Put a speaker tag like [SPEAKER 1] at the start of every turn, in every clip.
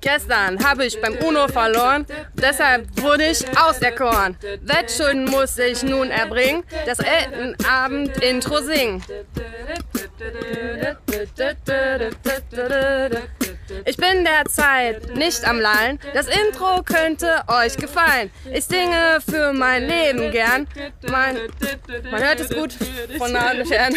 [SPEAKER 1] Gestern habe ich beim UNO verloren, deshalb wurde ich auserkoren. Wettschulden muss ich nun erbringen, das Eltenabend Intro singen. Ich bin derzeit nicht am Lallen, das Intro könnte euch gefallen. Ich singe für mein Leben gern. Mein, man hört es gut von nah und fern.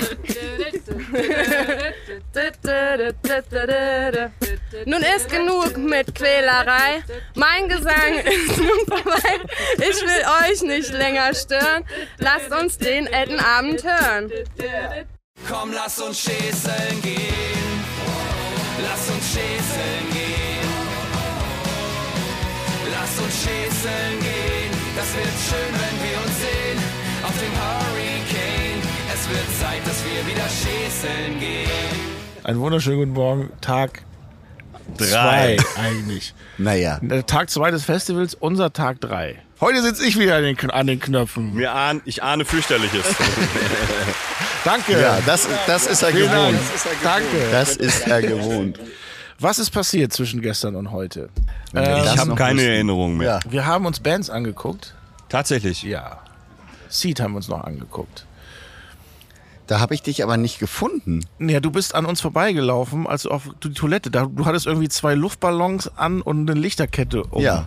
[SPEAKER 1] Nun ist genug mit Quälerei. Mein Gesang ist nun vorbei. Ich will euch nicht länger stören. Lasst uns den Eltenabend hören.
[SPEAKER 2] Komm, lass uns schäseln gehen. Lass uns schäseln gehen. Lass uns schäseln gehen. Das wird schön, wenn wir uns sehen. Auf dem Hurricane. Es wird Zeit, dass wir wieder schäseln gehen.
[SPEAKER 3] Einen wunderschönen guten Morgen. Tag zwei
[SPEAKER 4] Drei.
[SPEAKER 3] eigentlich.
[SPEAKER 4] Naja.
[SPEAKER 3] Der Tag zwei des Festivals, unser Tag drei. Heute sitze ich wieder an den, Kn- an den Knöpfen.
[SPEAKER 5] Mir ahn, ich ahne fürchterliches.
[SPEAKER 3] Danke.
[SPEAKER 4] Ja, das, das ist er
[SPEAKER 3] Vielen Dank.
[SPEAKER 4] gewohnt.
[SPEAKER 3] Danke.
[SPEAKER 4] Das ist er gewohnt.
[SPEAKER 3] Was ist passiert zwischen gestern und heute?
[SPEAKER 4] wir das
[SPEAKER 5] Ich habe
[SPEAKER 4] noch
[SPEAKER 5] keine
[SPEAKER 4] wussten.
[SPEAKER 5] Erinnerung mehr.
[SPEAKER 4] Ja.
[SPEAKER 3] Wir haben uns Bands angeguckt.
[SPEAKER 5] Tatsächlich.
[SPEAKER 3] Ja. Seed haben wir uns noch angeguckt.
[SPEAKER 4] Da habe ich dich aber nicht gefunden.
[SPEAKER 3] Ja, du bist an uns vorbeigelaufen, als du auf die Toilette. Da, du hattest irgendwie zwei Luftballons an und eine Lichterkette um.
[SPEAKER 4] Ja.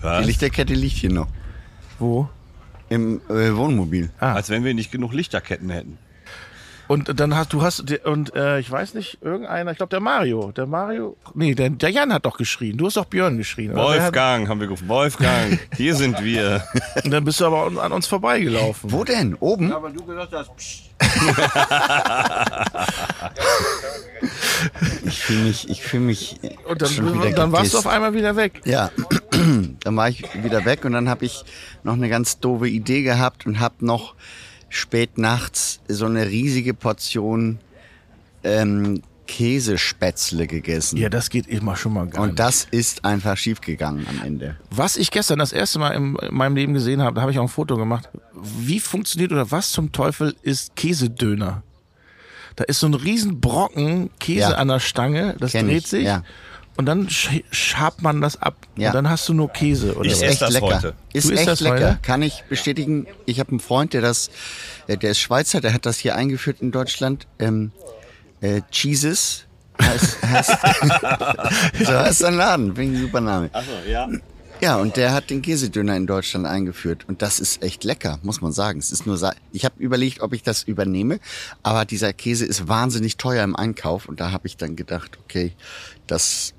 [SPEAKER 5] Was?
[SPEAKER 4] Die Lichterkette liegt hier noch.
[SPEAKER 3] Wo?
[SPEAKER 4] Im äh, Wohnmobil.
[SPEAKER 5] Als wenn wir nicht genug Lichterketten hätten.
[SPEAKER 3] Und dann hast du hast und äh, ich weiß nicht, irgendeiner, ich glaube der Mario, der Mario, nee, der, der Jan hat doch geschrien. Du hast doch Björn geschrien. oder? Wer Hat,
[SPEAKER 5] Wolfgang haben wir gerufen. Wolfgang, hier sind wir.
[SPEAKER 3] und dann bist du aber an uns vorbeigelaufen.
[SPEAKER 4] Wo denn? Oben?
[SPEAKER 6] Aber du gesagt hast, psch,
[SPEAKER 4] Ich fühle mich, ich fühle mich. äh,
[SPEAKER 3] Und dann,
[SPEAKER 4] schon wieder
[SPEAKER 3] dann warst du
[SPEAKER 4] gedisst.
[SPEAKER 3] auf einmal wieder weg.
[SPEAKER 4] Ja, dann war ich wieder weg und dann habe ich noch eine ganz doofe Idee gehabt und habe noch spät nachts so eine riesige Portion ähm, Käsespätzle gegessen.
[SPEAKER 3] Ja, das geht immer schon mal gar
[SPEAKER 4] Und
[SPEAKER 3] nicht.
[SPEAKER 4] das ist einfach schiefgegangen am Ende.
[SPEAKER 3] Was ich gestern das erste Mal in meinem Leben gesehen habe, da habe ich auch ein Foto gemacht. Wie funktioniert oder was zum Teufel ist Käsedöner? Da ist so ein riesen Brocken Käse
[SPEAKER 4] Ja.
[SPEAKER 3] an der Stange, das
[SPEAKER 4] Kenn
[SPEAKER 3] dreht
[SPEAKER 4] ich,
[SPEAKER 3] sich
[SPEAKER 4] ja.
[SPEAKER 3] und dann sch schabt man das ab
[SPEAKER 4] Ja.
[SPEAKER 3] und dann hast du nur Käse oder
[SPEAKER 5] Ich
[SPEAKER 3] was?
[SPEAKER 5] esse das
[SPEAKER 4] lecker.
[SPEAKER 5] heute.
[SPEAKER 4] Ist
[SPEAKER 3] Du isst
[SPEAKER 4] echt
[SPEAKER 3] das
[SPEAKER 4] lecker.
[SPEAKER 3] heute?
[SPEAKER 4] Kann ich bestätigen. Ich habe einen Freund, der das, äh, der ist Schweizer, der hat das hier eingeführt in Deutschland. Ähm, äh, Cheeses heißt, heißt, so heißt sein Laden. Finde ich ein super Name.
[SPEAKER 5] Achso, ja.
[SPEAKER 4] Ja, und der hat den Käsedöner in Deutschland eingeführt. Und das ist echt lecker, muss man sagen. Es ist nur, Sa ich habe überlegt, ob ich das übernehme, aber dieser Käse ist wahnsinnig teuer im Einkauf. Und da habe ich dann gedacht, okay, das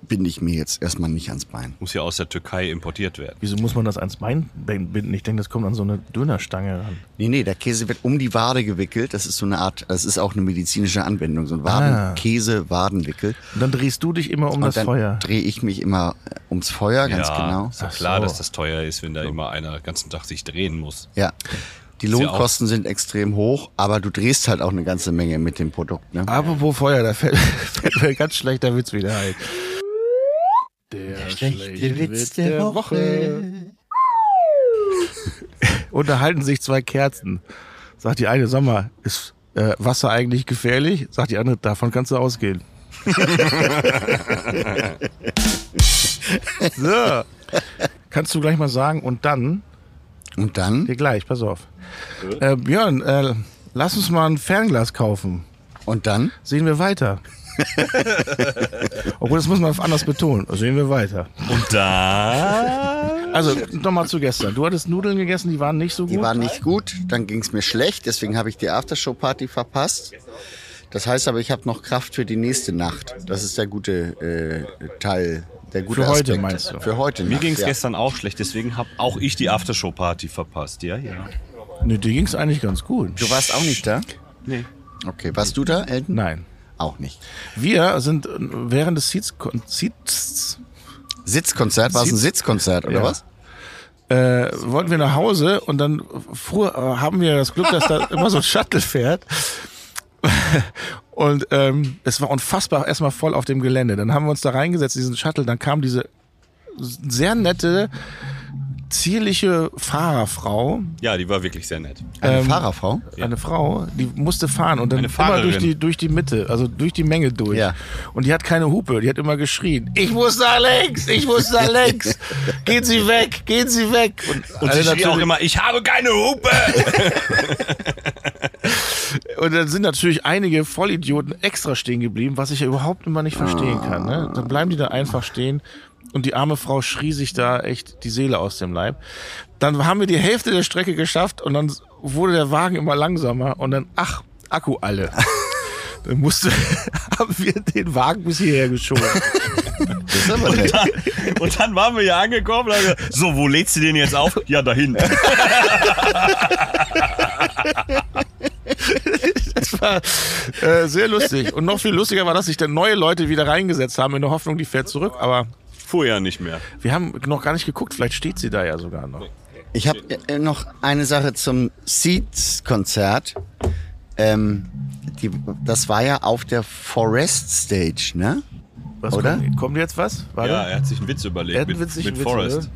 [SPEAKER 4] binde ich mir jetzt erstmal nicht ans Bein.
[SPEAKER 5] Muss ja aus der Türkei importiert werden.
[SPEAKER 3] Wieso muss man das ans Bein binden? Ich denke, das kommt an so eine Dönerstange ran.
[SPEAKER 4] Nee, nee, der Käse wird um die Wade gewickelt. Das ist so eine Art, das ist auch eine medizinische Anwendung, so ein Waden,
[SPEAKER 3] Ah.
[SPEAKER 4] Käse-Wadenwickel.
[SPEAKER 3] Und dann drehst du dich immer um
[SPEAKER 4] Und
[SPEAKER 3] das
[SPEAKER 4] dann
[SPEAKER 3] Feuer.
[SPEAKER 4] drehe ich mich immer äh, ums Feuer, ganz
[SPEAKER 5] ja,
[SPEAKER 4] genau.
[SPEAKER 5] Ist ja
[SPEAKER 3] Ach
[SPEAKER 5] klar,
[SPEAKER 3] so.
[SPEAKER 5] dass das teuer ist, wenn da immer einer den ganzen Tag sich drehen muss.
[SPEAKER 4] Ja. Die
[SPEAKER 5] ja
[SPEAKER 4] Lohnkosten sind extrem hoch, aber du drehst halt auch eine ganze Menge mit dem Produkt. Ne?
[SPEAKER 3] Apropos Feuer, da fällt, fällt mir ganz schlechter Witz wieder ein. Der schlechte Witz der Woche. Unterhalten sich zwei Kerzen. Sagt die eine, sag mal, ist äh, Wasser eigentlich gefährlich? Sagt die andere, davon kannst du ausgehen. so. Kannst du gleich mal sagen und dann,
[SPEAKER 4] Und dann?
[SPEAKER 3] dir gleich, pass auf. Äh, Björn, äh, lass uns mal ein Fernglas kaufen
[SPEAKER 4] Und dann?
[SPEAKER 3] sehen wir weiter. Obwohl, das muss man anders betonen. Sehen wir weiter.
[SPEAKER 5] Und da.
[SPEAKER 3] Also, nochmal zu gestern. Du hattest Nudeln gegessen, die waren nicht so gut.
[SPEAKER 4] Die waren nicht gut, dann ging es mir schlecht, deswegen habe ich die Aftershow-Party verpasst. Das heißt aber, ich habe noch Kraft für die nächste Nacht. Das ist der gute äh, Teil, der gute
[SPEAKER 3] Für heute
[SPEAKER 4] Aspekt.
[SPEAKER 3] meinst du?
[SPEAKER 4] Für heute.
[SPEAKER 5] Mir
[SPEAKER 4] Nacht,
[SPEAKER 5] ging es
[SPEAKER 4] ja.
[SPEAKER 5] gestern auch schlecht, deswegen habe auch ich die Aftershow-Party verpasst. Ja, ja.
[SPEAKER 3] nee, dir ging es eigentlich ganz gut.
[SPEAKER 4] Du warst auch nicht da?
[SPEAKER 5] Nee.
[SPEAKER 4] Okay, warst du da, Elton?
[SPEAKER 3] Nein.
[SPEAKER 4] Auch nicht.
[SPEAKER 3] Wir sind äh, während des Seeds, Kon- Seeds
[SPEAKER 4] Sitzkonzert? War es ein
[SPEAKER 3] Sitz-
[SPEAKER 4] Sitzkonzert oder
[SPEAKER 3] Ja.
[SPEAKER 4] was?
[SPEAKER 3] äh, wollten wir nach Hause und dann fuhr, äh, haben wir das Glück, dass da immer so ein Shuttle fährt. Und ähm, es war unfassbar erstmal voll auf dem Gelände. Dann haben wir uns da reingesetzt, diesen Shuttle. Dann kam diese sehr nette zierliche Fahrerfrau,
[SPEAKER 5] Ja, die war wirklich sehr nett.
[SPEAKER 4] Eine Fahrerfrau?
[SPEAKER 3] eine Frau, die musste fahren und dann
[SPEAKER 5] Eine
[SPEAKER 3] immer
[SPEAKER 5] Fahrerin.
[SPEAKER 3] durch die, durch die Mitte, also durch die Menge durch.
[SPEAKER 4] Ja.
[SPEAKER 3] Und die hat keine Hupe, die hat immer geschrien, ich muss da links, ich muss da links, gehen Sie weg, gehen Sie weg. Und,
[SPEAKER 5] Und
[SPEAKER 3] alle
[SPEAKER 5] sie schrie auch
[SPEAKER 3] natürlich-
[SPEAKER 5] immer, Also ich habe keine Hupe!
[SPEAKER 3] und dann sind natürlich einige Vollidioten extra stehen geblieben, was ich ja überhaupt immer nicht verstehen kann. Ne? Dann bleiben die da einfach stehen und die arme Frau schrie sich da echt die Seele aus dem Leib. Dann haben wir die Hälfte der Strecke geschafft und dann wurde der Wagen immer langsamer und dann, ach, Akku alle. Dann musste, haben wir den Wagen bis hierher geschoben.
[SPEAKER 4] Das ist aber nett.
[SPEAKER 5] Und dann waren wir hier angekommen und haben gesagt, so, wo lädst du den jetzt auf? Ja, da hinten.
[SPEAKER 3] Das war äh, sehr lustig. Und noch viel lustiger war, dass sich dann neue Leute wieder reingesetzt haben in der Hoffnung, die fährt zurück. Aber
[SPEAKER 5] Fuhr ja nicht mehr.
[SPEAKER 3] wir haben noch gar nicht geguckt. Vielleicht steht sie da ja sogar noch.
[SPEAKER 4] Ich habe äh, noch eine Sache zum Seeds-Konzert. Ähm, die, das war ja auf der Forest Stage, ne?
[SPEAKER 3] Was
[SPEAKER 4] Oder?
[SPEAKER 3] Kommt, kommt jetzt was? Warte.
[SPEAKER 5] Ja, er hat sich einen Witz
[SPEAKER 3] Er
[SPEAKER 5] überlegt
[SPEAKER 3] hat einen
[SPEAKER 5] mit,
[SPEAKER 3] witzigen
[SPEAKER 5] mit
[SPEAKER 3] Witz,
[SPEAKER 5] Forrest.
[SPEAKER 3] oder?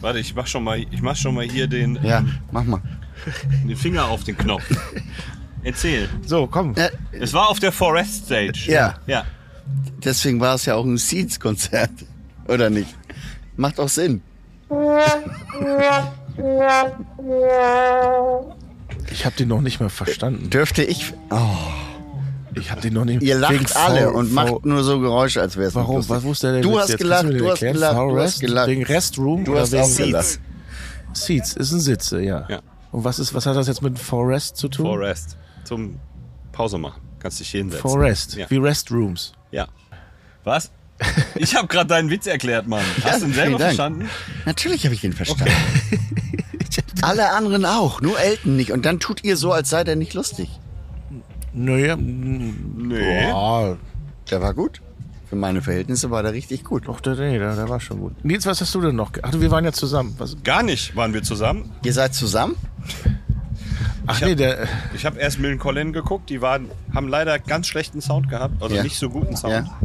[SPEAKER 5] Warte, ich mach schon mal, ich mach schon mal hier den,
[SPEAKER 4] Ja,
[SPEAKER 3] Mhm.
[SPEAKER 4] mach mal.
[SPEAKER 5] den Finger auf den Knopf. Erzähl.
[SPEAKER 3] So, komm.
[SPEAKER 4] Äh,
[SPEAKER 5] Es war auf der Forest Stage.
[SPEAKER 4] Ja.
[SPEAKER 5] Ja.
[SPEAKER 4] deswegen war es ja auch ein Seeds-Konzert, oder nicht? Macht auch Sinn.
[SPEAKER 3] Ich habe den noch nicht mal verstanden.
[SPEAKER 4] Dürfte ich. Oh,
[SPEAKER 3] Ich habe den noch nicht.
[SPEAKER 4] ihr lacht
[SPEAKER 3] Wegen
[SPEAKER 4] alle
[SPEAKER 3] V-
[SPEAKER 4] und
[SPEAKER 3] V-
[SPEAKER 4] macht nur so Geräusche, als wäre es
[SPEAKER 3] Warum? Was wusste der
[SPEAKER 4] Du
[SPEAKER 3] Witz
[SPEAKER 4] hast
[SPEAKER 3] jetzt?
[SPEAKER 4] gelacht,
[SPEAKER 3] Kannst mir den
[SPEAKER 4] du hast
[SPEAKER 3] erklären?
[SPEAKER 4] gelacht, du
[SPEAKER 3] Forest?
[SPEAKER 4] hast gelacht.
[SPEAKER 3] Wegen Restroom
[SPEAKER 4] Du
[SPEAKER 3] oder
[SPEAKER 4] hast
[SPEAKER 3] wegen
[SPEAKER 4] auch gelacht.
[SPEAKER 3] Seats? Seats ist ein Sitze, ja.
[SPEAKER 5] Ja.
[SPEAKER 3] Und was ist, was hat das jetzt mit Forest zu tun?
[SPEAKER 5] Forest. Zum Pause machen. Kannst dich hinsetzen.
[SPEAKER 3] Forest,
[SPEAKER 5] Ja.
[SPEAKER 3] wie Restrooms.
[SPEAKER 5] ja. Was? Ich habe gerade deinen Witz erklärt, Mann. Hast
[SPEAKER 4] Ja,
[SPEAKER 5] du ihn
[SPEAKER 4] vielen
[SPEAKER 5] selber
[SPEAKER 4] Dank.
[SPEAKER 5] verstanden?
[SPEAKER 4] Natürlich habe ich den verstanden. Alle anderen auch, nur Elton nicht. Und dann tut ihr so, als sei der nicht lustig.
[SPEAKER 3] Naja,
[SPEAKER 5] Nee.
[SPEAKER 3] oh,
[SPEAKER 4] Der war gut. Für meine Verhältnisse war der richtig gut.
[SPEAKER 3] doch, der, nee, der, der war schon gut. Nils, was hast du denn noch? ge- Ach, wir waren ja zusammen. Was?
[SPEAKER 5] Gar nicht waren wir zusammen.
[SPEAKER 4] Ihr seid zusammen?
[SPEAKER 3] Ach nee, der,
[SPEAKER 5] Ich habe erst Millen Colin geguckt. Die waren, haben leider ganz schlechten Sound gehabt. Also
[SPEAKER 4] Ja.
[SPEAKER 5] nicht so guten Sound.
[SPEAKER 4] Ja.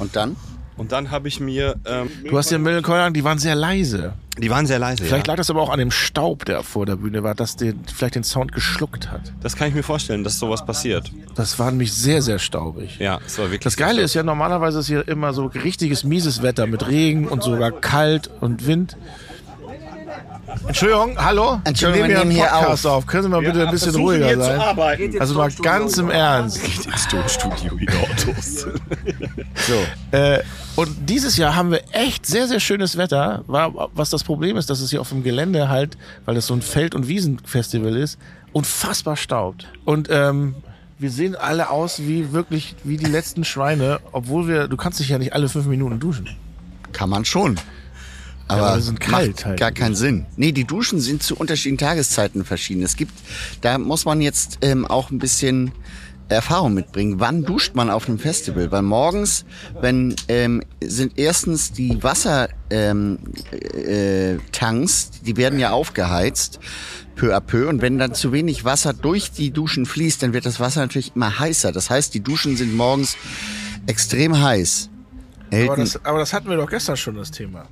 [SPEAKER 4] Und dann?
[SPEAKER 5] Und dann habe ich mir... Ähm,
[SPEAKER 3] du hast ja Melancholia, die waren sehr leise.
[SPEAKER 5] die waren sehr leise,
[SPEAKER 3] Vielleicht lag das aber auch an dem Staub, der vor der Bühne war, dass der vielleicht den Sound geschluckt hat.
[SPEAKER 5] Das kann ich mir vorstellen, dass sowas passiert.
[SPEAKER 3] Das war nämlich sehr, sehr staubig.
[SPEAKER 5] Ja, es war wirklich...
[SPEAKER 3] Das Geile ist ja, normalerweise ist hier immer so richtiges mieses Wetter mit Regen und sogar kalt und Wind. Entschuldigung, hallo?
[SPEAKER 4] Entschuldigung,
[SPEAKER 3] wir nehmen hier einen
[SPEAKER 4] auf.
[SPEAKER 3] Podcast auf. Können Sie mal bitte ein bisschen ruhiger sein? Also mal ganz im Ernst.
[SPEAKER 5] ins Tonstudio in Autos.
[SPEAKER 4] So.
[SPEAKER 3] Äh, und dieses Jahr haben wir echt sehr, sehr schönes Wetter. War, was das Problem ist, dass es hier auf dem Gelände halt, weil es so ein Feld- und Wiesenfestival ist, unfassbar staubt. Und ähm, wir sehen alle aus wie wirklich wie die letzten Schweine, obwohl wir, du kannst dich ja nicht alle fünf Minuten duschen.
[SPEAKER 4] Kann man schon. Aber,
[SPEAKER 3] aber wir sind kalt
[SPEAKER 4] macht
[SPEAKER 3] halt.
[SPEAKER 4] gar keinen Sinn. Nee, die Duschen sind zu unterschiedlichen Tageszeiten verschieden. Es gibt, da muss man jetzt ähm, auch ein bisschen Erfahrung mitbringen. Wann duscht man auf einem Festival? Weil morgens, wenn ähm, sind erstens die Wassertanks, ähm, äh, Tanks, die werden ja aufgeheizt peu à peu. Und wenn dann zu wenig Wasser durch die Duschen fließt, dann wird das Wasser natürlich immer heißer. Das heißt, die Duschen sind morgens extrem heiß.
[SPEAKER 3] Aber
[SPEAKER 4] Elton-
[SPEAKER 3] das, aber das hatten wir doch gestern schon, das Thema.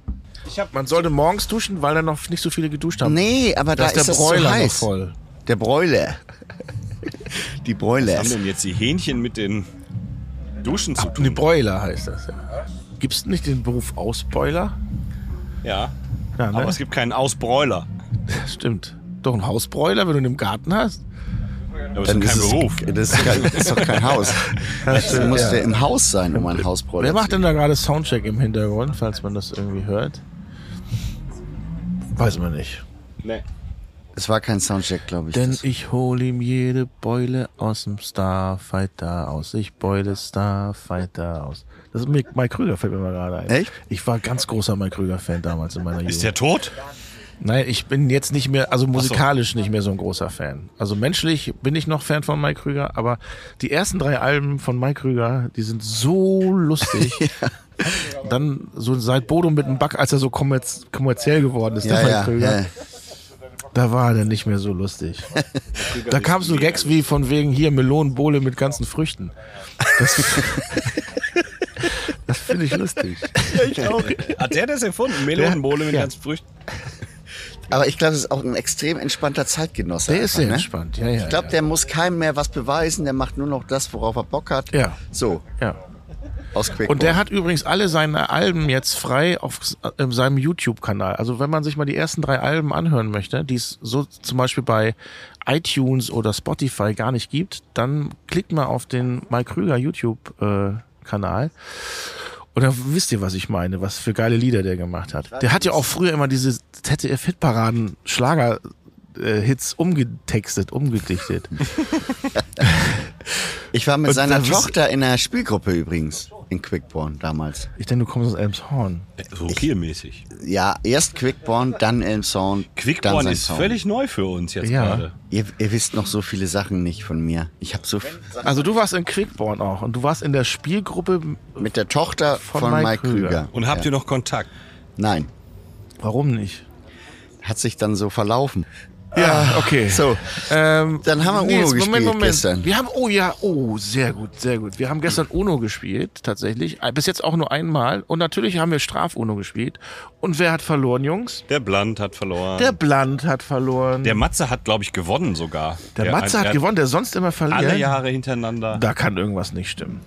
[SPEAKER 3] Man sollte morgens duschen, weil dann noch nicht so viele geduscht haben.
[SPEAKER 4] Nee, aber
[SPEAKER 3] da
[SPEAKER 4] da,
[SPEAKER 3] ist der
[SPEAKER 4] ist das
[SPEAKER 3] Broiler
[SPEAKER 4] zu heiß.
[SPEAKER 3] noch voll.
[SPEAKER 4] Der Broiler. Die Broiler.
[SPEAKER 5] Haben denn jetzt die Hähnchen mit den Duschen zu
[SPEAKER 3] Nee,
[SPEAKER 5] tun?
[SPEAKER 3] Broiler heißt das ja. Gibt's nicht den Beruf Ausbeuler?
[SPEAKER 5] Ja.
[SPEAKER 3] Ja, ne?
[SPEAKER 5] Aber es gibt keinen Ausbräuler.
[SPEAKER 3] Stimmt. Doch ein Hausbräuler, wenn du ihn im Garten hast.
[SPEAKER 5] Aber es ist kein Beruf.
[SPEAKER 4] Das ist, kein, das ist doch kein Haus. Du musst ja im Haus sein, um ein Hausbräuler
[SPEAKER 3] Wer macht
[SPEAKER 4] zu
[SPEAKER 3] denn da gerade Soundcheck im Hintergrund, falls man das irgendwie hört? Weiß man nicht.
[SPEAKER 5] Nee.
[SPEAKER 4] Es war kein Soundcheck, glaube ich.
[SPEAKER 3] Denn
[SPEAKER 4] Das-
[SPEAKER 3] ich hol ihm jede Beule aus dem Starfighter aus. Ich beule Starfighter aus. Das ist Mike Mike Krüger, fällt mir mal gerade ein.
[SPEAKER 4] Echt?
[SPEAKER 3] Ich war ganz großer Mike Krüger-Fan damals in meiner Jugend.
[SPEAKER 5] Ist der tot?
[SPEAKER 3] Nein, ich bin jetzt nicht mehr, also musikalisch nicht mehr so ein großer Fan. Also menschlich bin ich noch Fan von Mike Krüger, aber die ersten drei Alben von Mike Krüger, die sind so lustig. Dann so seit Bodo mit dem Back, als er so kommerz kommerziell geworden ist, der
[SPEAKER 4] ja,
[SPEAKER 3] Mike
[SPEAKER 4] ja,
[SPEAKER 3] Krüger,
[SPEAKER 4] ja.
[SPEAKER 3] da war er nicht mehr so lustig. da kamen so Gags wie von wegen hier Melonenbowle mit ganzen Früchten. Das, das Finde ich lustig.
[SPEAKER 5] Hat der das erfunden? Melonenbowle mit
[SPEAKER 3] Ja.
[SPEAKER 5] ganzen Früchten.
[SPEAKER 4] Aber ich glaube, das ist auch ein extrem entspannter Zeitgenosse.
[SPEAKER 3] Der ist sehr
[SPEAKER 4] ne?
[SPEAKER 3] entspannt, ja, ja.
[SPEAKER 4] Ich glaube, der muss keinem mehr was beweisen, der macht nur noch das, worauf er Bock hat.
[SPEAKER 3] Ja.
[SPEAKER 4] So,
[SPEAKER 3] ja.
[SPEAKER 4] aus Quick
[SPEAKER 3] Und der hat übrigens alle seine Alben jetzt frei auf s- äh, seinem YouTube-Kanal. Also wenn man sich mal die ersten drei Alben anhören möchte, die es so zum Beispiel bei iTunes oder Spotify gar nicht gibt, dann klickt mal auf den Mike Krüger YouTube-Kanal. Und dann wisst ihr, was ich meine, was für geile Lieder der gemacht hat. Der hat ja auch früher immer diese ZDF-Hitparaden-Schlager-Hits umgetextet, umgedichtet.
[SPEAKER 4] Ich war mit
[SPEAKER 3] Und
[SPEAKER 4] seiner
[SPEAKER 3] dann-
[SPEAKER 4] Tochter in einer Spielgruppe übrigens in Quickborn damals.
[SPEAKER 3] Ich denke, du kommst aus Elmshorn.
[SPEAKER 5] Äh, So regelmäßig.
[SPEAKER 3] Äh,
[SPEAKER 4] Ja, erst Quickborn, dann Elmshorn, dann
[SPEAKER 5] Quickborn
[SPEAKER 4] sein
[SPEAKER 5] ist
[SPEAKER 4] Sound.
[SPEAKER 5] völlig neu für uns jetzt
[SPEAKER 3] Ja.
[SPEAKER 5] gerade.
[SPEAKER 4] Ihr, ihr wisst noch so viele Sachen nicht von mir. Ich habe so f-
[SPEAKER 3] Also du warst in Quickborn auch und du warst in der Spielgruppe.
[SPEAKER 4] mit der Tochter von,
[SPEAKER 3] Von
[SPEAKER 4] Mike,
[SPEAKER 3] Mike
[SPEAKER 4] Krüger.
[SPEAKER 3] Krüger.
[SPEAKER 5] Und habt ihr noch Kontakt?
[SPEAKER 4] Nein,
[SPEAKER 3] Warum nicht?
[SPEAKER 4] hat sich dann so verlaufen.
[SPEAKER 3] Ja, okay.
[SPEAKER 4] Ah, So,
[SPEAKER 3] Ähm,
[SPEAKER 4] Dann haben wir Uno
[SPEAKER 3] jetzt,
[SPEAKER 4] gespielt gestern.
[SPEAKER 3] Wir haben, oh ja, oh, sehr gut, sehr gut. Wir haben gestern Uno gespielt, tatsächlich. Äh, Bis jetzt auch nur einmal. Und natürlich haben wir Straf-Uno gespielt. Und wer hat verloren, Jungs?
[SPEAKER 5] Der Blunt hat verloren.
[SPEAKER 3] Der
[SPEAKER 5] Der,
[SPEAKER 3] Blunt hat verloren.
[SPEAKER 5] Matze hat, glaube ich, gewonnen sogar.
[SPEAKER 3] Der Matze hat
[SPEAKER 5] er
[SPEAKER 3] gewonnen, der sonst immer verliert.
[SPEAKER 5] Alle Jahre hintereinander.
[SPEAKER 3] Da kann irgendwas nicht stimmen.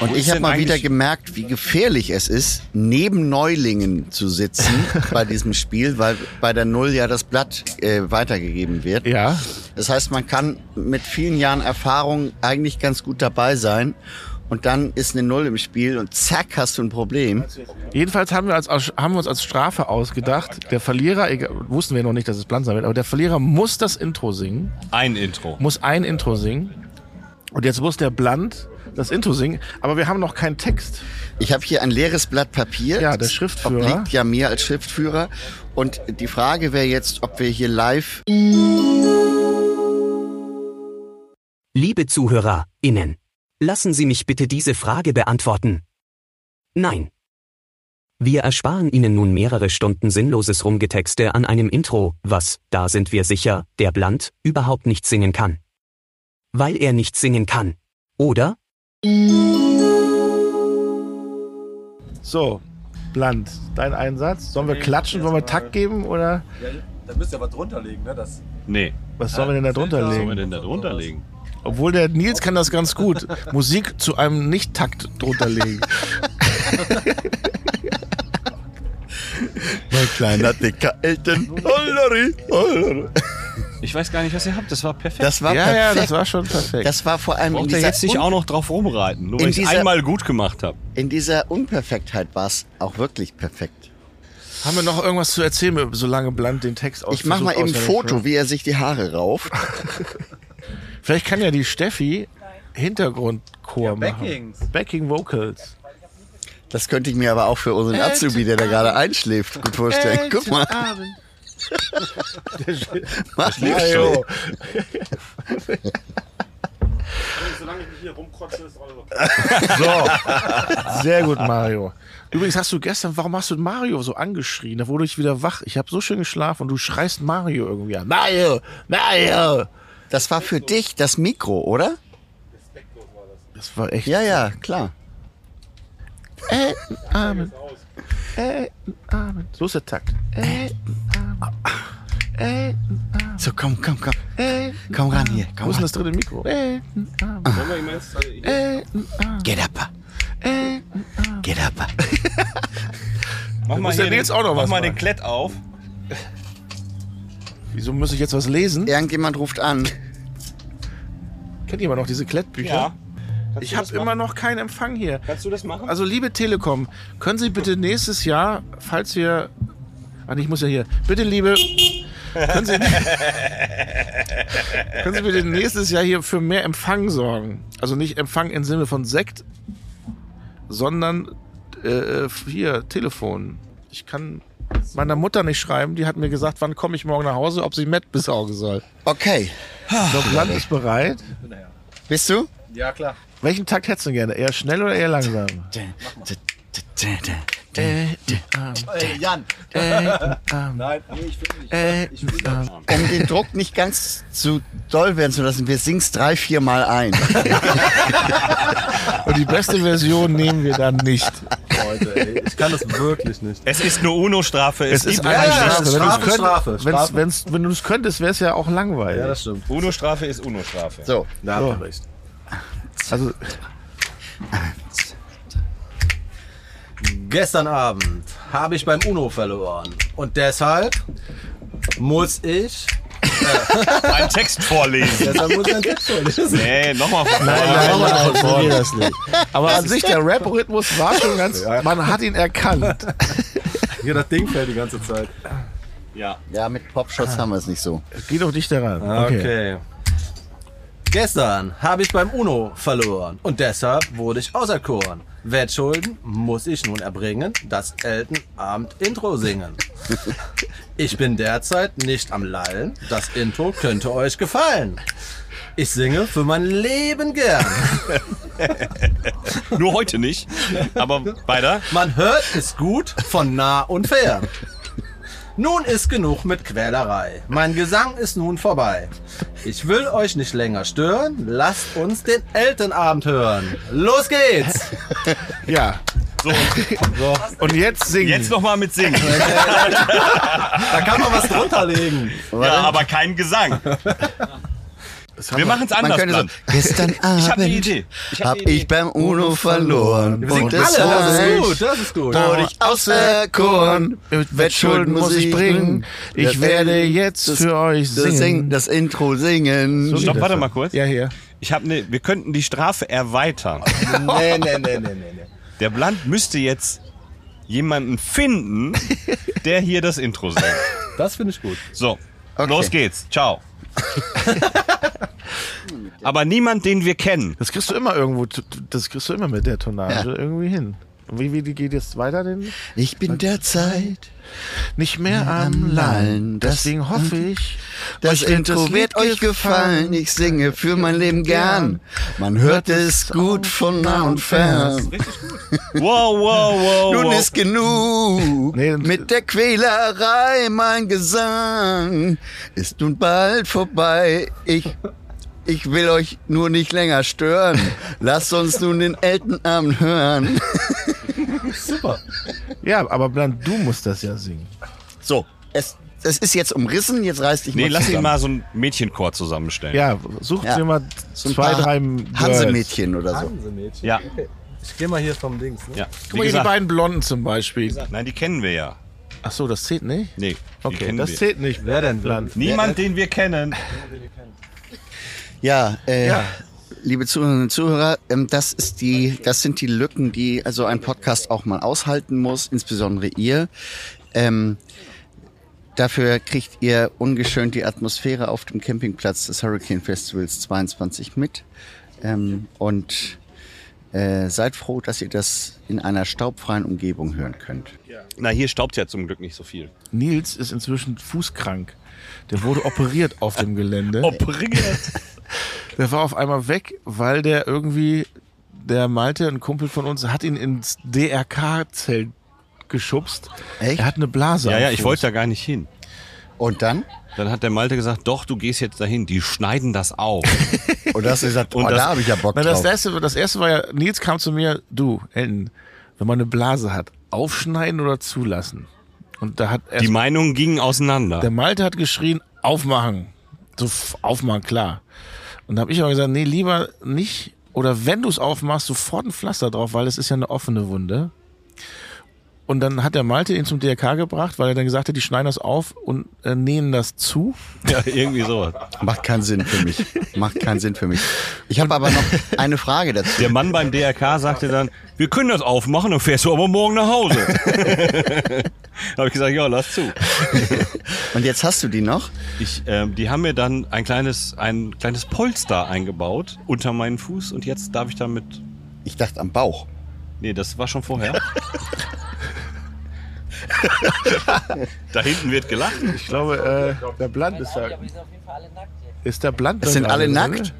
[SPEAKER 4] Und ich habe
[SPEAKER 5] denn
[SPEAKER 4] mal wieder
[SPEAKER 5] eigentlich-
[SPEAKER 4] gemerkt, wie gefährlich es ist, neben Neulingen zu sitzen bei diesem Spiel, weil bei der Null ja das Blatt äh, weitergegeben wird.
[SPEAKER 3] Ja.
[SPEAKER 4] Das heißt, man kann mit vielen Jahren Erfahrung eigentlich ganz gut dabei sein. Und dann ist eine Null im Spiel und zack, hast du ein Problem.
[SPEAKER 3] Jedenfalls haben wir, als, als- haben wir uns als Strafe ausgedacht, der Verlierer, egal, wussten wir noch nicht, dass es Blunt sein wird, aber der Verlierer muss das Intro singen.
[SPEAKER 5] Ein Intro.
[SPEAKER 3] muss ein Intro singen. Und jetzt muss der Blunt das Intro singen, aber wir haben noch keinen Text.
[SPEAKER 4] Ich habe hier ein leeres Blatt Papier.
[SPEAKER 3] Ja, der
[SPEAKER 4] Das
[SPEAKER 3] Schriftführer.
[SPEAKER 4] Obliegt ja mir als Schriftführer. Und die Frage wäre jetzt, ob wir hier live
[SPEAKER 7] Liebe ZuhörerInnen, lassen Sie mich bitte diese Frage beantworten. Nein. Wir ersparen Ihnen nun mehrere Stunden sinnloses Rumgetexte an einem Intro, was, da sind wir sicher, der Blunt überhaupt nicht singen kann. Weil er nicht singen kann. Oder?
[SPEAKER 3] So, Blunt, dein Einsatz. Sollen wir klatschen? Wollen wir Takt geben? Oder
[SPEAKER 2] Ja, da müsst ihr aber drunter legen, ne? Das
[SPEAKER 5] Nee.
[SPEAKER 3] was sollen wir denn da drunter
[SPEAKER 5] Was soll man
[SPEAKER 3] legen?
[SPEAKER 5] denn da drunter legen?
[SPEAKER 3] Obwohl der Nils kann das ganz gut. Musik zu einem Nicht-Takt drunter legen.
[SPEAKER 4] Mein kleiner, dicker Eltern. Hollari, hollari.
[SPEAKER 5] Ich weiß gar nicht, was ihr habt. Das war perfekt.
[SPEAKER 4] Das war
[SPEAKER 3] ja,
[SPEAKER 4] perfekt.
[SPEAKER 3] ja, das war schon perfekt.
[SPEAKER 4] Das war vor allem in
[SPEAKER 5] Braucht ihr
[SPEAKER 4] dieser,
[SPEAKER 5] jetzt nicht
[SPEAKER 4] Un-
[SPEAKER 5] auch noch drauf rumreiten, nur
[SPEAKER 4] In
[SPEAKER 5] weil ich
[SPEAKER 4] dieser-
[SPEAKER 5] einmal gut gemacht habe.
[SPEAKER 4] in dieser Unperfektheit war es auch wirklich perfekt.
[SPEAKER 3] Haben wir noch irgendwas zu erzählen, solange Blunt den Text aus
[SPEAKER 4] Ich mach mal eben ein
[SPEAKER 3] versucht
[SPEAKER 4] Foto,
[SPEAKER 3] auswendig
[SPEAKER 4] wie er sich die Haare rauft.
[SPEAKER 3] zu- Vielleicht kann ja die Steffi Hintergrundchor machen.
[SPEAKER 2] Backings.
[SPEAKER 3] Backing Vocals.
[SPEAKER 4] Das könnte ich mir aber auch für unseren Azubi, der da gerade
[SPEAKER 5] ah.
[SPEAKER 4] einschläft, gut vorstellen. Guck mal. Mach mal so.
[SPEAKER 3] Sehr gut, Mario. Übrigens hast du gestern, warum hast du Mario so angeschrien? Da wurde ich wieder wach. Ich habe so schön geschlafen und du schreist Mario irgendwie an. Mario, Mario.
[SPEAKER 4] Das war für dich das Mikro, oder?
[SPEAKER 3] Das war echt.
[SPEAKER 4] Ja, ja, klar.
[SPEAKER 3] Äh, Amen. Äh, Amen. So ist der Takt. Äh, Amen. Äh,
[SPEAKER 4] So, komm, komm, komm.
[SPEAKER 3] äh.
[SPEAKER 4] Komm ran hier.
[SPEAKER 3] Wo
[SPEAKER 4] Komm
[SPEAKER 3] ist denn
[SPEAKER 4] ran.
[SPEAKER 3] das dritte Mikro? Äh, Amen. Äh, Amen.
[SPEAKER 4] Get up.
[SPEAKER 3] Äh,
[SPEAKER 4] Get up.
[SPEAKER 5] Mach mal,
[SPEAKER 3] muss der
[SPEAKER 5] hier den-
[SPEAKER 3] Nils auch noch
[SPEAKER 5] mach
[SPEAKER 3] was
[SPEAKER 5] mal den
[SPEAKER 3] machen.
[SPEAKER 5] Klett auf.
[SPEAKER 3] Wieso muss ich jetzt was lesen?
[SPEAKER 4] Irgendjemand ruft an.
[SPEAKER 3] Kennt jemand noch diese Klettbücher? Ich habe immer noch keinen Empfang hier.
[SPEAKER 5] Kannst du das machen?
[SPEAKER 3] Also liebe Telekom, können Sie bitte nächstes Jahr, falls wir... Ah, nee, ich muss ja hier. Bitte, liebe... Können Sie, können Sie bitte nächstes Jahr hier für mehr Empfang sorgen? Also nicht Empfang im Sinne von Sekt, sondern äh, hier, Telefon. Ich kann meiner Mutter nicht schreiben. Die hat mir gesagt, wann komme ich morgen nach Hause, ob sie Met besaugen soll.
[SPEAKER 4] Okay.
[SPEAKER 3] So, Land ist bereit.
[SPEAKER 4] Bist du?
[SPEAKER 2] ja, klar.
[SPEAKER 3] Welchen Takt hättest du gerne? Eher schnell oder eher langsam?
[SPEAKER 2] Ey, Jan! Nein, nee, ich will nicht. ich will nicht.
[SPEAKER 4] Um den Druck nicht ganz zu doll werden zu lassen, wir singen drei, vier Mal ein.
[SPEAKER 3] Und die beste Version nehmen wir dann nicht.
[SPEAKER 8] Leute, ey. Ich kann das wirklich nicht.
[SPEAKER 5] Es ist eine UNO-Strafe. Es, gibt
[SPEAKER 8] eine
[SPEAKER 5] eine
[SPEAKER 8] Strafe.
[SPEAKER 5] nicht.
[SPEAKER 3] Wenn
[SPEAKER 8] Strafe,
[SPEAKER 3] du's
[SPEAKER 8] Strafe,
[SPEAKER 3] könnt-
[SPEAKER 8] Strafe.
[SPEAKER 3] wenn's- wenn's- Wenn du es könntest, wäre es ja auch
[SPEAKER 8] Ja,
[SPEAKER 3] langweilig.
[SPEAKER 8] das stimmt.
[SPEAKER 5] UNO-Strafe ist UNO-Strafe.
[SPEAKER 4] So,
[SPEAKER 8] Da habt ihr recht.
[SPEAKER 3] also,
[SPEAKER 8] Gestern Abend habe ich beim Uno verloren. Und deshalb muss ich.
[SPEAKER 5] Einen Text vorlesen.
[SPEAKER 8] Deshalb muss ich ein Tipp vorlesen.
[SPEAKER 5] Nee, nochmal von vorne.
[SPEAKER 3] nein, nein, nein, das nicht. Aber an sich, der Rap-Rhythmus war schon ganz, man hat ihn erkannt.
[SPEAKER 8] Hier, das Ding fällt die ganze Zeit.
[SPEAKER 5] Ja.
[SPEAKER 4] ja, mit Popshots haben wir es nicht so.
[SPEAKER 3] Geh doch dich daran.
[SPEAKER 8] Ah, Okay. Gestern habe ich beim UNO verloren und deshalb wurde ich auserkoren. Wettschulden muss ich nun erbringen, das Elton Abend Intro singen. Ich bin derzeit nicht am Lallen, das Intro könnte euch gefallen. Ich singe für mein Leben gern.
[SPEAKER 5] Nur heute nicht. Aber weiter.
[SPEAKER 8] Man hört es gut von nah und fern. Nun ist genug mit Quälerei. Mein Gesang ist nun vorbei. Ich will euch nicht länger stören. Lasst uns den Elternabend hören. Los geht's!
[SPEAKER 3] Ja.
[SPEAKER 5] So,
[SPEAKER 3] Und jetzt singen.
[SPEAKER 5] jetzt nochmal mit Singen.
[SPEAKER 8] Da kann man was drunter legen.
[SPEAKER 5] Ja, aber kein Gesang. Wir machen es
[SPEAKER 4] Man
[SPEAKER 5] anders.
[SPEAKER 4] könnte
[SPEAKER 5] Plan.
[SPEAKER 4] so, gestern Abend
[SPEAKER 5] Ich habe eine Idee.
[SPEAKER 4] hab ich beim Uno verloren.
[SPEAKER 8] Wir singen
[SPEAKER 4] Und es
[SPEAKER 8] alle, das
[SPEAKER 4] reicht.
[SPEAKER 8] ist gut, das ist gut.
[SPEAKER 4] wurde ich auserkoren.
[SPEAKER 3] Mit Wettschulden muss ich bringen. Ich werde jetzt
[SPEAKER 4] das-
[SPEAKER 3] für euch
[SPEAKER 4] Das, Sing,
[SPEAKER 3] singen.
[SPEAKER 4] das Intro singen.
[SPEAKER 5] Stopp, warte mal kurz.
[SPEAKER 3] Ja, hier.
[SPEAKER 5] Ich hab ne, wir könnten die Strafe erweitern.
[SPEAKER 8] Nee, nee, nee, nee, nee. nee.
[SPEAKER 5] Der Bland müsste jetzt jemanden finden, der hier das Intro singt.
[SPEAKER 8] Das finde ich gut.
[SPEAKER 5] So, los geht's. Ciao. Aber niemand, den wir kennen.
[SPEAKER 3] Das kriegst du immer irgendwo, das kriegst du immer mit der Tonnage irgendwie hin. Wie, wie geht jetzt weiter denn?
[SPEAKER 4] Ich bin derzeit.
[SPEAKER 3] Nicht mehr am Lallen.
[SPEAKER 4] Lallen. Das-
[SPEAKER 3] Deswegen hoffe ich,
[SPEAKER 4] Das
[SPEAKER 3] euch wird das
[SPEAKER 4] Intro wird
[SPEAKER 3] Lied
[SPEAKER 4] euch gefallen.
[SPEAKER 3] gefallen.
[SPEAKER 4] Ich singe für mein Leben gern. Man hört es gut von nah und fern.
[SPEAKER 5] Wow, wow, wow.
[SPEAKER 4] Nun
[SPEAKER 5] wow.
[SPEAKER 4] ist genug
[SPEAKER 3] Nee, dann-
[SPEAKER 4] mit der Quälerei. Mein Gesang ist nun bald vorbei. Ich, ich will euch nur nicht länger stören. Lasst uns nun den Eltenabend hören.
[SPEAKER 8] Super.
[SPEAKER 3] Ja, aber Blan, du musst das ja singen.
[SPEAKER 4] So, es, es ist jetzt umrissen. Jetzt reiß dich
[SPEAKER 5] Nee,
[SPEAKER 4] mal
[SPEAKER 5] lass ihn
[SPEAKER 4] zusammen.
[SPEAKER 5] mal so einen Mädchenchor zusammenstellen.
[SPEAKER 3] Ja, such
[SPEAKER 4] Ja.
[SPEAKER 3] dir mal
[SPEAKER 4] ein
[SPEAKER 3] zwei,
[SPEAKER 4] paar
[SPEAKER 3] drei Girls.
[SPEAKER 4] Hansemädchen oder so.
[SPEAKER 8] Hansemädchen.
[SPEAKER 5] Ja,
[SPEAKER 8] Ich geh mal hier vom Dings. Ne?
[SPEAKER 5] ja.
[SPEAKER 3] Guck mal, hier die beiden Blonden zum Beispiel.
[SPEAKER 5] nein, die kennen wir ja.
[SPEAKER 3] Ach so, das zählt nicht?
[SPEAKER 5] Nee, die
[SPEAKER 3] Okay,
[SPEAKER 5] kennen
[SPEAKER 3] das
[SPEAKER 5] wir.
[SPEAKER 3] zählt äh, nicht.
[SPEAKER 8] Wer denn?
[SPEAKER 3] Blan.
[SPEAKER 5] Niemand, den wir kennen.
[SPEAKER 4] Ja, äh,
[SPEAKER 3] Ja.
[SPEAKER 4] liebe Zuhörerinnen und Zuhörer, ähm, das ist die, das sind die Lücken, die also ein Podcast auch mal aushalten muss, insbesondere ihr. Ähm, dafür kriegt ihr ungeschönt die Atmosphäre auf dem Campingplatz des Hurricane Festivals 22 mit. Ähm, und äh, seid froh, dass ihr das in einer staubfreien Umgebung hören könnt.
[SPEAKER 5] Na, hier staubt ja zum Glück nicht so viel.
[SPEAKER 3] Nils ist inzwischen fußkrank. Der wurde operiert auf dem Gelände.
[SPEAKER 5] Operiert.
[SPEAKER 3] Der war auf einmal weg, weil der irgendwie, der Malte, ein Kumpel von uns, hat ihn ins DRK-Zelt geschubst.
[SPEAKER 4] Echt?
[SPEAKER 3] Er hat eine Blase.
[SPEAKER 5] Ja,
[SPEAKER 3] am
[SPEAKER 5] ja, ich
[SPEAKER 3] Fuß.
[SPEAKER 5] wollte da gar nicht hin.
[SPEAKER 4] Und dann?
[SPEAKER 5] Dann hat der Malte gesagt, doch, du gehst jetzt dahin. Die schneiden das auf.
[SPEAKER 4] Und das ist gesagt,
[SPEAKER 5] Und
[SPEAKER 4] oh,
[SPEAKER 5] das-
[SPEAKER 4] da habe ich ja Bock
[SPEAKER 3] Na, das,
[SPEAKER 4] drauf.
[SPEAKER 3] erste, das erste war ja, Nils kam zu mir, du, Elton, wenn man eine Blase hat, aufschneiden oder zulassen? Und da hat erst
[SPEAKER 5] Die Meinungen gingen
[SPEAKER 3] der
[SPEAKER 5] auseinander.
[SPEAKER 3] Malte hat geschrien, aufmachen. So f- aufmachen, klar. Und da habe ich aber gesagt, nee, lieber nicht. Oder wenn du es aufmachst, sofort ein Pflaster drauf, weil es ist ja eine offene Wunde. Und dann hat der Malte ihn zum DRK gebracht, weil er dann gesagt hat, die schneiden das auf und äh, nähen das zu.
[SPEAKER 5] Ja, irgendwie sowas.
[SPEAKER 4] Macht keinen Sinn für mich. Macht keinen Sinn für mich. Ich habe aber noch eine Frage dazu.
[SPEAKER 5] Der Mann beim DRK sagte dann, wir können das aufmachen, dann fährst du aber morgen nach Hause. habe ich gesagt, ja, lass zu.
[SPEAKER 4] Und jetzt hast du die noch.
[SPEAKER 5] Ich, ähm, die haben mir dann ein kleines, ein kleines Polster eingebaut unter meinen Fuß und jetzt darf ich damit.
[SPEAKER 4] Ich dachte am Bauch.
[SPEAKER 5] Nee, das war schon vorher. da hinten wird gelacht.
[SPEAKER 3] Ich glaube, äh, der Bland ist da. Ist der Bland?
[SPEAKER 4] Es
[SPEAKER 3] da
[SPEAKER 4] sind
[SPEAKER 3] gerade
[SPEAKER 4] alle
[SPEAKER 3] drin?
[SPEAKER 4] nackt?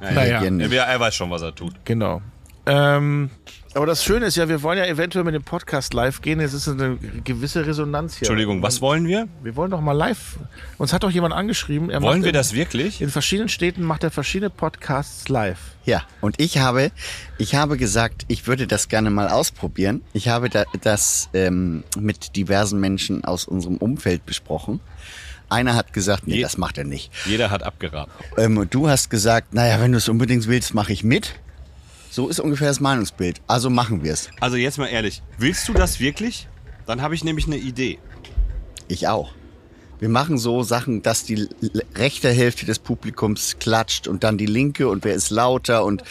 [SPEAKER 3] Naja,
[SPEAKER 5] Ja, er weiß schon, was er tut.
[SPEAKER 3] genau. Ähm, aber das Schöne ist ja, wir wollen ja eventuell mit dem Podcast live gehen. Es ist eine gewisse Resonanz hier.
[SPEAKER 5] Entschuldigung, was wollen wir?
[SPEAKER 3] Wir wollen doch mal live. Uns hat doch jemand angeschrieben. Er
[SPEAKER 5] Wollen
[SPEAKER 3] macht
[SPEAKER 5] wir
[SPEAKER 3] in,
[SPEAKER 5] das wirklich?
[SPEAKER 3] In verschiedenen Städten macht er verschiedene Podcasts live.
[SPEAKER 4] Ja, und ich habe, ich habe gesagt, ich würde das gerne mal ausprobieren. Ich habe da, das ähm, mit diversen Menschen aus unserem Umfeld besprochen. Einer hat gesagt, nee,
[SPEAKER 5] Je-
[SPEAKER 4] das macht er nicht.
[SPEAKER 5] Jeder hat abgeraten.
[SPEAKER 4] Ähm, und du hast gesagt, naja, wenn du es unbedingt willst, mache ich mit. So ist ungefähr das Meinungsbild. Also machen wir es.
[SPEAKER 5] Also jetzt mal ehrlich, willst du das wirklich? Dann habe ich nämlich eine Idee.
[SPEAKER 4] Ich auch. Wir machen so Sachen, dass die l- rechte Hälfte des Publikums klatscht und dann die linke und wer ist lauter und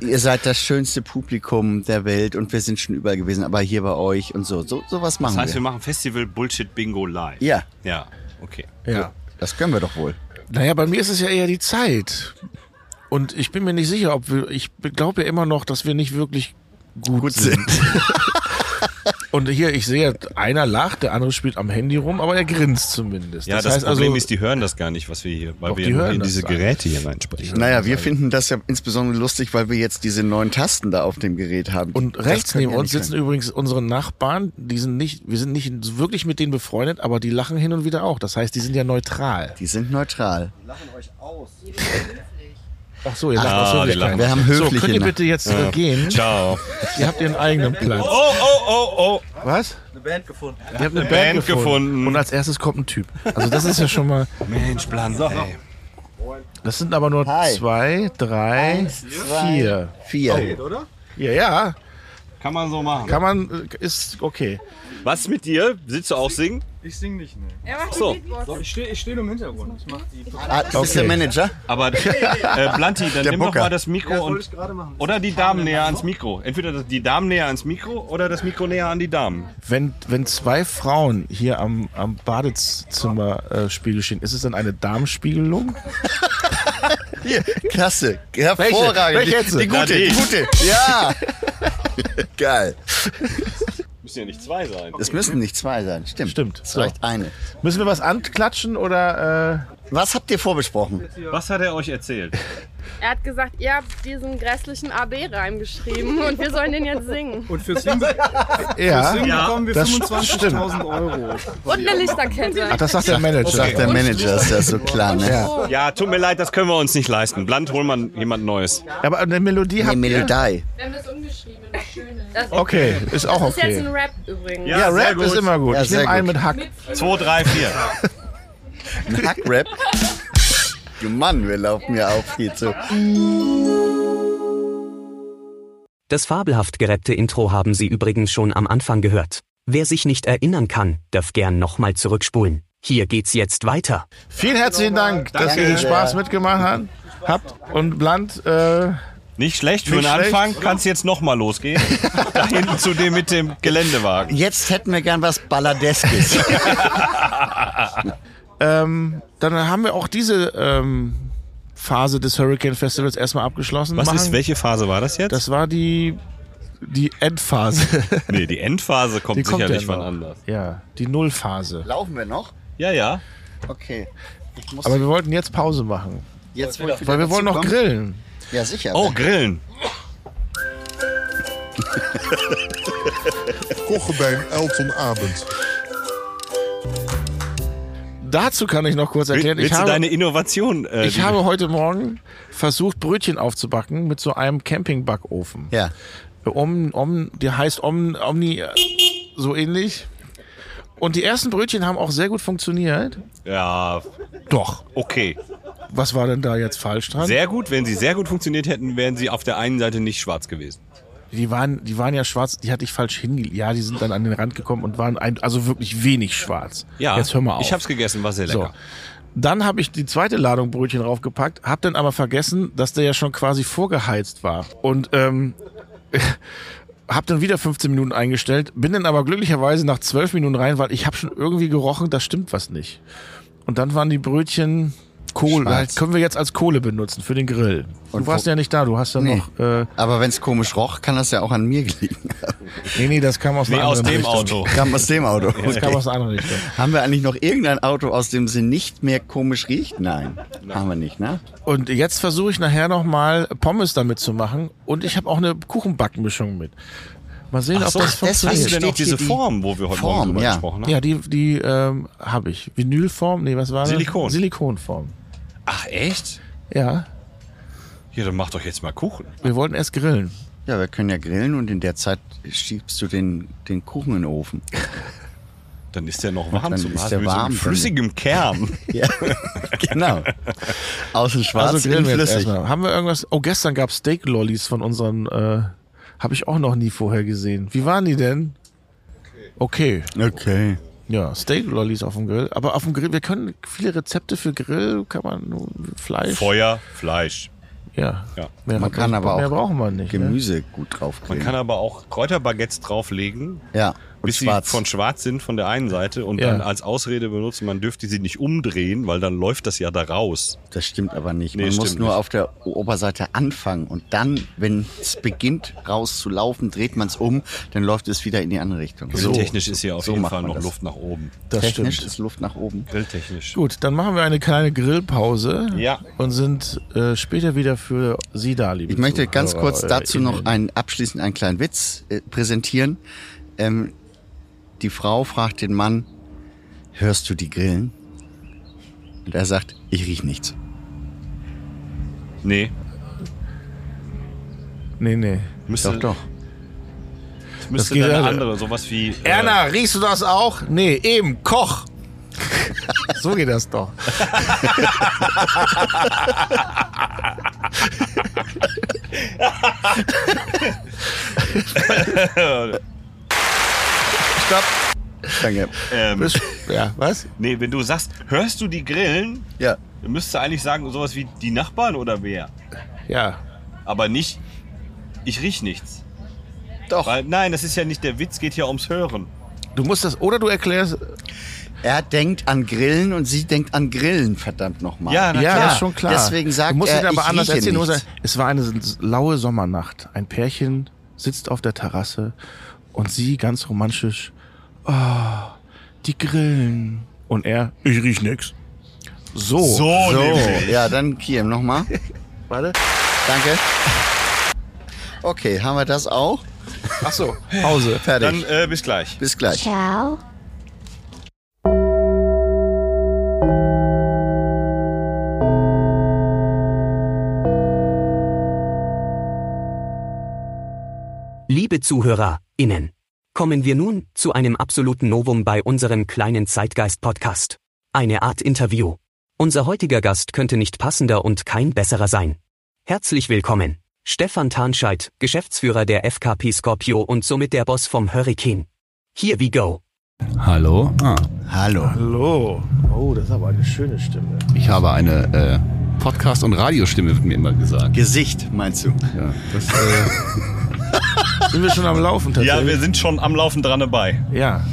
[SPEAKER 4] ihr seid das schönste Publikum der Welt und wir sind schon überall gewesen, aber hier bei euch und so. So sowas machen
[SPEAKER 5] Das heißt, wir
[SPEAKER 4] wir.
[SPEAKER 5] machen Festival Bullshit Bingo live.
[SPEAKER 4] Ja.
[SPEAKER 5] Ja, okay.
[SPEAKER 3] Ja.
[SPEAKER 4] Das können wir doch wohl.
[SPEAKER 3] Naja, bei mir ist es ja eher die Zeit. Und ich bin mir nicht sicher, ob wir. Ich glaube ja immer noch, dass wir nicht wirklich gut, sind. Und hier, ich sehe, einer lacht, der andere spielt am Handy rum, aber er grinst zumindest. also,
[SPEAKER 5] Ja, das, also Problem ist, die hören das gar nicht, was wir hier, weil
[SPEAKER 3] Doch,
[SPEAKER 5] wir
[SPEAKER 3] die
[SPEAKER 5] ja nur
[SPEAKER 3] hören
[SPEAKER 5] in
[SPEAKER 3] das
[SPEAKER 5] diese
[SPEAKER 3] eigentlich.
[SPEAKER 5] Geräte hier reinsprechen.
[SPEAKER 4] Naja,
[SPEAKER 3] halt
[SPEAKER 4] wir finden das ja insbesondere lustig, weil wir jetzt diese neuen Tasten da auf dem Gerät haben.
[SPEAKER 3] Und
[SPEAKER 4] Das
[SPEAKER 3] rechts
[SPEAKER 4] können
[SPEAKER 3] neben
[SPEAKER 4] ja
[SPEAKER 3] uns
[SPEAKER 4] nicht
[SPEAKER 3] sitzen
[SPEAKER 4] sein.
[SPEAKER 3] übrigens unsere Nachbarn, die sind nicht, wir sind nicht wirklich mit denen befreundet, aber die lachen hin und wieder auch. Das heißt, die sind ja neutral.
[SPEAKER 4] Die sind neutral.
[SPEAKER 3] Ach so, ihr lacht
[SPEAKER 5] Ah,
[SPEAKER 3] aus
[SPEAKER 5] die
[SPEAKER 3] Höflichkeit.
[SPEAKER 5] lachen.
[SPEAKER 4] Wir haben
[SPEAKER 3] so,
[SPEAKER 4] höfliche
[SPEAKER 3] könnt ihr
[SPEAKER 4] Nach-
[SPEAKER 3] bitte jetzt äh, gehen?
[SPEAKER 5] Ciao.
[SPEAKER 3] Ihr habt ihren eigenen Platz.
[SPEAKER 5] Oh, oh, oh, oh.
[SPEAKER 3] Was?
[SPEAKER 9] Eine Band gefunden.
[SPEAKER 3] Ihr habt eine, Band,
[SPEAKER 5] Band
[SPEAKER 3] gefunden.
[SPEAKER 5] gefunden.
[SPEAKER 3] Und als erstes kommt ein Typ. Also das ist ja schon mal,
[SPEAKER 5] Mensch, Plan. ey.
[SPEAKER 3] das sind aber nur
[SPEAKER 4] Hi.
[SPEAKER 3] zwei, drei, vier. Oh.
[SPEAKER 4] Vier.
[SPEAKER 3] Ja, ja,
[SPEAKER 5] Kann man so machen.
[SPEAKER 3] kann man, äh, ist okay.
[SPEAKER 5] Was mit dir? Willst du auch singen?
[SPEAKER 2] Ich sing nicht, ne.
[SPEAKER 1] Er macht
[SPEAKER 5] So.
[SPEAKER 1] die Beatbox.
[SPEAKER 2] Ich stehe ich steh nur im Hintergrund. Ich mach die.
[SPEAKER 4] Ah, okay. Ist der Manager?
[SPEAKER 5] Aber äh, Blanti, dann
[SPEAKER 4] Der
[SPEAKER 5] nimm
[SPEAKER 4] Booker.
[SPEAKER 5] doch mal das Mikro und
[SPEAKER 2] gerade machen.
[SPEAKER 5] oder die Damen näher ans Mikro. Entweder das- die Damen näher ans Mikro oder das Mikro näher an die Damen.
[SPEAKER 3] Wenn, wenn zwei Frauen hier am, am Badezimmerspiegel äh, Spiegel stehen, ist es dann eine Darmspiegelung?
[SPEAKER 4] Hier, klasse, hervorragend.
[SPEAKER 3] Welche jetzt?
[SPEAKER 4] Die, die
[SPEAKER 5] Na,
[SPEAKER 4] gute,
[SPEAKER 5] die.
[SPEAKER 4] die gute. Ja. Geil.
[SPEAKER 5] Müssen ja nicht zwei sein.
[SPEAKER 4] Es müssen nicht zwei sein, stimmt.
[SPEAKER 3] Mhm. Stimmt,
[SPEAKER 4] Es
[SPEAKER 3] so.
[SPEAKER 4] reicht eine.
[SPEAKER 3] Müssen wir was anklatschen oder? Äh,
[SPEAKER 4] Was habt ihr vorbesprochen?
[SPEAKER 5] Was hat er euch erzählt?
[SPEAKER 1] Er hat gesagt, ihr habt diesen grässlichen AB-Reim geschrieben und wir sollen den jetzt singen.
[SPEAKER 2] Und fürs Singen, fürs
[SPEAKER 3] ja.
[SPEAKER 2] Singen bekommen wir
[SPEAKER 3] das stimmt.
[SPEAKER 2] 25.000 Euro.
[SPEAKER 1] Und eine Lichterkette.
[SPEAKER 3] Ach, das sagt der Manager.
[SPEAKER 4] Sagt der Manager, ist ja so klar, ne?
[SPEAKER 5] Ja, tut mir leid, das können wir uns nicht leisten. Bland, hol mal jemand Neues.
[SPEAKER 3] Aber eine Melodie
[SPEAKER 4] Nee,
[SPEAKER 3] habt ihr?
[SPEAKER 4] Melodie.
[SPEAKER 1] Wir haben das umgeschrieben, das Schöne. Das
[SPEAKER 3] Okay, ist auch
[SPEAKER 1] ist jetzt ein
[SPEAKER 3] okay.
[SPEAKER 1] Rap übrigens.
[SPEAKER 3] Ja,
[SPEAKER 5] sehr
[SPEAKER 3] Rap
[SPEAKER 5] gut.
[SPEAKER 3] ist immer gut.
[SPEAKER 4] Ja,
[SPEAKER 3] ich
[SPEAKER 4] sehr
[SPEAKER 3] nehme einen
[SPEAKER 4] gut.
[SPEAKER 3] mit Hack.
[SPEAKER 5] Zwei, drei, vier.
[SPEAKER 4] Ein Hackrap. Du Mann, wir laufen ja auch viel zu.
[SPEAKER 7] Das fabelhaft gerappte Intro haben Sie übrigens schon am Anfang gehört. Wer sich nicht erinnern kann, darf gern nochmal zurückspulen. Hier geht's jetzt weiter.
[SPEAKER 3] Vielen herzlichen Dank, dass ihr den Spaß mitgemacht habt. Habt und Bland, äh,
[SPEAKER 5] Nicht schlecht für
[SPEAKER 3] Nicht
[SPEAKER 5] den
[SPEAKER 3] schlecht.
[SPEAKER 5] Anfang. Kannst jetzt nochmal losgehen. da hinten zu dem mit dem Geländewagen.
[SPEAKER 4] Jetzt hätten wir gern was Balladeskes.
[SPEAKER 3] ähm, dann haben wir auch diese ähm, Phase des Hurricane Festivals erstmal abgeschlossen.
[SPEAKER 5] Was
[SPEAKER 3] Machen-
[SPEAKER 5] ist, welche Phase war das jetzt?
[SPEAKER 3] Das war die, die Endphase.
[SPEAKER 5] nee, die Endphase kommt
[SPEAKER 3] Die kommt ja
[SPEAKER 5] sicherlich
[SPEAKER 3] noch.
[SPEAKER 5] von anders.
[SPEAKER 3] ja, die Nullphase.
[SPEAKER 4] Laufen wir noch?
[SPEAKER 5] Ja, ja.
[SPEAKER 4] Okay. Ich muss
[SPEAKER 3] Aber wir wollten jetzt Pause machen,
[SPEAKER 4] jetzt wohl wieder
[SPEAKER 3] weil wir wollen noch
[SPEAKER 4] dazukommen.
[SPEAKER 3] grillen.
[SPEAKER 4] Ja, sicher.
[SPEAKER 5] Oh, Grillen.
[SPEAKER 10] Kochen bij een Elton Abend.
[SPEAKER 3] Dazu kann ich noch kurz erklären, ich
[SPEAKER 5] Willst du
[SPEAKER 3] habe,
[SPEAKER 5] deine Innovation? Äh,
[SPEAKER 3] ich
[SPEAKER 5] die-
[SPEAKER 3] habe heute Morgen versucht, Brötchen aufzubacken mit so einem Campingbackofen.
[SPEAKER 4] Ja.
[SPEAKER 3] Um, um, der heißt Om, Omni, äh, so ähnlich. Und die ersten Brötchen haben auch sehr gut funktioniert.
[SPEAKER 5] Ja,
[SPEAKER 3] Doch.
[SPEAKER 5] okay.
[SPEAKER 3] Was war denn da jetzt falsch dran?
[SPEAKER 5] Sehr gut. Wenn sie sehr gut funktioniert hätten, wären sie auf der einen Seite nicht schwarz gewesen.
[SPEAKER 3] die waren, die waren ja schwarz, die hatte ich falsch hingelegt. Ja, die sind dann an den Rand gekommen und waren ein, also wirklich wenig schwarz.
[SPEAKER 5] Ja.
[SPEAKER 3] Jetzt hör mal auf.
[SPEAKER 5] Ich hab's gegessen, war sehr
[SPEAKER 3] So.
[SPEAKER 5] lecker.
[SPEAKER 3] Dann habe ich die zweite Ladung Brötchen draufgepackt, habe dann aber vergessen, dass der ja schon quasi vorgeheizt war. Und ähm, habe dann wieder 15 Minuten eingestellt, bin dann aber glücklicherweise nach 12 Minuten rein, weil ich habe schon irgendwie gerochen, da stimmt was nicht. Und dann waren die Brötchen Kohle.
[SPEAKER 4] Schwarz.
[SPEAKER 3] Können wir jetzt als Kohle benutzen für den Grill. du
[SPEAKER 4] Und
[SPEAKER 3] warst
[SPEAKER 4] wo-
[SPEAKER 3] ja nicht da, du hast ja
[SPEAKER 4] Nee.
[SPEAKER 3] noch. Äh,
[SPEAKER 4] Aber wenn es komisch roch, kann das ja auch an mir liegen.
[SPEAKER 3] nee, nee, das kam aus,
[SPEAKER 5] Nee,
[SPEAKER 3] einer
[SPEAKER 5] aus
[SPEAKER 3] anderen
[SPEAKER 5] dem
[SPEAKER 3] Richtung.
[SPEAKER 5] Auto.
[SPEAKER 4] Kam aus dem Auto.
[SPEAKER 3] Das kam aus einer anderen Richtung.
[SPEAKER 4] Haben wir eigentlich noch irgendein Auto, aus dem sie nicht mehr komisch riecht? Nein, haben wir nicht, ne?
[SPEAKER 3] Und jetzt versuche ich nachher nochmal Pommes damit zu machen. Und ich habe auch eine Kuchenbackmischung mit. Mal sehen,
[SPEAKER 5] Ach
[SPEAKER 3] ob
[SPEAKER 5] so,
[SPEAKER 3] das
[SPEAKER 4] deswegen
[SPEAKER 5] Hast
[SPEAKER 3] funktioniert.
[SPEAKER 5] du denn auch
[SPEAKER 4] steht hier
[SPEAKER 5] diese
[SPEAKER 4] die
[SPEAKER 5] Form, wo wir heute
[SPEAKER 4] Form,
[SPEAKER 5] Morgen drüber
[SPEAKER 4] ja.
[SPEAKER 5] gesprochen haben?
[SPEAKER 3] Ja, die, die ähm, habe ich. Vinylform, nee, was war das?
[SPEAKER 5] Silikon.
[SPEAKER 3] Silikonform.
[SPEAKER 5] Ach, echt?
[SPEAKER 3] Ja,
[SPEAKER 5] Ja, dann mach doch jetzt mal Kuchen.
[SPEAKER 3] wir wollten erst grillen.
[SPEAKER 4] Ja, wir können ja grillen und in der Zeit schiebst du den, den Kuchen in den Ofen.
[SPEAKER 5] Dann ist der noch warm
[SPEAKER 4] Dann
[SPEAKER 5] zum
[SPEAKER 4] ist
[SPEAKER 5] Hast
[SPEAKER 4] der
[SPEAKER 5] mit so
[SPEAKER 4] warm,
[SPEAKER 5] einem
[SPEAKER 4] dann-
[SPEAKER 5] flüssigem Kern.
[SPEAKER 4] Ja, genau. Außen schwarz,
[SPEAKER 3] also
[SPEAKER 4] innen
[SPEAKER 3] grillen wir jetzt
[SPEAKER 4] flüssig.
[SPEAKER 3] erstmal. Haben wir irgendwas? Oh, gestern gab es Steak-Lollis von unseren, äh, habe ich auch noch nie vorher gesehen. Wie waren die denn? Okay.
[SPEAKER 4] Okay.
[SPEAKER 3] Ja, Steak-Lollis auf dem Grill. Aber auf dem Grill, wir können viele Rezepte für Grill, kann man nur Fleisch.
[SPEAKER 5] Feuer, Fleisch.
[SPEAKER 3] Ja.
[SPEAKER 5] Ja.
[SPEAKER 3] Mehr,
[SPEAKER 4] Man kann aber
[SPEAKER 3] mehr
[SPEAKER 4] auch
[SPEAKER 3] brauchen wir nicht. Ne?
[SPEAKER 4] Gemüse gut drauf
[SPEAKER 5] Man
[SPEAKER 4] grillen.
[SPEAKER 5] kann aber auch Kräuterbaguettes drauflegen,
[SPEAKER 4] ja, und
[SPEAKER 5] bis
[SPEAKER 4] schwarz.
[SPEAKER 5] sie von schwarz sind von der einen Seite und
[SPEAKER 3] Ja.
[SPEAKER 5] dann als Ausrede benutzen, man dürfte sie nicht umdrehen, weil dann läuft das ja da raus.
[SPEAKER 4] das stimmt aber nicht.
[SPEAKER 5] Nee,
[SPEAKER 4] Man muss
[SPEAKER 5] stimmt
[SPEAKER 4] nur
[SPEAKER 5] nicht.
[SPEAKER 4] auf der Oberseite anfangen und dann, wenn es beginnt rauszulaufen, dreht man es um, dann läuft es wieder in die andere Richtung.
[SPEAKER 5] Grilltechnisch ist hier auf
[SPEAKER 4] so
[SPEAKER 5] jeden
[SPEAKER 4] macht
[SPEAKER 5] Fall
[SPEAKER 4] man
[SPEAKER 5] noch
[SPEAKER 4] das.
[SPEAKER 5] Luft nach oben.
[SPEAKER 3] Das
[SPEAKER 4] Technisch
[SPEAKER 3] stimmt.
[SPEAKER 4] ist Luft nach oben.
[SPEAKER 5] Grilltechnisch.
[SPEAKER 3] Gut, dann machen wir eine kleine Grillpause
[SPEAKER 5] Ja.
[SPEAKER 3] und sind äh, später wieder für Sie da, liebe
[SPEAKER 4] Ich möchte
[SPEAKER 3] Zuhörer,
[SPEAKER 4] ganz kurz
[SPEAKER 3] äh,
[SPEAKER 4] dazu noch
[SPEAKER 3] innen.
[SPEAKER 4] einen, abschließend einen kleinen Witz äh, präsentieren. Ähm, die Frau fragt den Mann, hörst du die Grillen? Und er sagt, ich riech nichts.
[SPEAKER 5] Nee,
[SPEAKER 3] Nee, nee.
[SPEAKER 5] müsste,
[SPEAKER 3] Das
[SPEAKER 5] müsste
[SPEAKER 3] geht
[SPEAKER 5] dann eine
[SPEAKER 3] alle.
[SPEAKER 5] andere, sowas wie... äh,
[SPEAKER 3] Erna, riechst du das auch? Nee, eben, Koch. so geht das doch.
[SPEAKER 4] Danke.
[SPEAKER 5] ähm,
[SPEAKER 3] Bis, ja, was?
[SPEAKER 5] nee, wenn du sagst, hörst du die Grillen,
[SPEAKER 4] Ja.
[SPEAKER 5] dann müsstest du eigentlich sagen, sowas wie die Nachbarn oder wer?
[SPEAKER 3] Ja.
[SPEAKER 5] Aber nicht, ich riech nichts.
[SPEAKER 4] Doch.
[SPEAKER 5] Weil, nein, das ist ja nicht der Witz, geht ja ums Hören.
[SPEAKER 3] Du musst das, oder du erklärst,
[SPEAKER 4] Er denkt an Grillen und sie denkt an Grillen, verdammt nochmal.
[SPEAKER 5] Ja, na
[SPEAKER 3] ja,
[SPEAKER 5] klar.
[SPEAKER 3] das ist schon klar.
[SPEAKER 4] Deswegen sagt
[SPEAKER 3] du musst
[SPEAKER 4] er,
[SPEAKER 3] es aber
[SPEAKER 4] ich
[SPEAKER 3] anders
[SPEAKER 4] rieche
[SPEAKER 3] erzählen. Du musst
[SPEAKER 4] nichts.
[SPEAKER 3] sagen, es war eine laue Sommernacht. Ein Pärchen sitzt auf der Terrasse und sie ganz romantisch, oh, die Grillen. Und er, ich riech nix. So.
[SPEAKER 4] So, ja, dann Kiem nochmal.
[SPEAKER 3] Warte.
[SPEAKER 4] Danke. Okay, haben wir das auch?
[SPEAKER 3] Ach so, Pause.
[SPEAKER 4] Fertig.
[SPEAKER 5] Dann äh, bis gleich.
[SPEAKER 4] Bis gleich.
[SPEAKER 11] Ciao.
[SPEAKER 7] Liebe ZuhörerInnen, kommen wir nun zu einem absoluten Novum bei unserem kleinen Zeitgeist-Podcast. Eine Art Interview. Unser heutiger Gast könnte nicht passender und kein besserer sein. Herzlich willkommen, Stefan Tarnscheid, Geschäftsführer der FKP Scorpio und somit der Boss vom Hurricane. Here we go.
[SPEAKER 8] Hallo, ah,
[SPEAKER 4] Hallo.
[SPEAKER 3] Hallo. Oh, das ist aber eine schöne Stimme.
[SPEAKER 8] ich habe eine äh, Podcast- und Radiostimme, wird mir immer gesagt.
[SPEAKER 4] Gesicht, meinst du?
[SPEAKER 8] Ja, das, äh,
[SPEAKER 3] Sind wir schon am Laufen
[SPEAKER 5] Ja, wir
[SPEAKER 3] tatsächlich?
[SPEAKER 5] sind schon am Laufen dran dabei.
[SPEAKER 3] Ja,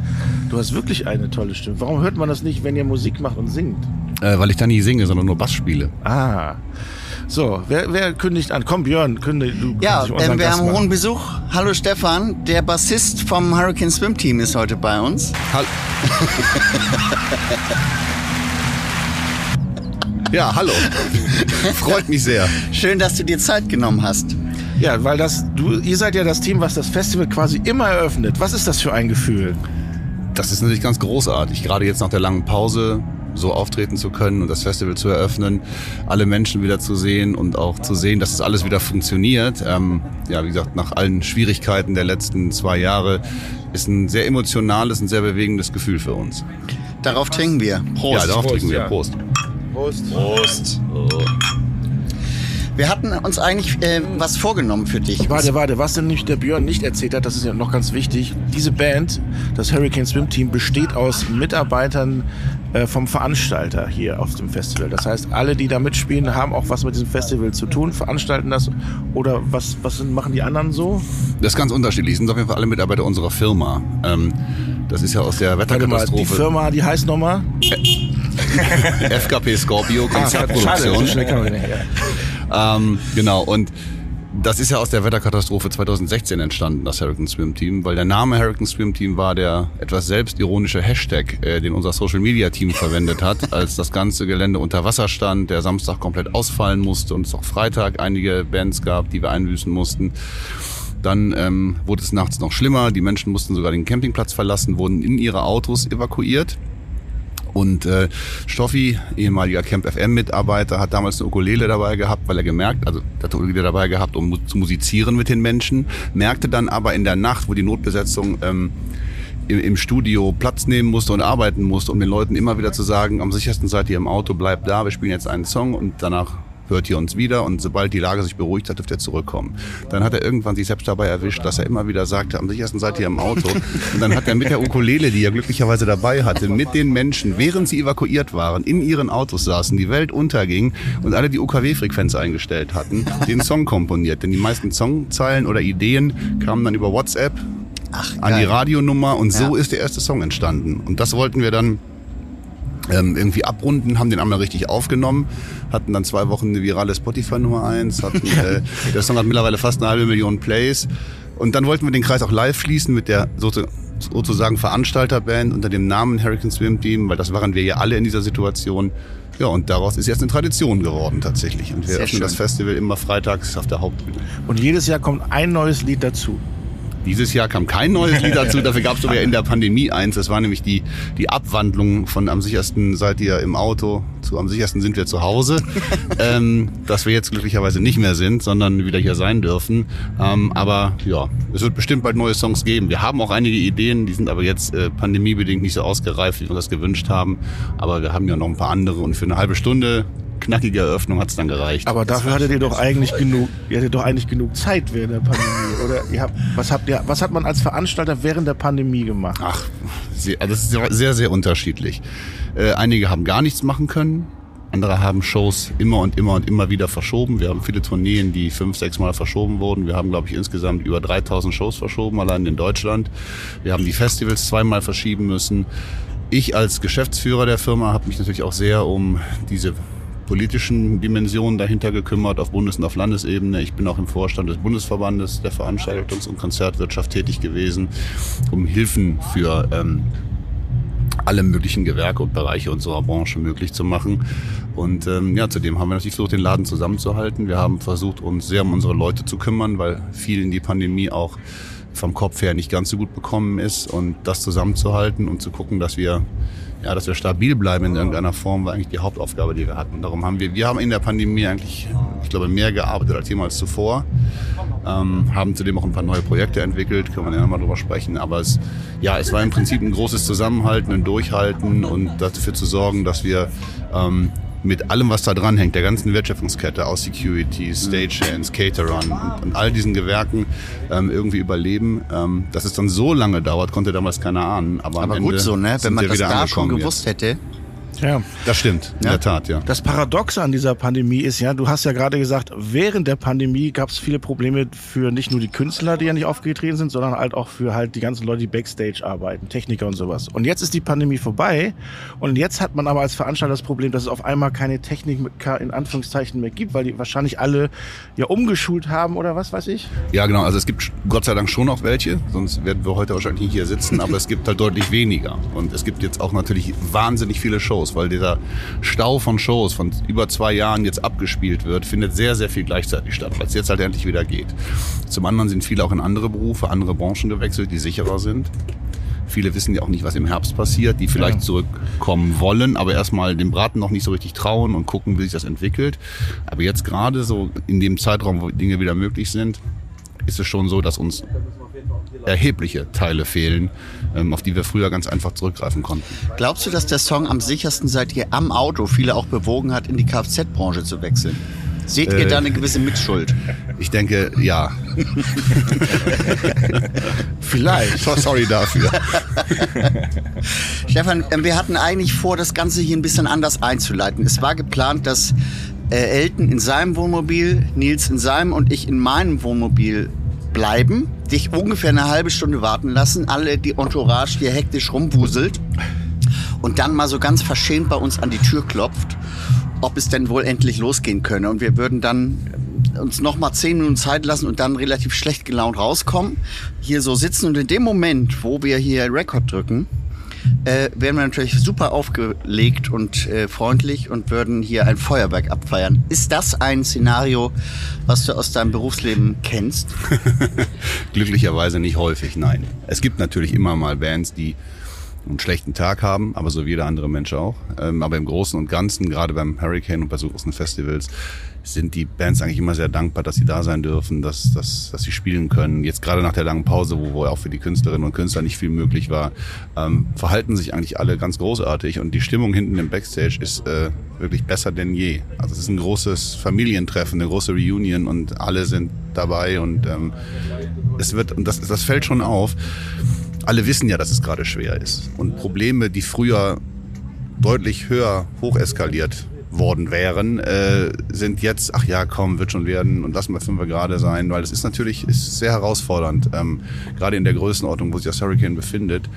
[SPEAKER 3] Du hast wirklich eine tolle Stimme. Warum hört man das nicht, wenn ihr Musik macht und singt?
[SPEAKER 8] äh, weil ich da nie singe, sondern nur Bass spiele.
[SPEAKER 3] Ah. So, wer, wer kündigt an? Komm, Björn, kündige. Du
[SPEAKER 4] Ja,
[SPEAKER 3] kündigst unseren
[SPEAKER 4] ähm, wir
[SPEAKER 3] Gast
[SPEAKER 4] haben
[SPEAKER 3] mal an.
[SPEAKER 4] hohen Besuch. Hallo Stefan, der Bassist vom Hurricane Swim Team ist heute bei uns.
[SPEAKER 8] Hall ja, hallo. Freut mich sehr.
[SPEAKER 4] Schön, dass du dir Zeit genommen hast.
[SPEAKER 3] Ja, weil das, du, ihr seid ja das Team, was das Festival quasi immer eröffnet. Was ist das für ein Gefühl?
[SPEAKER 8] Das ist natürlich ganz großartig, gerade jetzt nach der langen Pause so auftreten zu können und das Festival zu eröffnen, alle Menschen wieder zu sehen und auch zu sehen, dass das alles wieder funktioniert. Ähm, ja, wie gesagt, nach allen Schwierigkeiten der letzten zwei Jahre ist ein sehr emotionales und sehr bewegendes Gefühl für uns.
[SPEAKER 4] Darauf trinken wir.
[SPEAKER 8] ja, darauf
[SPEAKER 3] Prost,
[SPEAKER 8] trinken wir.
[SPEAKER 3] ja.
[SPEAKER 8] Prost.
[SPEAKER 5] Prost.
[SPEAKER 4] Wir hatten uns eigentlich äh, was vorgenommen für dich.
[SPEAKER 3] Warte, warte, was denn nicht der Björn nicht erzählt hat, das ist ja noch ganz wichtig. Diese Band, das Hurricane Swim Team, besteht aus Mitarbeitern äh, vom Veranstalter hier auf dem Festival. Das heißt, alle, die da mitspielen, haben auch was mit diesem Festival zu tun, veranstalten das. Oder was, was sind, machen die anderen so?
[SPEAKER 8] Das ist ganz unterschiedlich. Das sind auf jeden Fall alle Mitarbeiter unserer Firma. Ähm, das ist ja aus der
[SPEAKER 3] Warte mal, die
[SPEAKER 8] Wetterkatastrophe.
[SPEAKER 3] Firma, die heißt nochmal
[SPEAKER 4] FKP Scorpio
[SPEAKER 3] Ah,
[SPEAKER 4] Konzertproduktion. ähm, genau, und das ist ja aus der Wetterkatastrophe 2016 entstanden, das Hurricane Swim Team, weil der Name Hurricane Swim Team war der etwas selbstironische Hashtag, äh, den unser Social Media Team verwendet hat, als das ganze Gelände unter Wasser stand, der Samstag komplett ausfallen musste und es auch Freitag einige Bands gab, die wir einbüßen mussten. Dann ähm, wurde es nachts noch schlimmer, die Menschen mussten sogar den Campingplatz verlassen, wurden in ihre Autos evakuiert. Und äh, Stoffi, ehemaliger Camp FM-Mitarbeiter, hat damals eine Ukulele dabei gehabt, weil er gemerkt, also der hat eine Ukulele dabei gehabt, um mu zu musizieren mit den Menschen, merkte dann aber in der Nacht, wo die Notbesetzung ähm, im, im Studio Platz nehmen musste und arbeiten musste, um den Leuten immer wieder zu sagen, am sichersten seid ihr im Auto, bleibt da, wir spielen jetzt einen Song und danach hört ihr uns wieder und sobald die Lage sich beruhigt hat, dürft ihr zurückkommen. Dann hat er irgendwann sich selbst dabei erwischt, dass er immer wieder sagte, am sichersten seid ihr im Auto. Und dann hat er mit der Ukulele, die er glücklicherweise dabei hatte, mit den Menschen, während sie evakuiert waren, in ihren Autos saßen, die Welt unterging und alle die UKW-Frequenz eingestellt hatten, den Song komponiert. Denn die meisten Songzeilen oder Ideen kamen dann über WhatsApp an die
[SPEAKER 8] geil.
[SPEAKER 4] Radionummer und so ist der erste Song entstanden. Und das wollten wir dann ähm, irgendwie abrunden, haben den einmal richtig aufgenommen, hatten dann zwei Wochen eine virale Spotify Nummer eins, hatten, äh, der Song hat mittlerweile fast eine halbe Million Plays und dann wollten wir den Kreis auch live schließen mit der sozu- sozusagen Veranstalterband unter dem Namen Hurricane Swim Team, weil das waren wir ja alle in dieser Situation. Ja, und daraus ist jetzt eine Tradition geworden tatsächlich. Und wir
[SPEAKER 8] Sehr
[SPEAKER 4] öffnen
[SPEAKER 8] schön.
[SPEAKER 4] das Festival immer freitags auf der Hauptbühne.
[SPEAKER 3] Und jedes Jahr kommt ein neues Lied dazu.
[SPEAKER 4] Dieses Jahr kam kein neues Lied dazu, dafür gab es sogar in der Pandemie eins. Das war nämlich die, die Abwandlung von am sichersten seid ihr im Auto zu am sichersten sind wir zu Hause. ähm, dass wir jetzt glücklicherweise nicht mehr sind, sondern wieder hier sein dürfen. Ähm, aber ja, es wird bestimmt bald neue Songs geben. Wir haben auch einige Ideen, die sind aber jetzt äh, pandemiebedingt nicht so ausgereift, wie wir uns das gewünscht haben. Aber wir haben ja noch ein paar andere und für eine halbe Stunde knackige Eröffnung hat's dann gereicht.
[SPEAKER 3] Aber dafür hattet ihr doch eigentlich genug, ihr hattet doch eigentlich genug Zeit während der Pandemie, oder? Ihr habt, was habt ihr, was hat man als Veranstalter während der Pandemie gemacht?
[SPEAKER 4] Ach, sehr, also das ist sehr- sehr, sehr unterschiedlich. Äh, einige haben gar nichts machen können. Andere haben Shows immer und immer und immer wieder verschoben. Wir haben viele Tourneen, die fünf, sechs Mal verschoben wurden. Wir haben, glaube ich, insgesamt über 3000 Shows verschoben, allein in Deutschland. Wir haben die Festivals zweimal verschieben müssen. Ich als Geschäftsführer der Firma habe mich natürlich auch sehr um diese politischen Dimensionen dahinter gekümmert, auf Bundes- und auf Landesebene. Ich bin auch im Vorstand des Bundesverbandes der Veranstaltungs- und Konzertwirtschaft tätig gewesen, um Hilfen für ähm, alle möglichen Gewerke und Bereiche unserer Branche möglich zu machen. Und ähm, ja, zudem haben wir natürlich versucht, den Laden zusammenzuhalten. Wir haben versucht, uns sehr um unsere Leute zu kümmern, weil vielen die Pandemie auch vom Kopf her nicht ganz so gut bekommen ist. Und das zusammenzuhalten und zu gucken, dass wir ja, dass wir stabil bleiben in irgendeiner Form, war eigentlich die Hauptaufgabe, die wir hatten. Und darum haben wir, wir haben in der Pandemie eigentlich, ich glaube, mehr gearbeitet als jemals zuvor. Ähm, haben zudem auch ein paar neue Projekte entwickelt, können wir ja nochmal drüber sprechen. Aber es, ja, es war im Prinzip ein großes Zusammenhalten und Durchhalten und dafür zu sorgen, dass wir ähm, mit allem, was da dranhängt, der ganzen Wertschöpfungskette aus Securities, Stagehands, Caterern und, und all diesen Gewerken ähm, irgendwie überleben. Ähm, dass es dann so lange dauert, konnte damals keiner ahnen. Aber, am
[SPEAKER 8] Aber
[SPEAKER 4] Ende
[SPEAKER 8] gut so, ne?
[SPEAKER 4] sind
[SPEAKER 8] Wenn man
[SPEAKER 4] wir
[SPEAKER 8] das
[SPEAKER 4] wieder
[SPEAKER 8] da schon
[SPEAKER 4] angekommen
[SPEAKER 8] gewusst hätte.
[SPEAKER 3] Ja.
[SPEAKER 4] Jetzt. Das stimmt, in
[SPEAKER 8] Ja.
[SPEAKER 4] der Tat, ja.
[SPEAKER 3] Das Paradoxe an dieser Pandemie ist ja, du hast ja gerade gesagt, während der Pandemie gab es viele Probleme für nicht nur die Künstler, die ja nicht aufgetreten sind, sondern halt auch für halt die ganzen Leute, die Backstage arbeiten, Techniker und sowas. Und jetzt ist die Pandemie vorbei und jetzt hat man aber als Veranstalter das Problem, dass es auf einmal keine Techniker in Anführungszeichen mehr gibt, weil die wahrscheinlich alle ja umgeschult haben oder was weiß ich.
[SPEAKER 4] Ja, genau. Also es gibt Gott sei Dank schon noch welche, sonst werden wir heute wahrscheinlich nicht hier sitzen, aber es gibt halt deutlich weniger. Und es gibt jetzt auch natürlich wahnsinnig viele Shows, weil dieser Stau von Shows von über zwei Jahren jetzt abgespielt wird, findet sehr, sehr viel gleichzeitig statt, weil es jetzt halt endlich wieder geht. Zum anderen sind viele auch in andere Berufe, andere Branchen gewechselt, die sicherer sind. Viele wissen ja auch nicht, was im Herbst passiert, die vielleicht zurückkommen wollen, aber erstmal dem Braten noch nicht so richtig trauen und gucken, wie sich das entwickelt. Aber jetzt gerade so in dem Zeitraum, wo Dinge wieder möglich sind, ist es schon so, dass uns erhebliche Teile fehlen, ähm, auf die wir früher ganz einfach zurückgreifen konnten.
[SPEAKER 8] Glaubst du, dass der Song am sichersten seid ihr am Auto viele auch bewogen hat, in die Kfz-Branche zu wechseln? Seht ihr
[SPEAKER 4] Äh.
[SPEAKER 8] da eine gewisse Mitschuld?
[SPEAKER 4] Ich denke, ja. Vielleicht. So, sorry dafür.
[SPEAKER 8] Stefan, äh, wir hatten eigentlich vor, das Ganze hier ein bisschen anders einzuleiten. Es war geplant, dass äh, Elton in seinem Wohnmobil, Nils in seinem und ich in meinem Wohnmobil bleiben, dich ungefähr eine halbe Stunde warten lassen, alle die Entourage hier hektisch rumwuselt. und dann mal so ganz verschämt bei uns an die Tür klopft, ob es denn wohl endlich losgehen könne. Und wir würden dann äh, uns noch mal zehn Minuten Zeit lassen und dann relativ schlecht gelaunt rauskommen, hier so sitzen und in dem Moment, wo wir hier Rekord drücken, äh, wären wir natürlich super aufgelegt und äh, freundlich und würden hier ein Feuerwerk abfeiern. Ist das ein Szenario, was du aus deinem Berufsleben kennst?
[SPEAKER 4] Glücklicherweise nicht häufig, nein. Es gibt natürlich immer mal Bands, die einen schlechten Tag haben, aber so wie jeder andere Mensch auch. Ähm, aber im Großen und Ganzen, gerade beim Hurricane und bei so großen Festivals, sind die Bands eigentlich immer sehr dankbar, dass sie da sein dürfen, dass, dass, dass sie spielen können. Jetzt gerade nach der langen Pause, wo, wo auch für die Künstlerinnen und Künstler nicht viel möglich war, ähm, verhalten sich eigentlich alle ganz großartig und die Stimmung hinten im Backstage ist äh, wirklich besser denn je. Also es ist ein großes Familientreffen, eine große Reunion und alle sind dabei und ähm, es wird, und das, das fällt schon auf, alle wissen ja, dass es gerade schwer ist. Und Probleme, die früher deutlich höher hocheskaliert worden wären, äh, sind jetzt, ach ja, komm, wird schon werden und lass mal fünf gerade sein, weil es ist natürlich ist sehr herausfordernd, ähm, gerade in der Größenordnung, wo sich das Hurricane befindet.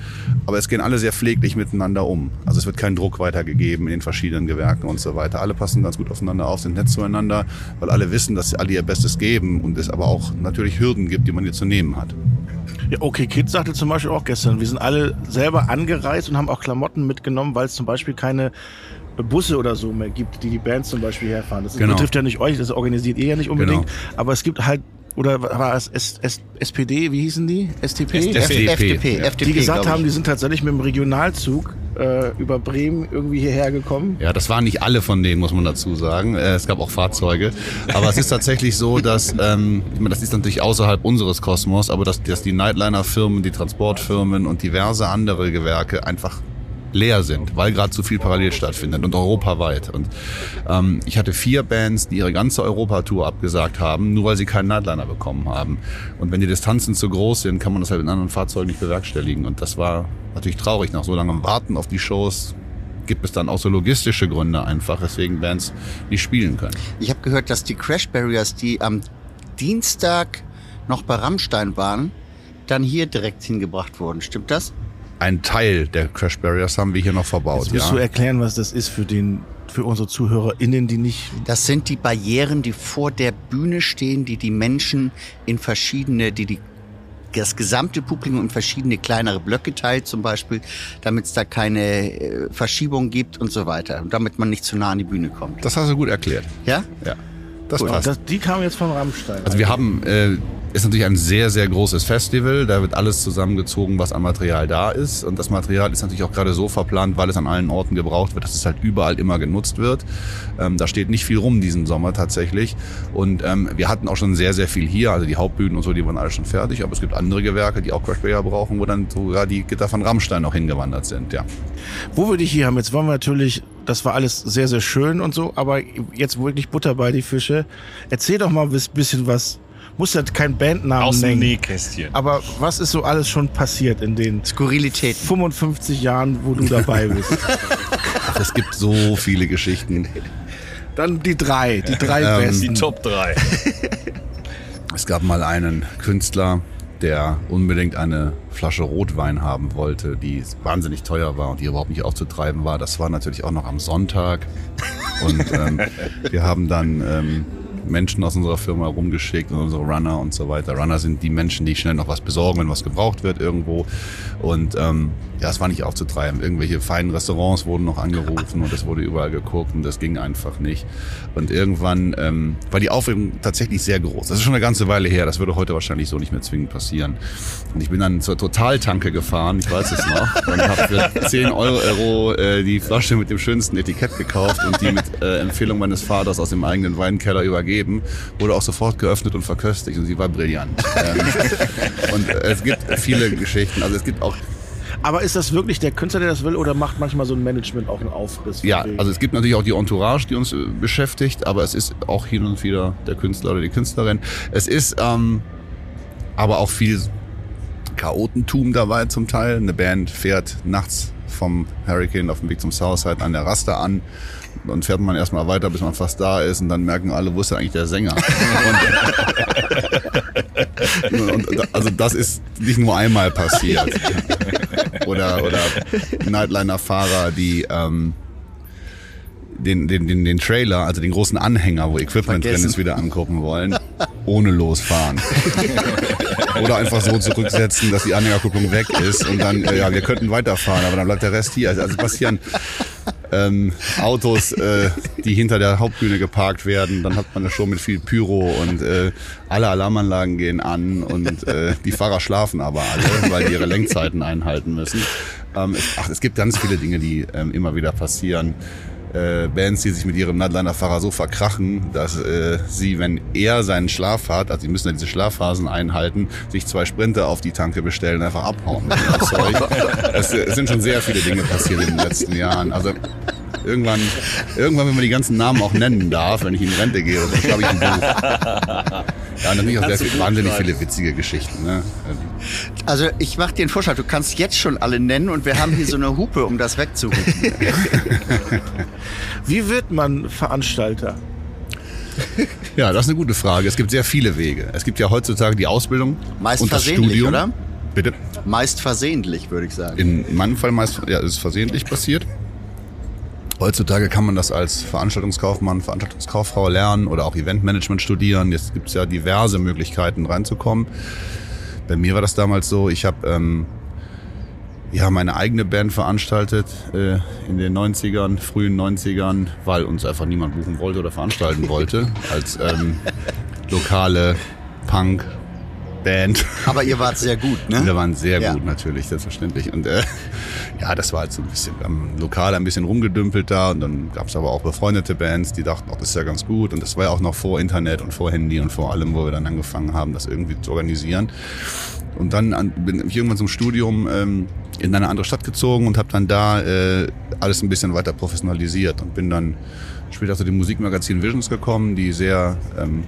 [SPEAKER 4] Aber es gehen alle sehr pfleglich miteinander um. Also es wird kein Druck weitergegeben in den verschiedenen Gewerken und so weiter. Alle passen ganz gut aufeinander auf, sind nett zueinander, weil alle wissen, dass alle ihr Bestes geben und es aber auch natürlich Hürden gibt, die man hier zu nehmen hat.
[SPEAKER 3] Ja, okay, Kid sagte zum Beispiel auch gestern, wir sind alle selber angereist und haben auch Klamotten mitgenommen, weil es zum Beispiel keine Busse oder so mehr gibt, die die Bands zum Beispiel herfahren. Das
[SPEAKER 4] Genau.
[SPEAKER 3] betrifft ja nicht euch, das organisiert ihr ja nicht unbedingt, aber es gibt halt oder war es S S SPD, wie hießen die? STP?
[SPEAKER 8] FDP. FDP, FDP,
[SPEAKER 3] die gesagt
[SPEAKER 8] glaub ich.
[SPEAKER 3] haben, die sind tatsächlich mit dem Regionalzug äh, über Bremen irgendwie hierher gekommen.
[SPEAKER 4] Ja, das waren nicht alle von denen, muss man dazu sagen. Äh, Es gab auch Fahrzeuge. Aber es ist tatsächlich so, dass, ähm, ich meine, das ist natürlich außerhalb unseres Kosmos, aber dass, dass die Nightliner-Firmen, die Transportfirmen und diverse andere Gewerke einfach leer sind, weil gerade zu viel parallel stattfindet und europaweit. Und ähm, ich hatte vier Bands, die ihre ganze Europatour abgesagt haben, nur weil sie keinen Nightliner bekommen haben. Und wenn die Distanzen zu groß sind, kann man das halt in anderen Fahrzeugen nicht bewerkstelligen. Und das war natürlich traurig nach so langem Warten auf die Shows gibt es dann auch so logistische Gründe einfach, weswegen Bands nicht spielen können.
[SPEAKER 8] Ich habe gehört, dass die Crash Barriers, die am Dienstag noch bei Rammstein waren, dann hier direkt hingebracht wurden. Stimmt das?
[SPEAKER 4] Ein Teil der Crash Barriers haben wir hier noch verbaut.
[SPEAKER 3] Jetzt musst du
[SPEAKER 4] Ja.
[SPEAKER 3] erklären, was das ist für den für unsere ZuhörerInnen, die nicht
[SPEAKER 8] Das sind die Barrieren, die vor der Bühne stehen, die die Menschen in verschiedene, die die das gesamte Publikum in verschiedene kleinere Blöcke teilt, zum Beispiel, damit es da keine äh, Verschiebung gibt und so weiter. Und damit man nicht zu nah an die Bühne kommt.
[SPEAKER 4] Das hast du gut erklärt.
[SPEAKER 8] Ja?
[SPEAKER 4] Ja, das
[SPEAKER 3] Gut,
[SPEAKER 4] passt.
[SPEAKER 3] das, die kamen jetzt von Rammstein.
[SPEAKER 4] Also wir haben, äh, ist natürlich ein sehr, sehr großes Festival. Da wird alles zusammengezogen, was an Material da ist. Und das Material ist natürlich auch gerade so verplant, weil es an allen Orten gebraucht wird, dass es halt überall immer genutzt wird. Ähm, da steht nicht viel rum diesen Sommer tatsächlich. Und ähm, wir hatten auch schon sehr, sehr viel hier. Also die Hauptbühnen und so, die waren alle schon fertig. Aber es gibt andere Gewerke, die auch Crashbayer brauchen, wo dann sogar die Gitter von Rammstein auch hingewandert sind. Ja.
[SPEAKER 3] Wo wir dich hier haben, jetzt wollen wir natürlich, das war alles sehr, sehr schön und so, aber jetzt wirklich Butter bei die Fische. Erzähl doch mal ein bisschen was. Muss ja kein Bandnamen
[SPEAKER 5] Aus
[SPEAKER 3] nennen.
[SPEAKER 5] dem Nähkästchen.
[SPEAKER 3] Aber was ist so alles schon passiert in den
[SPEAKER 8] Skurrilität.
[SPEAKER 3] 55 Jahren, wo du dabei bist?
[SPEAKER 4] Ach, Also es gibt so viele Geschichten.
[SPEAKER 3] Dann die drei, die drei
[SPEAKER 4] Ähm,
[SPEAKER 5] Die
[SPEAKER 3] besten.
[SPEAKER 5] Top 3.
[SPEAKER 4] Es gab mal einen Künstler, der unbedingt eine Flasche Rotwein haben wollte, die wahnsinnig teuer war und die überhaupt nicht aufzutreiben war. Das war natürlich auch noch am Sonntag. Und ähm, wir haben dann ähm, Menschen aus unserer Firma rumgeschickt und unsere Runner und so weiter. Runner sind die Menschen, die schnell noch was besorgen, wenn was gebraucht wird irgendwo. Und ähm, ja, es war nicht aufzutreiben. Irgendwelche feinen Restaurants wurden noch angerufen und es wurde überall geguckt und das ging einfach nicht. Und irgendwann ähm, war die Aufregung tatsächlich sehr groß. Das ist schon eine ganze Weile her. Das würde heute wahrscheinlich so nicht mehr zwingend passieren. Und ich bin dann zur Totaltanke gefahren, ich weiß es noch, und habe für 10 Euro äh, die Flasche mit dem schönsten Etikett gekauft und die mit äh, Empfehlung meines Vaters aus dem eigenen Weinkeller übergeben. Wurde auch sofort geöffnet und verköstigt und sie war brillant. Ähm, und äh, es gibt viele Geschichten. Also es gibt auch
[SPEAKER 3] Aber ist das wirklich der Künstler, der das will, oder macht manchmal so ein Management auch einen Aufriss?
[SPEAKER 4] Ja,
[SPEAKER 3] Deswegen-
[SPEAKER 4] also es gibt natürlich auch die Entourage, die uns äh, beschäftigt, aber es ist auch hin und wieder der Künstler oder die Künstlerin. Es ist ähm, aber auch viel Chaotentum dabei zum Teil. Eine Band fährt nachts vom Hurricane auf dem Weg zum Southside an der Raster an. Dann fährt man erstmal weiter, bis man fast da ist und dann merken alle, wo ist denn eigentlich der Sänger? und, und, also das ist nicht nur einmal passiert. oder, oder Nightliner-Fahrer, die ähm, den, den, den, den Trailer, also den großen Anhänger, wo Equipment drin
[SPEAKER 8] Vergessen.
[SPEAKER 4] ist, wieder angucken wollen, ohne losfahren. oder einfach so zurücksetzen, dass die Anhängerkupplung weg ist und dann, äh, ja, wir könnten weiterfahren, aber dann bleibt der Rest hier. Also, also passieren ähm, Autos, äh, die hinter der Hauptbühne geparkt werden. Dann hat man eine Show mit viel Pyro und äh, alle Alarmanlagen gehen an und äh, die Fahrer schlafen aber alle, weil die ihre Lenkzeiten einhalten müssen. Ähm, es, ach, es gibt ganz viele Dinge, die ähm, immer wieder passieren. Äh, Bands, die sich mit ihrem Nightliner-Fahrer so verkrachen, dass äh, sie, wenn er seinen Schlaf hat, also sie müssen ja diese Schlafphasen einhalten, sich zwei Sprinter auf die Tanke bestellen, einfach abhauen. mit dem Zeug. es, äh, es sind schon sehr viele Dinge passiert in den letzten Jahren. Also irgendwann, irgendwann, wenn man die ganzen Namen auch nennen darf, wenn ich in Rente gehe, dann schreibe ich ein Buch. Ja, und natürlich auch sehr
[SPEAKER 5] Kannst du
[SPEAKER 4] viel,
[SPEAKER 5] gut
[SPEAKER 4] wahnsinnig
[SPEAKER 5] schreiben.
[SPEAKER 4] viele witzige Geschichten. Ne?
[SPEAKER 8] Also ich mache dir einen Vorschlag, du kannst jetzt schon alle nennen und wir haben hier so eine Hupe, um das wegzurufen.
[SPEAKER 3] Wie wird man Veranstalter?
[SPEAKER 4] Ja, das ist eine gute Frage. Es gibt sehr viele Wege. Es gibt ja heutzutage die Ausbildung
[SPEAKER 8] Meist
[SPEAKER 4] und das
[SPEAKER 8] versehentlich,
[SPEAKER 4] Studium.
[SPEAKER 8] oder?
[SPEAKER 4] Bitte.
[SPEAKER 8] Meist versehentlich, würde ich sagen.
[SPEAKER 4] In meinem Fall meist ja, ist es versehentlich passiert. Heutzutage kann man das als Veranstaltungskaufmann, Veranstaltungskauffrau lernen oder auch Eventmanagement studieren. Jetzt gibt's ja diverse Möglichkeiten reinzukommen. Bei mir war das damals so, ich habe ähm, ja, meine eigene Band veranstaltet äh, in den 90ern, frühen 90ern, weil uns einfach niemand buchen wollte oder veranstalten wollte als ähm, lokale Punk-Band.
[SPEAKER 8] Aber ihr wart sehr gut,
[SPEAKER 4] Wir
[SPEAKER 8] ne?
[SPEAKER 4] waren sehr
[SPEAKER 8] Ja.
[SPEAKER 4] gut natürlich, selbstverständlich. Und äh, ja, das war halt so ein bisschen am Lokal ein bisschen rumgedümpelt da. Und dann gab's aber auch befreundete Bands, die dachten, oh, das ist ja ganz gut. Und das war ja auch noch vor Internet und vor Handy und vor allem, wo wir dann angefangen haben, das irgendwie zu organisieren. Und dann an, bin ich irgendwann zum Studium ähm, in eine andere Stadt gezogen und habe dann da äh, alles ein bisschen weiter professionalisiert und bin dann später zu dem Musikmagazin Visions gekommen, die sehr ähm,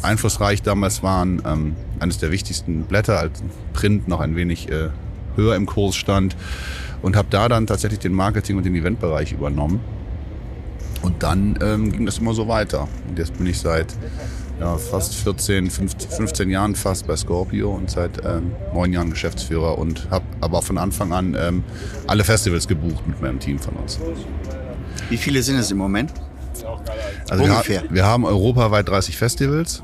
[SPEAKER 4] einflussreich damals waren, ähm, eines der wichtigsten Blätter, als Print noch ein wenig äh, höher im Kurs stand und habe da dann tatsächlich den Marketing und den Eventbereich übernommen. Und dann ähm, ging das immer so weiter. Und jetzt bin ich seit ja, fast 14, 15, 15 Jahren fast bei Scorpio und seit ähm, neun Jahren Geschäftsführer und habe aber von Anfang an ähm, alle Festivals gebucht mit meinem Team von uns.
[SPEAKER 8] Wie viele sind es im Moment?
[SPEAKER 4] Also
[SPEAKER 8] Ungefähr.
[SPEAKER 4] Wir, ha- wir haben europaweit 30 Festivals.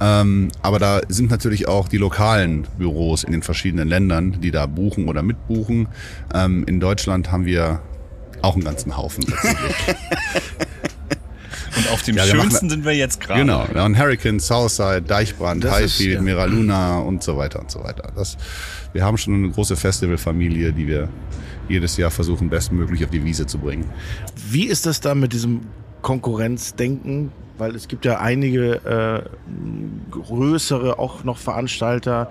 [SPEAKER 4] Ähm, aber da sind natürlich auch die lokalen Büros in den verschiedenen Ländern, die da buchen oder mitbuchen. Ähm, in Deutschland haben wir auch einen ganzen Haufen.
[SPEAKER 5] Und auf dem
[SPEAKER 4] Ja, wir machen-
[SPEAKER 5] schönsten sind wir jetzt
[SPEAKER 3] Ah,
[SPEAKER 5] gerade.
[SPEAKER 4] genau. Wir haben Hurricane, Southside, Deichbrand,
[SPEAKER 12] Das ist-
[SPEAKER 4] Highfield,
[SPEAKER 12] ja.
[SPEAKER 4] Mira Luna und so weiter und so weiter. Das, wir haben schon eine große Festivalfamilie, die wir jedes Jahr versuchen, bestmöglich auf die Wiese zu bringen.
[SPEAKER 3] Wie ist das da mit diesem Konkurrenzdenken? Weil es gibt ja einige äh, größere auch noch Veranstalter.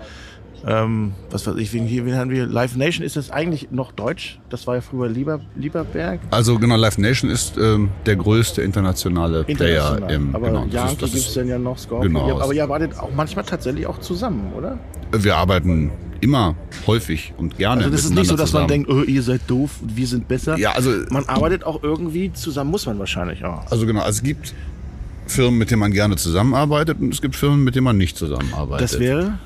[SPEAKER 3] Ähm, was weiß ich, wen, hier, wen haben wir? Live Nation, ist das eigentlich noch deutsch? Das war ja früher Lieber, Lieberberg.
[SPEAKER 4] Also genau, Live Nation ist ähm, der größte internationale Player
[SPEAKER 3] International.
[SPEAKER 4] im
[SPEAKER 3] aber
[SPEAKER 4] genau,
[SPEAKER 3] Yankee
[SPEAKER 4] das ist, das
[SPEAKER 3] gibt's
[SPEAKER 4] ist,
[SPEAKER 3] denn ja noch, Scorpio.
[SPEAKER 4] Genau.
[SPEAKER 3] Ihr habt- aber ihr arbeitet auch manchmal tatsächlich auch zusammen, oder? Also
[SPEAKER 4] Wir arbeiten immer häufig und gerne.
[SPEAKER 3] Also das ist nicht so,
[SPEAKER 4] miteinander
[SPEAKER 3] dass man
[SPEAKER 4] zusammen.
[SPEAKER 3] denkt, oh, ihr seid doof und wir sind besser.
[SPEAKER 4] Ja, also
[SPEAKER 3] Man arbeitet auch irgendwie zusammen, muss man wahrscheinlich auch.
[SPEAKER 4] also genau, also es gibt Firmen, mit denen man gerne zusammenarbeitet und es gibt Firmen, mit denen man nicht zusammenarbeitet.
[SPEAKER 3] Das wäre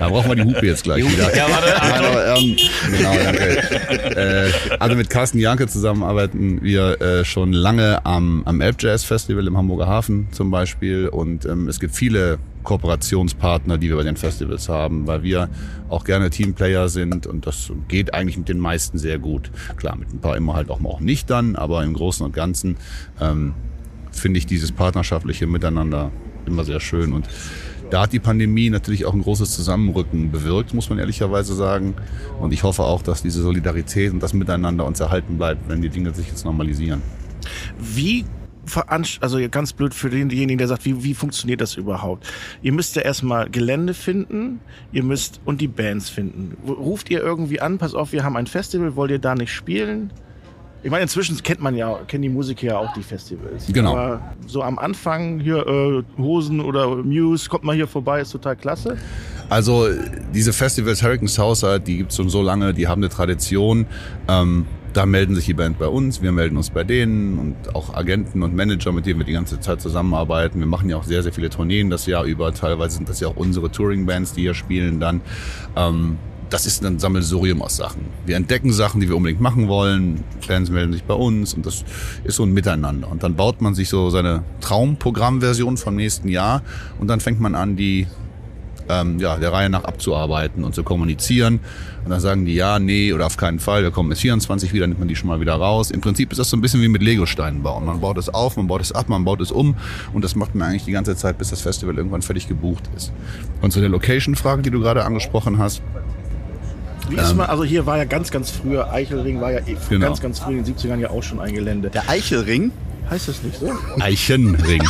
[SPEAKER 4] Da brauchen wir die Hupe jetzt gleich wieder.
[SPEAKER 5] Ja, warte,
[SPEAKER 4] Nein, aber, ähm, genau, danke. Äh, also mit Carsten Janke zusammenarbeiten wir äh, schon lange am, am Elb Jazz Festival im Hamburger Hafen zum Beispiel. Und ähm, es gibt viele Kooperationspartner, die wir bei den Festivals haben, weil wir auch gerne Teamplayer sind und das geht eigentlich mit den meisten sehr gut. Klar, mit ein paar immer halt auch mal auch nicht dann, aber im Großen und Ganzen ähm, finde ich dieses partnerschaftliche Miteinander immer sehr schön. Und da hat die Pandemie natürlich auch ein großes Zusammenrücken bewirkt, muss man ehrlicherweise sagen. Und ich hoffe auch, dass diese Solidarität und das Miteinander uns erhalten bleibt, wenn die Dinge sich jetzt normalisieren.
[SPEAKER 3] Wie veranst also ganz blöd für denjenigen, der sagt, wie, wie funktioniert das überhaupt? Ihr müsst ja erstmal Gelände finden, ihr müsst und die Bands finden. Ruft ihr irgendwie an, pass auf, wir haben ein Festival, wollt ihr da nicht spielen? Ich meine, inzwischen kennt man ja, kennen die Musiker ja auch die Festivals.
[SPEAKER 4] Genau.
[SPEAKER 3] Aber so am Anfang hier äh, Hosen oder Muse, kommt mal hier vorbei, ist total klasse.
[SPEAKER 4] Also diese Festivals Hurricane Southside, die gibt's schon so lange, die haben eine Tradition. Ähm, da melden sich die Band bei uns, wir melden uns bei denen und auch Agenten und Manager, mit denen wir die ganze Zeit zusammenarbeiten. Wir machen ja auch sehr, sehr viele Tourneen das Jahr über. Teilweise sind das ja auch unsere Touring-Bands, die hier spielen dann. Ähm, das ist ein Sammelsurium aus Sachen. Wir entdecken Sachen, die wir unbedingt machen wollen. Fans melden sich bei uns und das ist so ein Miteinander. Und dann baut man sich so seine Traumprogrammversion vom nächsten Jahr und dann fängt man an, die ähm, ja, der Reihe nach abzuarbeiten und zu kommunizieren. Und dann sagen die ja, nee oder auf keinen Fall, wir kommen bis 24 wieder, nimmt man die schon mal wieder raus. Im Prinzip ist das so ein bisschen wie mit Legosteinen bauen. Man baut es auf, man baut es ab, man baut es um und das macht man eigentlich die ganze Zeit, bis das Festival irgendwann völlig gebucht ist. Und zu der Location-Frage, die du gerade angesprochen hast,
[SPEAKER 3] Wie ist
[SPEAKER 4] Ähm.
[SPEAKER 3] mal, also hier war ja ganz, ganz früher, Eichelring war ja eh
[SPEAKER 4] Genau.
[SPEAKER 3] ganz, ganz früh in den 70ern ja auch schon ein Gelände.
[SPEAKER 8] Der Eichelring?
[SPEAKER 3] Heißt das nicht so?
[SPEAKER 4] Eichenring.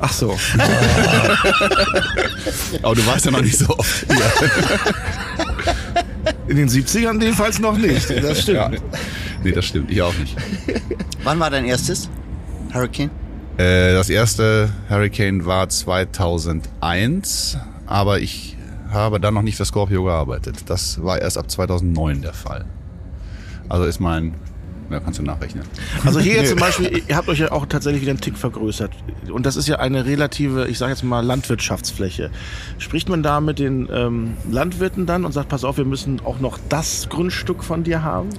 [SPEAKER 3] Ach so.
[SPEAKER 4] Aber du warst ja noch nicht so oft hier.
[SPEAKER 3] In den 70ern jedenfalls noch nicht. Das stimmt.
[SPEAKER 4] Ja. Nee, das stimmt. Ich auch nicht.
[SPEAKER 8] Wann war dein erstes Hurricane?
[SPEAKER 4] Äh, das erste Hurricane war 2001, aber ich habe dann noch nicht für Scorpio gearbeitet. Das war erst ab 2009 der Fall. Also ist mein... Ja, kannst du nachrechnen.
[SPEAKER 3] Also hier jetzt zum
[SPEAKER 4] Nee.
[SPEAKER 3] Beispiel, ihr habt euch ja auch tatsächlich wieder einen Tick vergrößert. Und das ist ja eine relative, ich sage jetzt mal, Landwirtschaftsfläche. Spricht man da mit den ähm, Landwirten dann und sagt, pass auf, wir müssen auch noch das Grundstück von dir haben?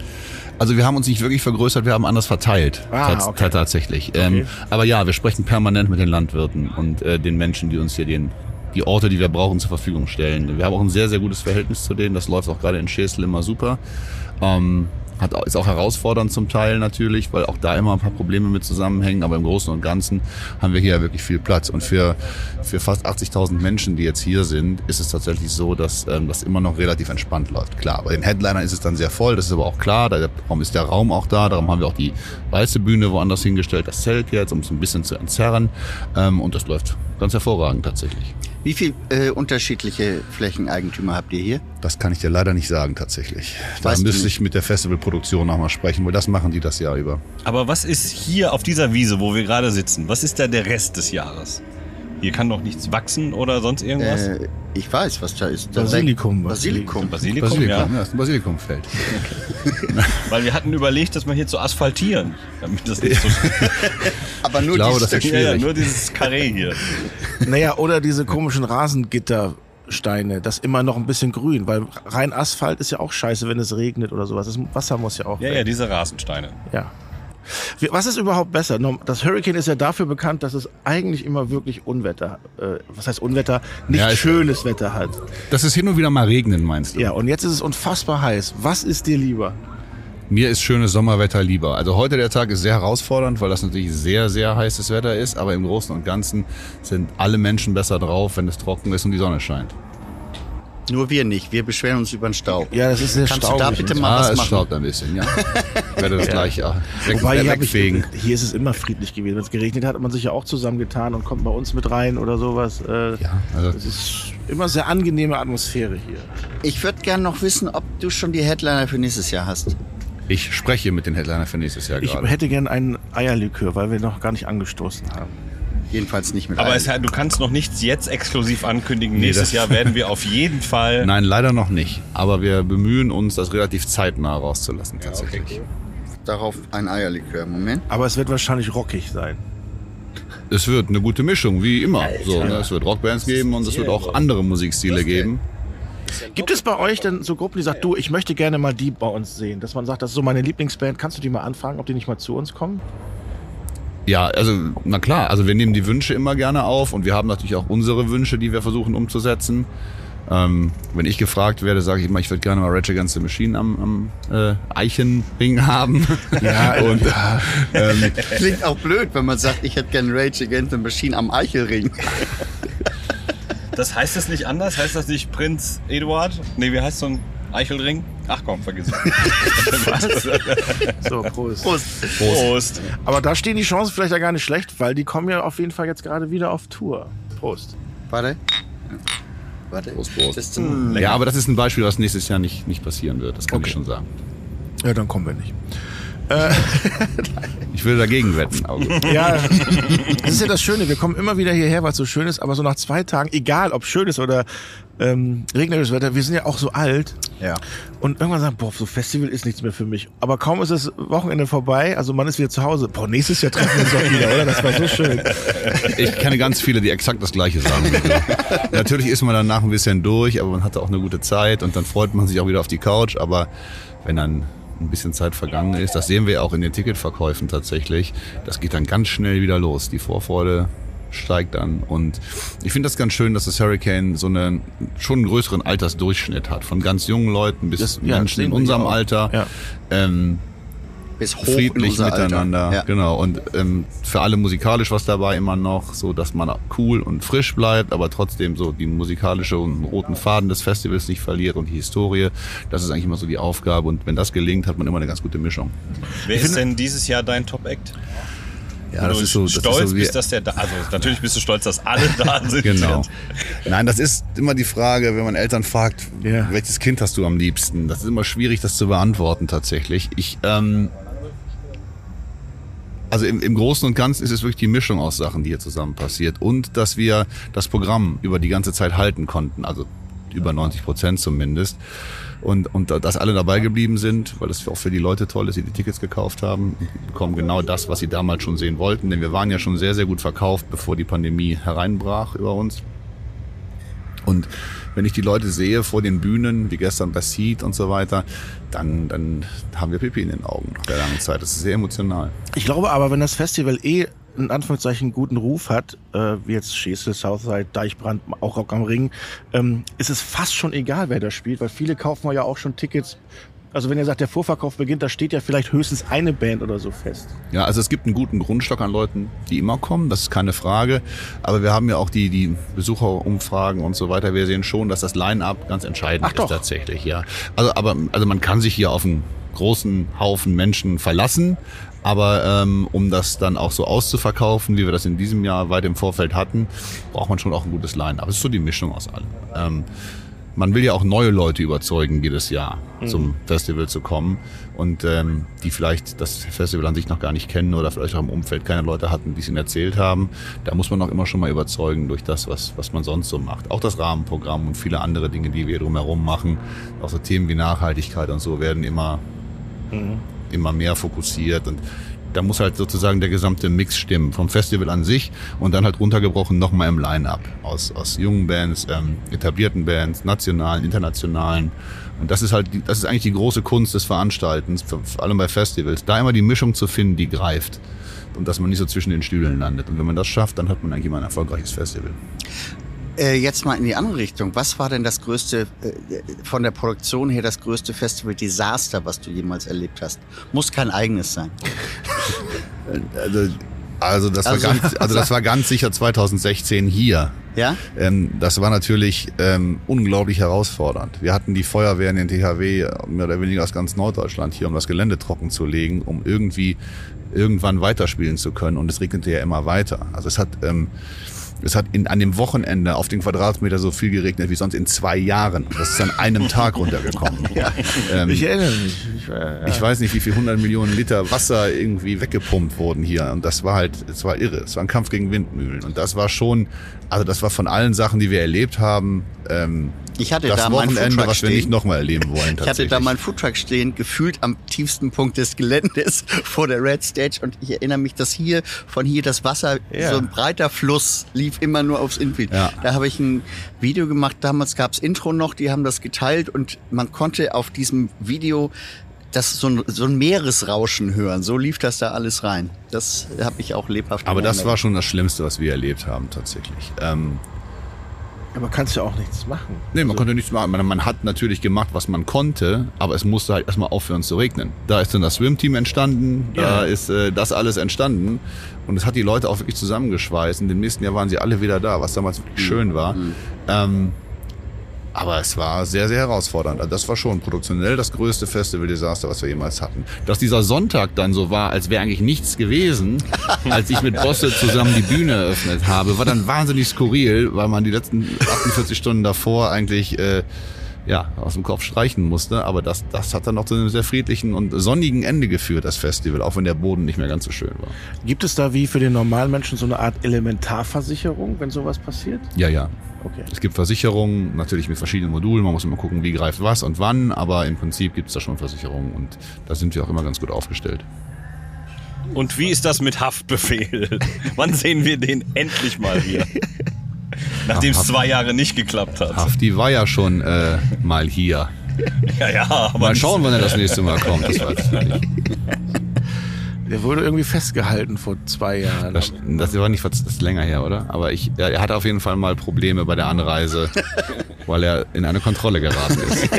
[SPEAKER 4] Also wir haben uns nicht wirklich vergrößert, wir haben anders verteilt.
[SPEAKER 3] Ah,
[SPEAKER 4] tats-
[SPEAKER 3] okay.
[SPEAKER 4] Tatsächlich. Ähm, aber ja, wir sprechen permanent mit den Landwirten und äh, den Menschen, die uns hier den, die Orte, die wir brauchen, zur Verfügung stellen. Wir haben auch ein sehr, sehr gutes Verhältnis zu denen. Das läuft auch gerade in Schesel immer super. Ähm, hat, auch- ist auch herausfordernd zum Teil natürlich, weil auch da immer ein paar Probleme mit zusammenhängen. Aber im Großen und Ganzen haben wir hier ja wirklich viel Platz. Und für, für fast 80.000 Menschen, die jetzt hier sind, ist es tatsächlich so, dass ähm, das immer noch relativ entspannt läuft. Klar, bei den Headlinern ist es dann sehr voll, das ist aber auch klar. Da- Darum ist der Raum auch da. Darum haben wir auch die weiße Bühne woanders hingestellt, das Zelt jetzt, um es ein bisschen zu entzerren. Ähm, und das läuft ganz hervorragend tatsächlich.
[SPEAKER 8] Wie viele äh, unterschiedliche Flächeneigentümer habt ihr hier?
[SPEAKER 4] Das kann ich dir leider nicht sagen tatsächlich. Da
[SPEAKER 8] Weißt du
[SPEAKER 4] müsste
[SPEAKER 8] nicht?
[SPEAKER 4] ich mit der Festivalproduktion nochmal sprechen, weil das machen die das Jahr über.
[SPEAKER 5] Aber was ist hier auf dieser Wiese, wo wir gerade sitzen? Was ist da der Rest des Jahres? Hier kann doch nichts wachsen oder sonst irgendwas?
[SPEAKER 8] Äh, ich weiß, was da ist. Da-
[SPEAKER 3] Basilikum.
[SPEAKER 8] Basilikum.
[SPEAKER 5] Basilikum, ja.
[SPEAKER 4] ist ein Basilikumfeld.
[SPEAKER 5] Weil wir hatten überlegt, dass man hier zu asphaltieren, damit das nicht so
[SPEAKER 8] Aber nur
[SPEAKER 4] Ich glaube,
[SPEAKER 8] dieses
[SPEAKER 4] das ist
[SPEAKER 8] Stück.
[SPEAKER 5] ja, ja,
[SPEAKER 4] schwierig.
[SPEAKER 5] nur dieses Karree hier.
[SPEAKER 3] Naja, oder diese komischen Rasengittersteine, das immer noch ein bisschen grün, weil rein Asphalt ist ja auch scheiße, wenn es regnet oder sowas. Das Wasser muss ja auch
[SPEAKER 5] Ja, ja,
[SPEAKER 3] weg.
[SPEAKER 5] diese Rasensteine.
[SPEAKER 3] Ja. Wie- Was ist überhaupt besser? Norm- Das Hurricane ist ja dafür bekannt, dass es eigentlich immer wirklich Unwetter, äh, was heißt Unwetter, nicht
[SPEAKER 4] Ja, ist-
[SPEAKER 3] schönes Wetter hat.
[SPEAKER 4] Dass es hin und wieder mal regnen, meinst du?
[SPEAKER 3] Ja, und jetzt ist es unfassbar heiß. Was ist dir lieber?
[SPEAKER 4] Mir ist schönes Sommerwetter lieber. Also heute der Tag ist sehr herausfordernd, weil das natürlich sehr, sehr heißes Wetter ist. Aber im Großen und Ganzen sind alle Menschen besser drauf, wenn es trocken ist und die Sonne scheint.
[SPEAKER 8] Nur wir nicht. Wir beschweren uns über den Staub.
[SPEAKER 3] Ja, das ist sehr
[SPEAKER 8] Kannst du da
[SPEAKER 3] staubig.
[SPEAKER 8] bitte mal
[SPEAKER 4] ah,
[SPEAKER 8] was
[SPEAKER 4] es
[SPEAKER 8] machen?
[SPEAKER 4] staubt ein bisschen, ja. Ich werde das gleich ja, weg,
[SPEAKER 3] Wobei, hier, hab ich,
[SPEAKER 4] wegfegen.
[SPEAKER 3] hier ist es immer friedlich gewesen. Wenn es geregnet hat, hat man sich ja auch zusammengetan und kommt bei uns mit rein oder sowas. Äh,
[SPEAKER 4] Ja, also-
[SPEAKER 3] es ist immer sehr angenehme Atmosphäre hier.
[SPEAKER 8] Ich würde gerne noch wissen, ob du schon die Headliner für nächstes Jahr hast.
[SPEAKER 4] Ich spreche mit den Headliner für nächstes Jahr
[SPEAKER 3] Ich
[SPEAKER 4] gerade.
[SPEAKER 3] hätte gern einen Eierlikör, weil wir noch gar nicht angestoßen haben.
[SPEAKER 8] Jedenfalls nicht mit
[SPEAKER 5] Aber
[SPEAKER 8] allen.
[SPEAKER 5] es, du kannst noch nichts jetzt exklusiv ankündigen.
[SPEAKER 4] Nee,
[SPEAKER 5] Nächstes
[SPEAKER 4] das-
[SPEAKER 5] Jahr werden wir auf jeden Fall.
[SPEAKER 4] Nein, leider noch nicht. Aber wir bemühen uns, das relativ zeitnah rauszulassen tatsächlich.
[SPEAKER 8] darauf ein Eierlikör. Moment.
[SPEAKER 3] Aber es wird wahrscheinlich rockig sein.
[SPEAKER 4] Es wird eine gute Mischung, wie immer. So, ne? Es wird Rockbands geben und es wird auch andere Musikstile geben.
[SPEAKER 3] Gibt es bei euch denn so Gruppen, die sagt, du, ich möchte gerne mal die bei uns sehen? Dass man sagt, das ist so meine Lieblingsband, kannst du die mal anfragen, ob die nicht mal zu uns kommen?
[SPEAKER 4] Ja, also na klar, also wir nehmen die Wünsche immer gerne auf und wir haben natürlich auch unsere Wünsche, die wir versuchen umzusetzen. Ähm, wenn ich gefragt werde, sage ich immer, ich würde gerne mal Rage Against the Machine am, am äh, Eichenring haben. Ja, und äh, ähm,
[SPEAKER 8] Klingt auch blöd, wenn man sagt, ich hätte gern Rage Against the Machine am Eichelring.
[SPEAKER 5] Das heißt das nicht anders? Heißt das nicht Prinz Eduard? Nee, wie heißt so ein Eichelring? Ach komm, vergiss es.
[SPEAKER 3] So, Prost.
[SPEAKER 8] Prost.
[SPEAKER 5] Prost.
[SPEAKER 3] Aber da stehen die Chancen vielleicht ja gar nicht schlecht, weil die kommen ja auf jeden Fall jetzt gerade wieder auf Tour. Prost.
[SPEAKER 8] Warte. Warte.
[SPEAKER 4] Prost, Prost.
[SPEAKER 8] Das ist ein
[SPEAKER 4] ja, aber das ist ein Beispiel, was nächstes Jahr nicht, nicht passieren wird. Das kann ich schon sagen.
[SPEAKER 3] Ja, dann kommen wir nicht.
[SPEAKER 4] Ich würde dagegen wetten. Aber gut.
[SPEAKER 3] Ja, das ist ja das Schöne. Wir kommen immer wieder hierher, weil es so schön ist, aber so nach zwei Tagen, egal ob schön ist oder ähm, regnerisches Wetter. Wir sind ja auch so alt.
[SPEAKER 4] Ja.
[SPEAKER 3] Und irgendwann sagen, boah, so Festival ist nichts mehr für mich. Aber kaum ist das Wochenende vorbei, also man ist wieder zu Hause. Boah, nächstes Jahr treffen wir uns doch wieder, oder? Das war so schön.
[SPEAKER 4] Ich kenne ganz viele, die exakt das Gleiche sagen. wie du. Natürlich ist man danach ein bisschen durch, aber man hatte auch eine gute Zeit und dann freut man sich auch wieder auf die Couch. Aber wenn dann ein bisschen Zeit vergangen ist, das sehen wir auch in den Ticketverkäufen tatsächlich, das geht dann ganz schnell wieder los. Die Vorfreude steigt an und ich finde das ganz schön, dass das Hurricane so einen schon einen größeren Altersdurchschnitt hat, von ganz jungen Leuten bis
[SPEAKER 3] Das- ja,
[SPEAKER 4] Menschen
[SPEAKER 3] sehen
[SPEAKER 4] in
[SPEAKER 3] wir
[SPEAKER 4] unserem
[SPEAKER 3] auch.
[SPEAKER 4] Alter.
[SPEAKER 3] Ja.
[SPEAKER 4] Ähm,
[SPEAKER 8] Bis hoch in
[SPEAKER 4] friedlich
[SPEAKER 8] unser
[SPEAKER 4] miteinander.
[SPEAKER 8] Alter. Ja.
[SPEAKER 4] Genau. Und ähm, für alle musikalisch was dabei immer noch, so dass man cool und frisch bleibt, aber trotzdem so die musikalische und roten Faden des Festivals nicht verliert und die Historie. Das ist eigentlich immer so die Aufgabe. Und wenn das gelingt, hat man immer eine ganz gute Mischung.
[SPEAKER 5] Wer ist denn dieses Jahr dein Top-Act?
[SPEAKER 4] Ja,
[SPEAKER 5] Wo du Genau, stolz bist, dass der da Also natürlich bist du stolz, dass alle da sind.
[SPEAKER 4] Genau. Nein, das ist immer die Frage, wenn man Eltern fragt,
[SPEAKER 3] Ja.
[SPEAKER 4] welches Kind hast du am liebsten? Das ist immer schwierig, das zu beantworten tatsächlich. Ich, ähm, also im, im Großen und Ganzen ist es wirklich die Mischung aus Sachen, die hier zusammen passiert. Und dass wir das Programm über die ganze Zeit halten konnten, also über 90 Prozent zumindest. Und, und dass alle dabei geblieben sind, weil das auch für die Leute toll ist, die die Tickets gekauft haben, die bekommen genau das, was sie damals schon sehen wollten. Denn wir waren ja schon sehr, sehr gut verkauft, bevor die Pandemie hereinbrach über uns. Und wenn ich die Leute sehe vor den Bühnen, wie gestern bei Seed und so weiter, dann, dann haben wir Pipi in den Augen nach der langen Zeit. Das ist sehr emotional.
[SPEAKER 3] Ich glaube aber, wenn das Festival eh in Anführungszeichen guten Ruf hat, äh, wie jetzt Schesel, Southside, Deichbrand, auch Rock am Ring, ähm, ist es fast schon egal, wer da spielt, weil viele kaufen ja auch schon Tickets. Also wenn ihr sagt, der Vorverkauf beginnt, da steht ja vielleicht höchstens eine Band oder so fest.
[SPEAKER 4] Ja, also es gibt einen guten Grundstock an Leuten, die immer kommen, das ist keine Frage. Aber wir haben ja auch die, die Besucherumfragen und so weiter. Wir sehen schon, dass das Line-Up ganz entscheidend
[SPEAKER 3] Ach
[SPEAKER 4] ist
[SPEAKER 3] doch.
[SPEAKER 4] tatsächlich, ja. Also, aber, also man kann sich hier auf einen großen Haufen Menschen verlassen. Aber ähm, um das dann auch so auszuverkaufen, wie wir das in diesem Jahr weit im Vorfeld hatten, braucht man schon auch ein gutes Line-Up. Es ist so die Mischung aus allem. Ähm, man will ja auch neue Leute überzeugen, jedes Jahr zum Festival zu kommen und ähm, die vielleicht das Festival an sich noch gar nicht kennen oder vielleicht auch im Umfeld keine Leute hatten, die es ihnen erzählt haben. Da muss man auch immer schon mal überzeugen durch das, was, was man sonst so macht. Auch das Rahmenprogramm und viele andere Dinge, die wir drumherum machen, auch so Themen wie Nachhaltigkeit und so werden immer, immer mehr fokussiert und da muss halt sozusagen der gesamte Mix stimmen, vom Festival an sich und dann halt runtergebrochen nochmal im Line-Up aus, aus jungen Bands, ähm, etablierten Bands, nationalen, internationalen. Und das ist halt, die, das ist eigentlich die große Kunst des Veranstaltens, vor vor allem bei Festivals, da immer die Mischung zu finden, die greift und dass man nicht so zwischen den Stühlen landet. Und wenn man das schafft, dann hat man eigentlich immer ein erfolgreiches Festival.
[SPEAKER 8] Äh, jetzt mal in die andere Richtung. Was war denn das größte, äh, von der Produktion her, das größte Festival-Desaster, was du jemals erlebt hast? Muss kein eigenes sein.
[SPEAKER 4] Also, also, das,
[SPEAKER 8] Also-
[SPEAKER 4] war ganz, also das war ganz sicher 2016 hier.
[SPEAKER 8] Ja?
[SPEAKER 4] Ähm, das war natürlich ähm, unglaublich herausfordernd. Wir hatten die Feuerwehren in THW äh, mehr oder weniger aus ganz Norddeutschland hier, um das Gelände trocken zu legen, um irgendwie irgendwann weiterspielen zu können. Und es regnete ja immer weiter. Also es hat, ähm, es hat in, an dem Wochenende auf den Quadratmeter so viel geregnet wie sonst in zwei Jahren. Das ist an einem Tag runtergekommen. Ähm,
[SPEAKER 3] Ich erinnere mich. Ich, äh,
[SPEAKER 4] ich weiß nicht, wie viel 100 Millionen Liter Wasser irgendwie weggepumpt wurden hier. Und das war halt, es war irre. Es war ein Kampf gegen Windmühlen. Und das war schon, also das war von allen Sachen, die wir erlebt haben, ähm,
[SPEAKER 8] Ich hatte
[SPEAKER 4] das
[SPEAKER 8] da meinen
[SPEAKER 4] Wochenende,
[SPEAKER 8] Foodtruck
[SPEAKER 4] was wir
[SPEAKER 8] stehen.
[SPEAKER 4] nicht nochmal erleben wollen.
[SPEAKER 8] Ich hatte
[SPEAKER 4] Tatsächlich.
[SPEAKER 8] da meinen Foodtruck stehen, gefühlt am tiefsten Punkt des Geländes vor der Red Stage und ich erinnere mich, dass hier von hier das Wasser,
[SPEAKER 3] Ja.
[SPEAKER 8] so ein breiter Fluss lief immer nur aufs Infield.
[SPEAKER 4] Ja.
[SPEAKER 8] Da habe ich ein Video gemacht, damals gab's Intro noch, die haben das geteilt und man konnte auf diesem Video das so ein, so ein Meeresrauschen hören. So lief das da alles rein. Das habe ich auch lebhaft
[SPEAKER 4] aber
[SPEAKER 8] in
[SPEAKER 4] das
[SPEAKER 8] Erinnerung.
[SPEAKER 4] war schon das Schlimmste, was wir erlebt haben, tatsächlich. Ähm,
[SPEAKER 3] aber kannst ja auch nichts machen.
[SPEAKER 4] Nee, man konnte nichts machen. Man, man hat natürlich gemacht, was man konnte, aber es musste halt erstmal aufhören zu regnen. Da ist dann das Swim-Team entstanden, da
[SPEAKER 3] Ja.
[SPEAKER 4] ist äh, das alles entstanden. Und es hat die Leute auch wirklich zusammengeschweißt. Und im nächsten Jahr waren sie alle wieder da, was damals wirklich schön war. Ähm, aber es war sehr, sehr herausfordernd. Also Das war schon produktionell das größte Festival-Desaster, was wir jemals hatten. Dass dieser Sonntag dann so war, als wäre eigentlich nichts gewesen, als ich mit Bosse zusammen die Bühne eröffnet habe, war dann wahnsinnig skurril, weil man die letzten 48 Stunden davor eigentlich äh, ja, aus dem Kopf streichen musste. Aber das, das hat dann noch zu einem sehr friedlichen und sonnigen Ende geführt, das Festival, auch wenn der Boden nicht mehr ganz so schön war.
[SPEAKER 3] Gibt es da wie für den normalen Menschen so eine Art Elementarversicherung, wenn sowas passiert?
[SPEAKER 4] Ja, ja.
[SPEAKER 3] Okay.
[SPEAKER 4] Es gibt Versicherungen, natürlich mit verschiedenen Modulen. Man muss immer gucken, wie greift was und wann. Aber im Prinzip gibt es da schon Versicherungen und da sind wir auch immer ganz gut aufgestellt.
[SPEAKER 5] Und wie ist das mit Haftbefehl? Wann sehen wir den endlich mal hier? Nachdem es
[SPEAKER 4] Haft-
[SPEAKER 5] zwei Jahre nicht geklappt hat.
[SPEAKER 4] Hafti war ja schon äh, mal hier.
[SPEAKER 5] Ja, ja, aber
[SPEAKER 4] Mal schauen, wann er das nächste Mal kommt. Das weiß ich nicht.
[SPEAKER 3] Der wurde irgendwie festgehalten vor zwei Jahren.
[SPEAKER 4] Das, das war nicht das ist länger her, oder? Aber ich, ja, er hatte auf jeden Fall mal Probleme bei der Anreise, weil er in eine Kontrolle geraten ist.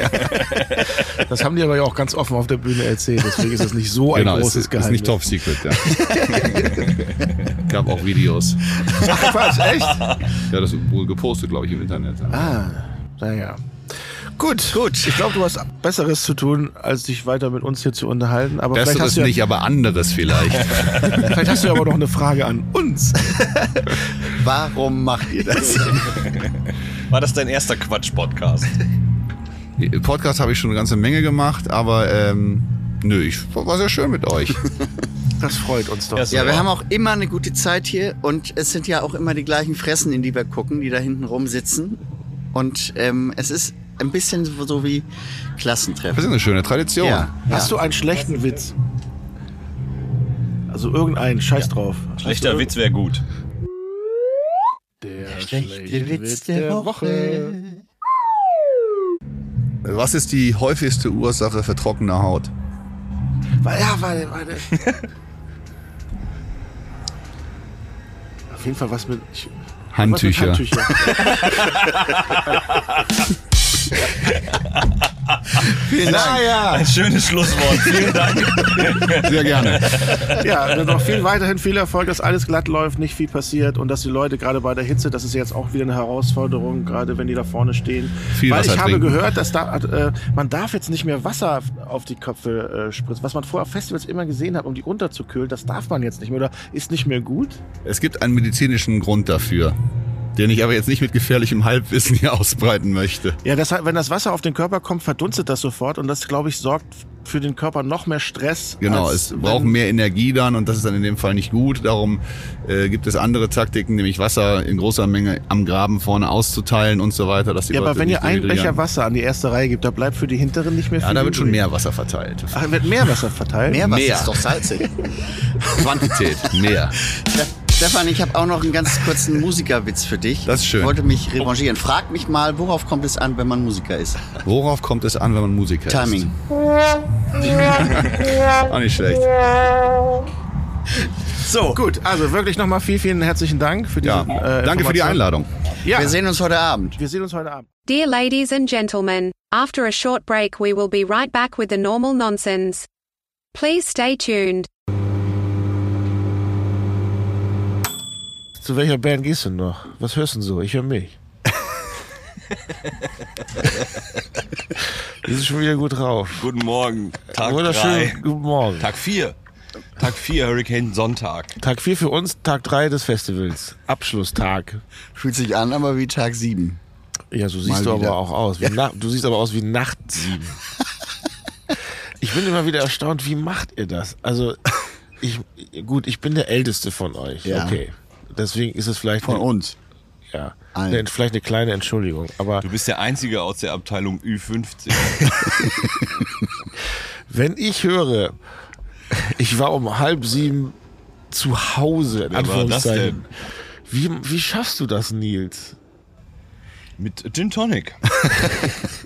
[SPEAKER 3] Das haben die aber ja auch ganz offen auf der Bühne erzählt, deswegen ist das nicht so ein
[SPEAKER 4] Genau, ist,
[SPEAKER 3] großes
[SPEAKER 4] ist
[SPEAKER 3] Geheimnis.
[SPEAKER 4] nicht Top Secret. Ja. Gab auch Videos.
[SPEAKER 3] Ach, Quatsch, echt?
[SPEAKER 4] Ja, das wurde gepostet, glaube ich, im Internet.
[SPEAKER 3] Ah, naja. Gut, gut. Ich glaube, du hast Besseres zu tun, als dich weiter mit uns hier zu unterhalten. Aber vielleicht hast,
[SPEAKER 4] Besseres
[SPEAKER 3] du ja,
[SPEAKER 4] nicht, aber anderes vielleicht.
[SPEAKER 3] vielleicht hast du ja aber noch eine Frage an uns.
[SPEAKER 8] Warum macht ihr das?
[SPEAKER 5] war das dein erster Quatsch-Podcast?
[SPEAKER 4] Podcast habe ich schon eine ganze Menge gemacht, aber ähm, nö, ich war sehr schön mit euch.
[SPEAKER 3] Das freut uns doch.
[SPEAKER 8] Ja, wir
[SPEAKER 5] super.
[SPEAKER 8] haben auch immer eine gute Zeit hier und es sind ja auch immer die gleichen Fressen, in die wir gucken, die da hinten rumsitzen. Und ähm, es ist ein bisschen so so wie
[SPEAKER 4] Das
[SPEAKER 8] Klassentreffen.
[SPEAKER 4] ist eine schöne Tradition.
[SPEAKER 8] Ja, ja.
[SPEAKER 3] Hast du einen schlechten Witz? Also irgendeinen, scheiß drauf.
[SPEAKER 5] Schlechter Witz wäre gut.
[SPEAKER 3] Der schlechte Witz der Woche.
[SPEAKER 4] Was ist die häufigste Ursache für trockene Haut?
[SPEAKER 3] Wa- Ja, warte, warte. Auf jeden Fall was mit. Ich,
[SPEAKER 4] Handtücher.
[SPEAKER 3] Was mit Handtücher.
[SPEAKER 8] Äh,
[SPEAKER 4] Vielen Dank.
[SPEAKER 5] Ein schönes Schlusswort. Vielen Dank.
[SPEAKER 4] Sehr gerne.
[SPEAKER 3] ja, dann noch viel weiterhin viel Erfolg, dass alles glatt läuft, nicht viel passiert und dass die Leute gerade bei der Hitze, das ist jetzt auch wieder eine Herausforderung, gerade wenn die da vorne stehen.
[SPEAKER 4] Viel
[SPEAKER 3] Weil
[SPEAKER 4] Wasser
[SPEAKER 3] ich habe
[SPEAKER 4] trinken.
[SPEAKER 3] gehört, dass da, äh, man darf jetzt nicht mehr Wasser auf die Köpfe äh, spritzen, was man vorher auf Festivals immer gesehen hat, um die runterzukühlen, das darf man jetzt nicht mehr oder ist nicht mehr gut.
[SPEAKER 4] Es gibt einen medizinischen Grund dafür, den ich aber jetzt nicht mit gefährlichem Halbwissen hier ausbreiten möchte.
[SPEAKER 3] Ja, das, wenn das Wasser auf den Körper kommt, verdunstet das sofort und das, glaube ich, sorgt für den Körper noch mehr Stress.
[SPEAKER 4] Genau,
[SPEAKER 3] als
[SPEAKER 4] es braucht
[SPEAKER 3] wenn-
[SPEAKER 4] mehr Energie dann und das ist dann in dem Fall nicht gut. Darum äh, gibt es andere Taktiken, nämlich Wasser in großer Menge am Graben vorne auszuteilen und so weiter. Dass die
[SPEAKER 3] Ja, aber
[SPEAKER 4] Leute
[SPEAKER 3] wenn
[SPEAKER 4] nicht
[SPEAKER 3] ihr einen
[SPEAKER 4] dehydrieren.
[SPEAKER 3] Becher Wasser an die erste Reihe gibt, da bleibt für die hinteren nicht mehr viel
[SPEAKER 4] Ja, da wird schon
[SPEAKER 3] übrig.
[SPEAKER 4] mehr Wasser verteilt.
[SPEAKER 3] Ach, wird mehr Wasser verteilt?
[SPEAKER 8] Mehr Wasser
[SPEAKER 4] Mehr.
[SPEAKER 8] ist doch salzig.
[SPEAKER 4] Quantität, mehr.
[SPEAKER 8] Ste- Stefan, ich habe auch noch einen ganz kurzen Musikerwitz für dich.
[SPEAKER 4] Das ist schön.
[SPEAKER 8] Ich wollte mich revanchieren. Frag mich mal, worauf kommt es an, wenn man Musiker ist?
[SPEAKER 4] Worauf kommt es an, wenn man Musiker ist?
[SPEAKER 8] Timing.
[SPEAKER 4] Auch nicht schlecht.
[SPEAKER 3] So. Gut, also wirklich nochmal vielen, vielen herzlichen Dank für diese
[SPEAKER 4] Ja,
[SPEAKER 3] äh,
[SPEAKER 4] danke für die
[SPEAKER 3] Information.
[SPEAKER 4] Einladung.
[SPEAKER 3] Ja,
[SPEAKER 8] Wir sehen uns heute Abend.
[SPEAKER 3] wir sehen uns heute Abend.
[SPEAKER 11] Dear ladies and gentlemen, after a short break, we will be right back with the normal nonsense. Please stay tuned.
[SPEAKER 3] Zu welcher Band gehst du noch? Was hörst du denn so? Ich höre mich. Wir sind schon wieder gut drauf.
[SPEAKER 5] Guten Morgen. Tag
[SPEAKER 3] Wunderschön,
[SPEAKER 5] 3.
[SPEAKER 3] guten Morgen.
[SPEAKER 5] Tag 4. Tag 4, Hurricane Sonntag.
[SPEAKER 3] Tag 4 für uns, Tag 3 des Festivals. Abschlusstag.
[SPEAKER 8] Fühlt sich an, aber wie Tag sieben.
[SPEAKER 3] Ja, so siehst
[SPEAKER 8] Mal
[SPEAKER 3] du
[SPEAKER 8] wieder.
[SPEAKER 3] aber auch aus. Wie Na- du siehst aber aus wie Nacht 7. ich bin immer wieder erstaunt, wie macht ihr das? Also, ich, gut, ich bin der Älteste von euch.
[SPEAKER 8] Ja.
[SPEAKER 3] Okay. Deswegen ist es vielleicht
[SPEAKER 8] Von
[SPEAKER 3] eine-
[SPEAKER 8] uns.
[SPEAKER 3] Ja.
[SPEAKER 8] Allen.
[SPEAKER 3] Ne, vielleicht eine kleine Entschuldigung. Aber
[SPEAKER 5] Du bist der Einzige aus der Abteilung Ü50.
[SPEAKER 3] wenn ich höre, ich war um halb sieben zu Hause, in
[SPEAKER 5] Wer war das
[SPEAKER 3] Anführungszeichen. Wie, wie schaffst du das, Nils?
[SPEAKER 5] Mit Gin Tonic.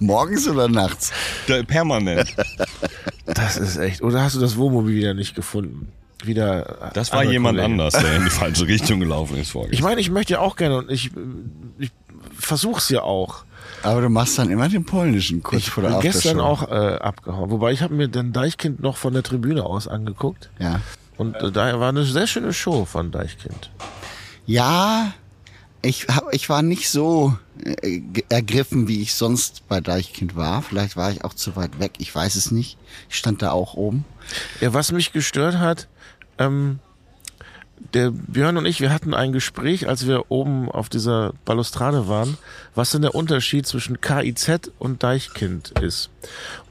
[SPEAKER 8] Morgens oder nachts?
[SPEAKER 5] Da- Permanent.
[SPEAKER 3] Das ist echt. Oder hast du das Wohnmobil wieder nicht gefunden? Wieder.
[SPEAKER 5] Das war
[SPEAKER 3] andere
[SPEAKER 5] jemand
[SPEAKER 3] Kollegen.
[SPEAKER 5] anders, der in die falsche Richtung gelaufen ist
[SPEAKER 3] Ich
[SPEAKER 5] vorgestern.
[SPEAKER 3] meine, ich möchte ja auch gerne und ich, äh, ich versuch's ja auch.
[SPEAKER 8] Aber du machst dann immer den polnischen kurz
[SPEAKER 3] Ich
[SPEAKER 8] vor der
[SPEAKER 3] bin gestern auch
[SPEAKER 8] Aftershow.
[SPEAKER 3] äh, abgehauen. Wobei ich habe mir dann Deichkind noch von der Tribüne aus angeguckt.
[SPEAKER 8] Ja.
[SPEAKER 3] Und äh, da war eine sehr schöne Show von Deichkind.
[SPEAKER 8] Ja, ich, hab, ich war nicht so äh, ge- ergriffen, wie ich sonst bei Deichkind war. Vielleicht war ich auch zu weit weg, ich weiß es nicht. Ich stand da auch oben.
[SPEAKER 3] Ja, was mich gestört hat, ähm, der Björn und ich, wir hatten ein Gespräch, als wir oben auf dieser Balustrade waren, was denn der Unterschied zwischen KIZ und Deichkind ist.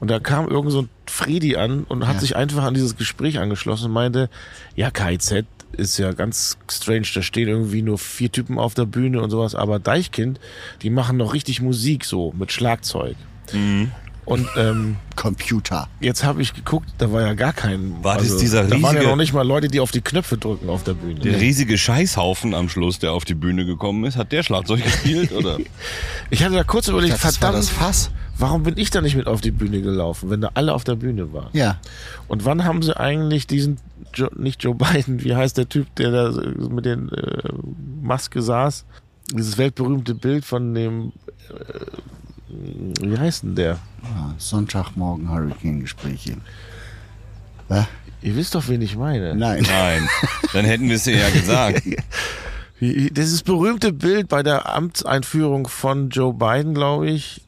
[SPEAKER 3] Und da kam irgend so ein Fredi an und hat sich einfach an dieses Gespräch angeschlossen und meinte, ja, KIZ ist ja ganz strange, da stehen irgendwie nur vier Typen auf der Bühne und sowas, aber Deichkind, die machen noch richtig Musik so mit Schlagzeug.
[SPEAKER 5] Mhm.
[SPEAKER 3] Und ähm,
[SPEAKER 8] Computer.
[SPEAKER 3] Jetzt habe ich geguckt, da war ja gar kein. also,
[SPEAKER 5] War das dieser
[SPEAKER 3] Da waren ja
[SPEAKER 5] riesige-
[SPEAKER 3] noch nicht mal Leute, die auf die Knöpfe drücken auf der Bühne.
[SPEAKER 5] Der riesige Scheißhaufen am Schluss, der auf die Bühne gekommen ist, hat der Schlagzeug gespielt, oder?
[SPEAKER 3] Ich hatte da kurz überlegt,
[SPEAKER 5] dachte, das war
[SPEAKER 3] verdammt,
[SPEAKER 5] das
[SPEAKER 8] Fass.
[SPEAKER 3] warum bin ich da nicht mit auf die Bühne gelaufen, wenn da alle auf der Bühne waren?
[SPEAKER 8] Ja.
[SPEAKER 3] Und wann haben sie eigentlich diesen, jo nicht Joe Biden, wie heißt der Typ, der da mit den äh, Maske saß? Dieses weltberühmte Bild von dem, äh, wie heißt denn der?
[SPEAKER 8] Ah, Sonntagmorgen Hurricane-Gespräche.
[SPEAKER 3] Ihr wisst doch, wen ich meine.
[SPEAKER 8] Nein.
[SPEAKER 5] Nein, dann hätten wir es dir ja gesagt.
[SPEAKER 3] Wie- Dieses berühmte Bild bei der Amtseinführung von Joe Biden, glaube ich.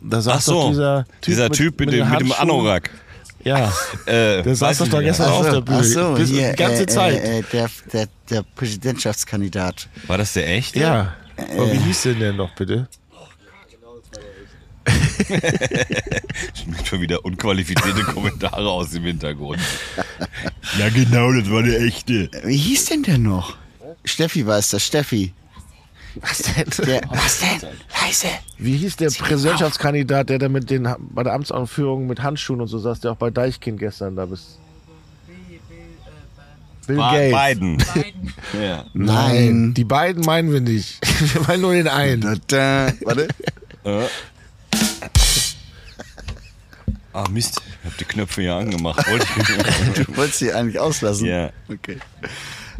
[SPEAKER 3] Da
[SPEAKER 5] Ach
[SPEAKER 3] saß
[SPEAKER 5] so,
[SPEAKER 3] doch dieser Typ,
[SPEAKER 5] mit, dem,
[SPEAKER 3] den
[SPEAKER 5] mit dem
[SPEAKER 3] Handschuhen.
[SPEAKER 5] Anorak.
[SPEAKER 3] Ja.
[SPEAKER 5] Äh,
[SPEAKER 3] Der saß
[SPEAKER 5] weiß
[SPEAKER 3] doch
[SPEAKER 5] ich
[SPEAKER 3] da
[SPEAKER 5] nicht.
[SPEAKER 3] gestern auf der Bühne.
[SPEAKER 8] Ach so,
[SPEAKER 3] Bis-
[SPEAKER 8] hier,
[SPEAKER 3] die ganze
[SPEAKER 8] äh,
[SPEAKER 3] Zeit.
[SPEAKER 8] Äh, äh, der, der, der Präsidentschaftskandidat.
[SPEAKER 5] War das der echte?
[SPEAKER 3] Ja. Aber
[SPEAKER 8] Äh.
[SPEAKER 3] wie hieß denn der noch bitte?
[SPEAKER 5] Ich merke schon wieder unqualifizierte Kommentare aus dem Hintergrund. Ja, genau, das war der echte.
[SPEAKER 8] Wie hieß denn der noch? Steffi weiß das, Steffi. Was denn? Der, was denn? Leise.
[SPEAKER 3] Wie hieß der Präsidentschaftskandidat, der da mit den, bei der Amtsanführung mit Handschuhen und so saß, der auch bei Deichkind gestern da bist? Bill
[SPEAKER 5] Ba-
[SPEAKER 3] Gates.
[SPEAKER 5] Biden. Ja.
[SPEAKER 3] Nein, die beiden meinen wir nicht. Wir meinen nur den einen.
[SPEAKER 8] warte.
[SPEAKER 5] Äh. Ah, Mist. Ich hab die Knöpfe ja angemacht. Wollte ich.
[SPEAKER 8] Du wolltest sie eigentlich auslassen.
[SPEAKER 5] Ja.
[SPEAKER 8] Okay.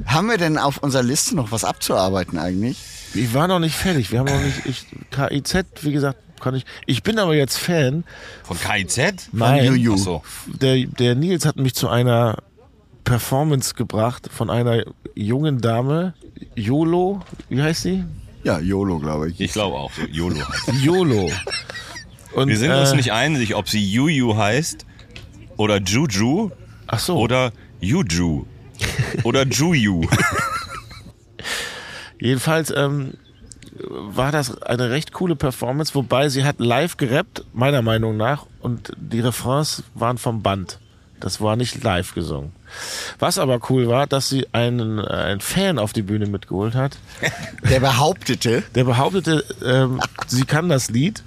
[SPEAKER 8] Haben wir denn auf unserer Liste noch was abzuarbeiten eigentlich?
[SPEAKER 3] Ich war noch nicht fertig. Wir haben noch nicht. Ich, KIZ, wie gesagt, kann ich. Ich bin aber jetzt Fan.
[SPEAKER 5] Von KIZ?
[SPEAKER 3] Nein.
[SPEAKER 5] Von Juju. Ach so.
[SPEAKER 3] Der, der Nils hat mich zu einer Performance gebracht von einer jungen Dame. YOLO, wie heißt sie?
[SPEAKER 8] Ja, YOLO, glaube ich.
[SPEAKER 5] Ich glaube auch, so YOLO heißt.
[SPEAKER 3] YOLO. Und,
[SPEAKER 5] Wir sind uns
[SPEAKER 3] äh,
[SPEAKER 5] nicht einig, ob sie Juju heißt oder Juju
[SPEAKER 3] Ach so.
[SPEAKER 5] oder Juju oder Juju.
[SPEAKER 3] Jedenfalls ähm, war das eine recht coole Performance, wobei sie hat live gerappt, meiner Meinung nach, und die Refrains waren vom Band. Das war nicht live gesungen. Was aber cool war, dass sie einen, äh, einen Fan auf die Bühne mitgeholt hat.
[SPEAKER 8] Der behauptete.
[SPEAKER 3] Der behauptete, ähm, sie kann das Lied,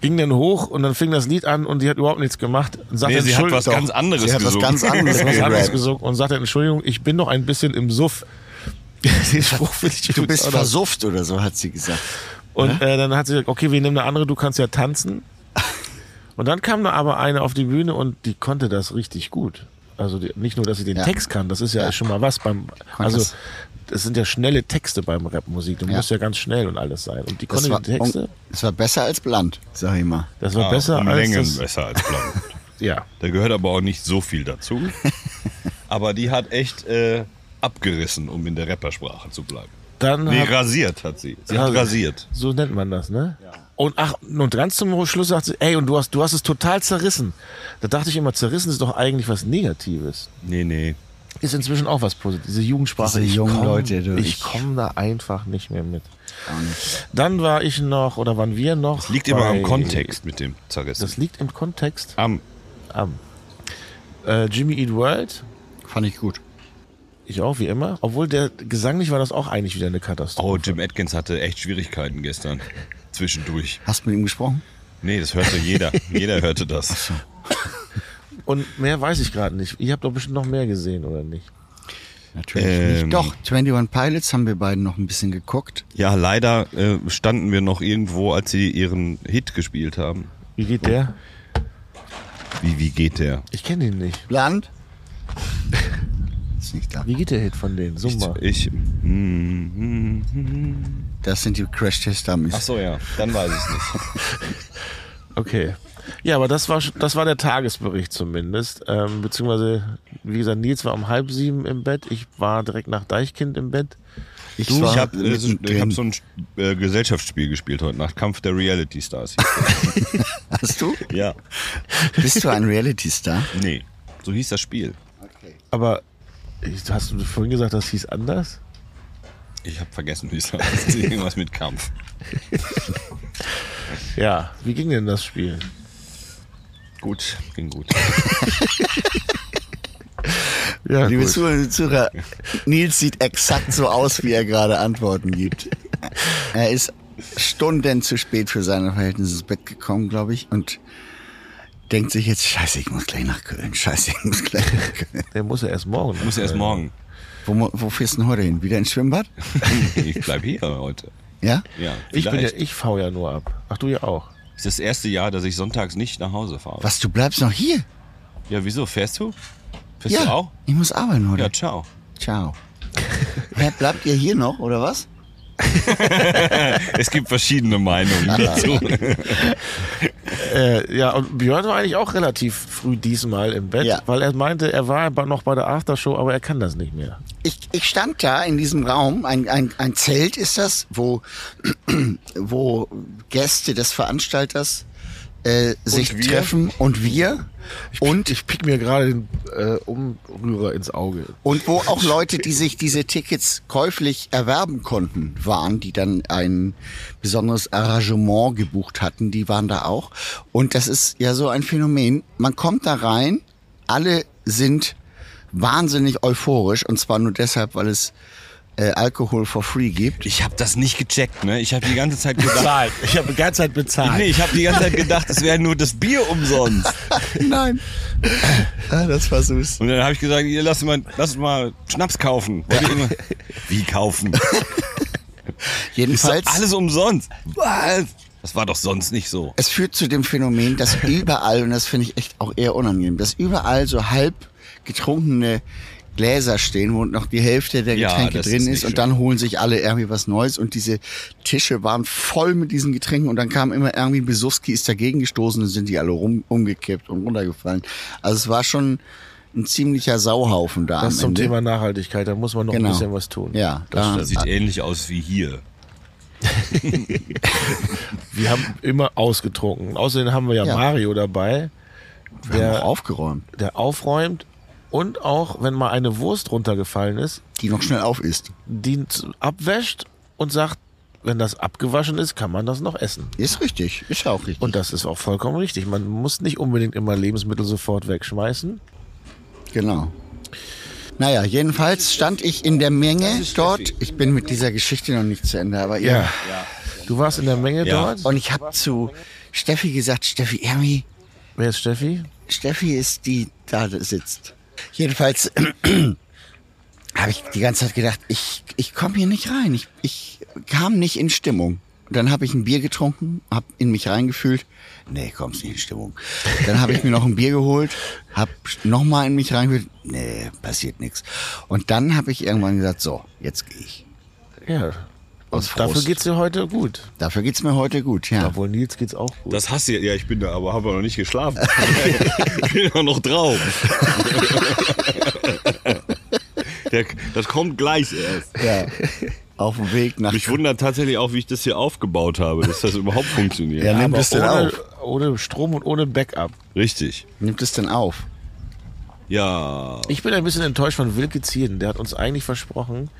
[SPEAKER 3] ging dann hoch und dann fing das Lied an und sie hat überhaupt nichts gemacht. Und sagte,
[SPEAKER 5] Nee, sie hat
[SPEAKER 3] "Entschuldigung,
[SPEAKER 5] was ganz anderes Ah,
[SPEAKER 8] Sie hat was
[SPEAKER 5] gesungen.
[SPEAKER 8] ganz anderes
[SPEAKER 3] was anderes
[SPEAKER 8] gerappt.
[SPEAKER 3] gesungen und sagte, Entschuldigung, ich bin noch ein bisschen im Suff. Den Spruch finde ich
[SPEAKER 8] Du bist
[SPEAKER 3] auch noch-
[SPEAKER 8] versufft oder so, hat sie gesagt.
[SPEAKER 3] Und äh, dann hat sie gesagt, okay, wir nehmen eine andere, du kannst ja tanzen. Und dann kam da aber eine auf die Bühne und die konnte das richtig gut. Also die, nicht nur, dass sie den
[SPEAKER 8] Ja.
[SPEAKER 3] Text kann, das ist ja, schon mal was beim.
[SPEAKER 8] Konnte
[SPEAKER 3] Also
[SPEAKER 8] es.
[SPEAKER 3] es sind ja schnelle Texte beim Rapmusik. Du
[SPEAKER 8] Ja.
[SPEAKER 3] musst ja ganz schnell und alles sein. Und die
[SPEAKER 8] Das
[SPEAKER 3] konnte
[SPEAKER 8] war,
[SPEAKER 3] die Texte.
[SPEAKER 8] das war besser als Bland, sag ich mal.
[SPEAKER 3] Das war besser
[SPEAKER 5] um
[SPEAKER 3] als
[SPEAKER 5] Längen
[SPEAKER 3] das,
[SPEAKER 5] besser als Blond.
[SPEAKER 3] Ja.
[SPEAKER 5] Da gehört aber auch nicht so viel dazu. Aber die hat echt äh, abgerissen, um in der Rappersprache zu bleiben.
[SPEAKER 3] Dann
[SPEAKER 5] Nee,
[SPEAKER 3] hab-
[SPEAKER 5] rasiert hat sie. Sie hat
[SPEAKER 3] Ja,
[SPEAKER 5] rasiert.
[SPEAKER 3] So nennt man das, ne? Und ach, und ganz zum Schluss sagt sie, ey, und du hast, du hast es total zerrissen. Da dachte ich immer, zerrissen ist doch eigentlich was Negatives.
[SPEAKER 5] Nee, nee.
[SPEAKER 3] Ist inzwischen auch was Positives. Diese Jugendsprache.
[SPEAKER 8] Diese
[SPEAKER 3] ich
[SPEAKER 8] jungen
[SPEAKER 3] komm,
[SPEAKER 8] Leute, du,
[SPEAKER 3] Ich
[SPEAKER 8] ich-
[SPEAKER 3] komme da einfach nicht mehr mit. Dann war ich noch, oder waren wir noch?
[SPEAKER 5] Liegt immer
[SPEAKER 3] bei-
[SPEAKER 5] am Kontext mit dem Zerrissen.
[SPEAKER 3] Das liegt im Kontext.
[SPEAKER 5] am.
[SPEAKER 3] Am. Äh, Jimmy Eat World.
[SPEAKER 8] Fand ich gut.
[SPEAKER 3] Ich auch, wie immer. Obwohl der gesanglich war das auch eigentlich wieder eine Katastrophe.
[SPEAKER 5] Oh, Jim Atkins hatte echt Schwierigkeiten gestern. Zwischendurch.
[SPEAKER 8] Hast du mit ihm gesprochen?
[SPEAKER 5] Nee, das hörte jeder. jeder hörte das.
[SPEAKER 3] Und mehr weiß ich gerade nicht. Ihr habt doch bestimmt noch mehr gesehen, oder nicht?
[SPEAKER 8] Natürlich
[SPEAKER 5] Ähm.
[SPEAKER 8] nicht. Doch, 21 Pilots haben wir beiden noch ein bisschen geguckt.
[SPEAKER 5] Ja, leider äh, standen wir noch irgendwo, als sie ihren Hit gespielt haben.
[SPEAKER 3] Wie geht der?
[SPEAKER 5] Wie, wie geht der?
[SPEAKER 3] Ich kenne ihn nicht.
[SPEAKER 8] Bland? Ist nicht da.
[SPEAKER 3] Wie geht der Hit von denen? Summ mal.
[SPEAKER 5] Ich. hm? Mm, mm, mm.
[SPEAKER 8] Das sind die Crash Test Dummies.
[SPEAKER 5] Ach so, ja, dann weiß ich nicht.
[SPEAKER 3] Okay. Ja, aber das war sch- das war der Tagesbericht zumindest. Ähm, beziehungsweise, wie gesagt, Nils war um halb sieben im Bett. Ich war direkt nach Deichkind im Bett.
[SPEAKER 8] Ich,
[SPEAKER 5] Du,
[SPEAKER 8] war
[SPEAKER 5] ich habe äh, so-
[SPEAKER 8] mittendrin.
[SPEAKER 5] ich hab so ein äh, Gesellschaftsspiel gespielt heute Nacht. Kampf der Reality Stars.
[SPEAKER 8] Hast du?
[SPEAKER 5] ja.
[SPEAKER 8] Bist du ein Reality Star?
[SPEAKER 5] Nee, so hieß das Spiel.
[SPEAKER 3] Aber Hast du vorhin gesagt, das hieß anders?
[SPEAKER 5] Ich habe vergessen, wie es heißt. Irgendwas mit Kampf.
[SPEAKER 3] Ja, wie ging denn das Spiel?
[SPEAKER 5] Gut, ging gut.
[SPEAKER 3] Ja,
[SPEAKER 8] Liebe
[SPEAKER 3] gut.
[SPEAKER 8] Zuhörer, liebe Zuhörer, Nils sieht exakt so aus, wie er gerade Antworten gibt. Er ist Stunden zu spät für seine Verhältnisse ins Bett gekommen, glaube ich, und denkt sich jetzt, scheiße, ich muss gleich nach Köln, scheiße, ich muss gleich nach Köln.
[SPEAKER 3] Der muss ja erst morgen.
[SPEAKER 5] Muss erst morgen.
[SPEAKER 8] Wo, mo- wo fährst du denn heute hin? Wieder ins Schwimmbad?
[SPEAKER 5] Ich bleib hier heute.
[SPEAKER 8] Ja?
[SPEAKER 5] Ja,
[SPEAKER 3] Ich, bin ja,
[SPEAKER 5] vielleicht.
[SPEAKER 3] ich fau ja nur ab. Ach, du ja auch.
[SPEAKER 5] Das ist das erste Jahr, dass ich sonntags nicht nach Hause fahre.
[SPEAKER 8] Was, du bleibst noch hier?
[SPEAKER 5] Ja, wieso? Fährst du? Fährst
[SPEAKER 8] ja,
[SPEAKER 5] du auch?
[SPEAKER 8] ich muss arbeiten heute.
[SPEAKER 5] Ja, ciao.
[SPEAKER 8] Ciao. Hä, bleibt ihr hier noch, oder was?
[SPEAKER 5] es gibt verschiedene Meinungen dazu.
[SPEAKER 3] Äh, ja, und Björn war eigentlich auch relativ früh diesmal im Bett,
[SPEAKER 8] Ja.
[SPEAKER 3] weil er meinte, er war ba- noch bei der Aftershow, aber er kann das nicht mehr.
[SPEAKER 8] ich, ich stand da in diesem Raum, ein, ein, ein Zelt ist das, wo, wo Gäste des Veranstalters äh, sich
[SPEAKER 5] wir?
[SPEAKER 8] treffen und wir und,
[SPEAKER 3] Ich pick mir gerade den äh, Umrührer ins Auge.
[SPEAKER 8] und wo auch Leute, die sich diese Tickets käuflich erwerben konnten, waren, die dann ein besonderes Arrangement gebucht hatten, die waren da auch. Und das ist ja so ein Phänomen. Man kommt da rein, alle sind wahnsinnig euphorisch und zwar nur deshalb, weil es äh, Alkohol for free gibt.
[SPEAKER 5] Ich habe das nicht gecheckt, ne? Ich habe die ganze Zeit gedacht,
[SPEAKER 3] Ich habe die ganze Zeit bezahlt.
[SPEAKER 5] nee, ich habe die ganze Zeit gedacht, es wäre nur das Bier umsonst.
[SPEAKER 8] Nein. Ah, das war süß.
[SPEAKER 5] Und dann habe ich gesagt, ihr lasst mal, lasst mal Schnaps kaufen. Wollt ihr immer- Wie kaufen? Ist doch
[SPEAKER 8] Jedenfalls,
[SPEAKER 5] alles umsonst. Was? Das war doch sonst nicht so.
[SPEAKER 8] es führt zu dem Phänomen, dass überall, und das finde ich echt auch eher unangenehm, dass überall so halb getrunkene Gläser stehen, wo noch die Hälfte der
[SPEAKER 5] Ja,
[SPEAKER 8] Getränke
[SPEAKER 5] das
[SPEAKER 8] drin
[SPEAKER 5] ist
[SPEAKER 8] ist,
[SPEAKER 5] nicht
[SPEAKER 8] und
[SPEAKER 5] schön.
[SPEAKER 8] dann holen sich alle irgendwie was Neues und diese Tische waren voll mit diesen Getränken und dann kam immer irgendwie Besuski ist dagegen gestoßen und sind die alle rum, umgekippt und runtergefallen. Also es war schon ein ziemlicher Sauhaufen da
[SPEAKER 3] Das
[SPEAKER 8] am
[SPEAKER 3] zum
[SPEAKER 8] Ende.
[SPEAKER 3] Thema Nachhaltigkeit, da muss man noch
[SPEAKER 8] Genau.
[SPEAKER 3] ein bisschen was tun.
[SPEAKER 8] Ja, da,
[SPEAKER 5] Das sieht ähnlich aus wie hier.
[SPEAKER 3] Wir haben immer ausgetrunken. Außerdem haben wir ja,
[SPEAKER 8] Ja.
[SPEAKER 3] Mario dabei,
[SPEAKER 8] wir haben
[SPEAKER 3] der-
[SPEAKER 8] auch aufgeräumt,
[SPEAKER 3] der aufräumt und auch, wenn mal eine Wurst runtergefallen ist,
[SPEAKER 8] die noch schnell auf ist.
[SPEAKER 3] die z- abwäscht und sagt, wenn das abgewaschen ist, kann man das noch essen.
[SPEAKER 8] Ist richtig, ist auch richtig.
[SPEAKER 3] Und das ist auch vollkommen richtig. Man muss nicht unbedingt immer Lebensmittel sofort wegschmeißen.
[SPEAKER 8] Genau. Naja, jedenfalls stand ich in der Menge dort. Ich bin mit dieser Geschichte noch nicht zu Ende, aber ja.
[SPEAKER 3] Du warst in der Menge
[SPEAKER 5] Ja.
[SPEAKER 3] dort.
[SPEAKER 8] Und ich habe zu Steffi gesagt, Steffi, irgendwie,
[SPEAKER 3] Wer ist Steffi?
[SPEAKER 8] Steffi ist die, da sitzt. Jedenfalls habe ich die ganze Zeit gedacht, ich, ich komme hier nicht rein. Ich, ich kam nicht in Stimmung. Und Dann habe ich ein Bier getrunken, habe in mich reingefühlt. Nee, kommst nicht in Stimmung. Dann habe ich mir noch ein Bier geholt, habe nochmal in mich reingefühlt. Nee, passiert nichts. Und dann habe ich irgendwann gesagt, so, jetzt gehe ich.
[SPEAKER 3] Ja.
[SPEAKER 8] Aus
[SPEAKER 3] Und dafür
[SPEAKER 8] Frust.
[SPEAKER 3] geht's dir heute gut.
[SPEAKER 8] Dafür geht's mir heute gut, ja.
[SPEAKER 3] Obwohl Nils geht's auch gut.
[SPEAKER 5] Das hast du ja, ja, ich bin da, aber habe noch nicht geschlafen. bin auch noch drauf. Der, das kommt gleich erst.
[SPEAKER 8] ja. Auf dem Weg nach...
[SPEAKER 5] Mich wundert tatsächlich auch, wie ich das hier aufgebaut habe, dass das überhaupt funktioniert.
[SPEAKER 8] Ja, nimm
[SPEAKER 3] Aber
[SPEAKER 8] das denn
[SPEAKER 3] ohne,
[SPEAKER 8] auf.
[SPEAKER 3] ohne Strom und ohne Backup.
[SPEAKER 5] Richtig.
[SPEAKER 8] Nimmt es denn auf?
[SPEAKER 5] Ja.
[SPEAKER 3] Ich bin ein bisschen enttäuscht von Wilke Zieren. Der hat uns eigentlich versprochen,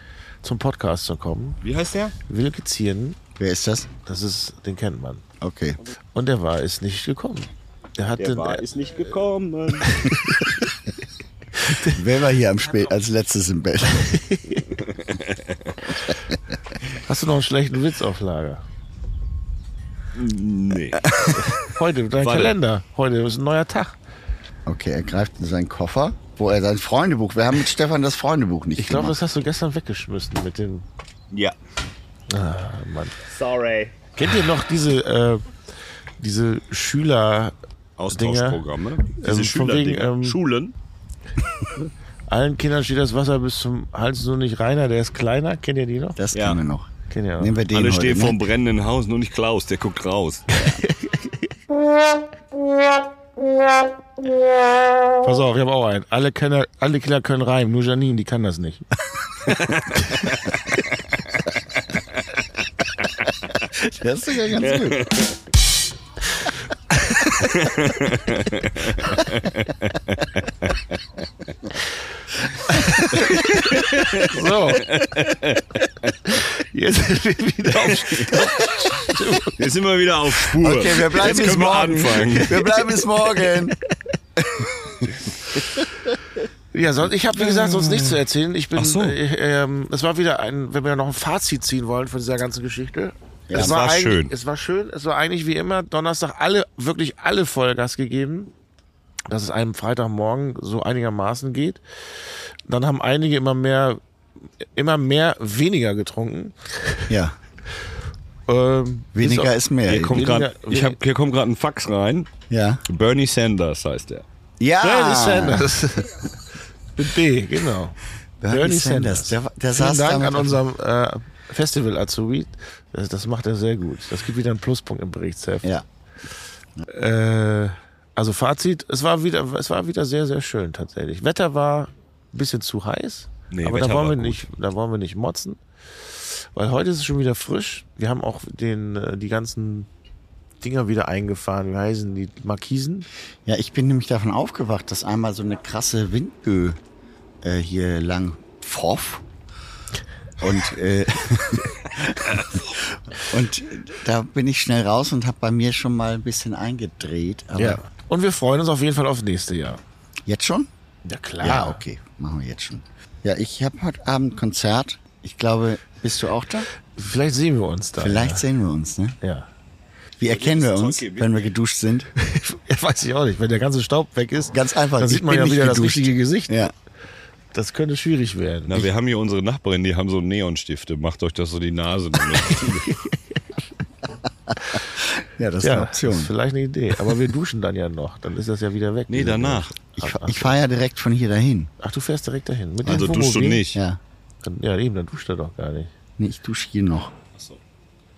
[SPEAKER 3] zum Podcast zu kommen.
[SPEAKER 5] Wie heißt der?
[SPEAKER 3] Wilke Zieren,
[SPEAKER 8] Wer ist das?
[SPEAKER 3] das ist, den kennt man.
[SPEAKER 8] Okay.
[SPEAKER 3] Und der war ist nicht gekommen. Der hat den, äh,
[SPEAKER 5] nicht gekommen.
[SPEAKER 8] Wer war hier am Spät als letztes im Bett?
[SPEAKER 3] Hast du noch einen schlechten Witz auf Lager?
[SPEAKER 5] Nee.
[SPEAKER 3] Heute, dein
[SPEAKER 5] Warte.
[SPEAKER 3] Kalender. Heute ist ein neuer Tag.
[SPEAKER 8] Okay, er greift in seinen Koffer, wo er sein Freundebuch. Wir haben mit Stefan das Freundebuch nicht
[SPEAKER 3] Ich glaube,
[SPEAKER 8] gemacht.
[SPEAKER 3] das hast du gestern weggeschmissen mit dem
[SPEAKER 5] Ja.
[SPEAKER 3] Ah, Mann. Sorry. Kennt ihr noch diese, äh, diese Schüler
[SPEAKER 5] Austauschprogramme. Diese
[SPEAKER 3] Ähm, von wegen,
[SPEAKER 5] Schülerdinger.
[SPEAKER 3] ähm,
[SPEAKER 5] Schulen.
[SPEAKER 3] Allen Kindern steht das Wasser bis zum Hals nur nicht reiner, der ist kleiner. Kennt ihr die noch?
[SPEAKER 8] Das
[SPEAKER 5] Ja.
[SPEAKER 8] kennen wir noch.
[SPEAKER 3] Kennt ihr noch?
[SPEAKER 8] Nehmen wir den
[SPEAKER 5] Alle
[SPEAKER 8] heute,
[SPEAKER 5] stehen
[SPEAKER 8] ne?
[SPEAKER 5] vorm brennenden Haus, nur nicht Klaus, der guckt raus.
[SPEAKER 3] Pass auf, ich habe auch einen. Alle, Kenner, alle Kinder können reimen, nur Janine, die kann das nicht.
[SPEAKER 8] Das ist ja ganz gut.
[SPEAKER 3] So. Jetzt sind wir wieder auf Spur.
[SPEAKER 5] Jetzt sind wir wieder auf Spur.
[SPEAKER 8] Okay, wir
[SPEAKER 5] Jetzt
[SPEAKER 8] bleiben bis
[SPEAKER 5] können wir
[SPEAKER 8] morgen.
[SPEAKER 5] anfangen.
[SPEAKER 8] Wir bleiben bis morgen.
[SPEAKER 3] Ja, sonst, ich habe, wie gesagt, sonst nichts zu erzählen. Ich bin,
[SPEAKER 5] Ach so.
[SPEAKER 3] äh, ähm, es war wieder ein, wenn wir noch ein Fazit ziehen wollen von dieser ganzen Geschichte.
[SPEAKER 5] Ja, es war
[SPEAKER 3] eigentlich-
[SPEAKER 5] schön.
[SPEAKER 3] Es war schön. Es war eigentlich wie immer Donnerstag alle, wirklich alle Vollgas gegeben, dass es einem Freitagmorgen so einigermaßen geht. Dann haben einige immer mehr, immer mehr weniger getrunken.
[SPEAKER 8] Ja,
[SPEAKER 3] Ähm,
[SPEAKER 8] weniger
[SPEAKER 3] bis
[SPEAKER 8] ist mehr.
[SPEAKER 5] Hier
[SPEAKER 8] eben.
[SPEAKER 5] kommt gerade
[SPEAKER 3] Weniger-
[SPEAKER 5] ein Fax rein.
[SPEAKER 8] Ja.
[SPEAKER 5] Bernie Sanders heißt er.
[SPEAKER 8] Ja.
[SPEAKER 3] auf- Bernie Sanders. Mit B, genau.
[SPEAKER 8] Bernie Sanders. Der, war- der
[SPEAKER 3] Vielen
[SPEAKER 8] saß
[SPEAKER 3] Dank
[SPEAKER 8] da
[SPEAKER 3] an unserem äh, Festival Azubi. Das, das macht er sehr gut. Das gibt wieder einen Pluspunkt im Berichtsheft.
[SPEAKER 8] Ja.
[SPEAKER 3] Äh, also Fazit, es war wieder, es war wieder sehr, sehr schön tatsächlich. Wetter war ein bisschen zu heiß,
[SPEAKER 5] Nee,
[SPEAKER 3] aber da
[SPEAKER 5] Wetter
[SPEAKER 3] wollen
[SPEAKER 5] war
[SPEAKER 3] wir
[SPEAKER 5] gut.
[SPEAKER 3] nicht, da wollen wir nicht motzen, weil heute ist es schon wieder frisch. Wir haben auch den, äh, die ganzen Dinger wieder eingefahren. Wie heißen die Markisen?
[SPEAKER 8] Ja, ich bin nämlich davon aufgewacht, dass einmal so eine krasse Windböe äh, hier lang pfoff. Und, äh, und da bin ich schnell raus und habe bei mir schon mal ein bisschen eingedreht. Aber
[SPEAKER 3] Ja. Und wir freuen uns auf jeden Fall aufs nächste Jahr.
[SPEAKER 8] Jetzt schon?
[SPEAKER 3] Ja klar.
[SPEAKER 8] Ja, ah, okay. Machen wir jetzt schon. Ja, ich habe heute Abend Konzert. Ich glaube, bist du auch da?
[SPEAKER 3] Vielleicht sehen wir uns da.
[SPEAKER 8] Vielleicht sehen wir uns, ne?
[SPEAKER 3] Ja.
[SPEAKER 8] Wie erkennen wir
[SPEAKER 5] Zeug
[SPEAKER 8] uns,
[SPEAKER 5] geben,
[SPEAKER 8] wenn wir geduscht sind?
[SPEAKER 3] Ja, weiß ich auch nicht. Wenn der ganze Staub weg ist,
[SPEAKER 8] Ganz einfach.
[SPEAKER 3] dann
[SPEAKER 8] ich
[SPEAKER 3] sieht man
[SPEAKER 8] bin
[SPEAKER 3] ja
[SPEAKER 8] nicht
[SPEAKER 3] wieder das
[SPEAKER 8] geduscht.
[SPEAKER 3] richtige Gesicht.
[SPEAKER 8] Ja.
[SPEAKER 3] Das könnte schwierig werden.
[SPEAKER 5] Na, wir haben hier unsere Nachbarin, die haben so Neonstifte. Macht euch das so die Nase. damit.
[SPEAKER 8] ja, das ist
[SPEAKER 3] ja,
[SPEAKER 8] eine
[SPEAKER 3] das ist
[SPEAKER 8] Option.
[SPEAKER 3] vielleicht eine Idee. Aber wir duschen dann ja noch. Dann ist das ja wieder weg.
[SPEAKER 5] nee, danach.
[SPEAKER 8] Ich, fa- ich fahre ja direkt von hier dahin.
[SPEAKER 3] Ach, du fährst direkt dahin. Mit dem
[SPEAKER 5] Also duschst du
[SPEAKER 3] Wohnmobil?
[SPEAKER 5] nicht.
[SPEAKER 8] Ja.
[SPEAKER 3] Dann, ja, eben, dann duscht er doch gar nicht.
[SPEAKER 8] Nee, ich dusche hier noch.
[SPEAKER 5] so.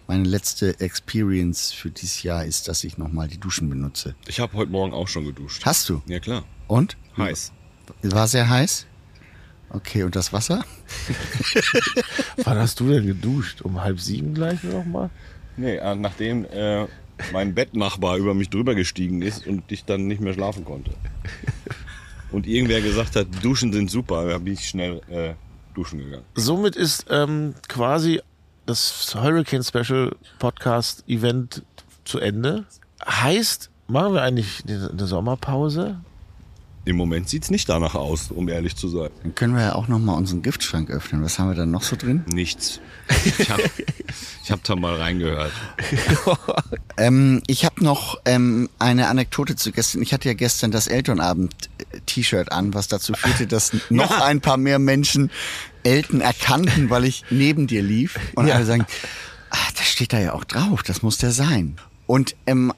[SPEAKER 8] Meine letzte Experience für dieses Jahr ist, dass ich nochmal die Duschen benutze.
[SPEAKER 5] Ich habe heute Morgen auch schon geduscht.
[SPEAKER 8] Hast du?
[SPEAKER 5] Ja klar.
[SPEAKER 8] Und?
[SPEAKER 5] Heiß.
[SPEAKER 8] War sehr heiß? Okay, und das Wasser?
[SPEAKER 3] Wann hast du denn geduscht? Um halb sieben gleich nochmal?
[SPEAKER 5] Nee, äh, nachdem äh, mein Bettnachbar über mich drüber gestiegen ist und ich dann nicht mehr schlafen konnte. Und irgendwer gesagt hat, Duschen sind super, da bin ich schnell äh, duschen gegangen.
[SPEAKER 3] Somit ist ähm, quasi das Hurricane Special Podcast Event zu Ende. Heißt, machen wir eigentlich eine eine Sommerpause?
[SPEAKER 5] Im Moment sieht's nicht danach aus, um ehrlich zu sein.
[SPEAKER 8] Dann können wir ja auch nochmal unseren Giftschrank öffnen. Was haben wir da noch so drin?
[SPEAKER 5] Nichts. Ich habe ich hab da mal reingehört.
[SPEAKER 8] Ähm, ich habe noch ähm, eine Anekdote zu gestern. Ich hatte ja gestern das Elternabend-T-Shirt an, was dazu führte, dass noch ein paar mehr Menschen Elton erkannten, weil ich neben dir lief. Und alle sagen, ach, das steht da ja auch drauf, das muss der sein. Und ähm,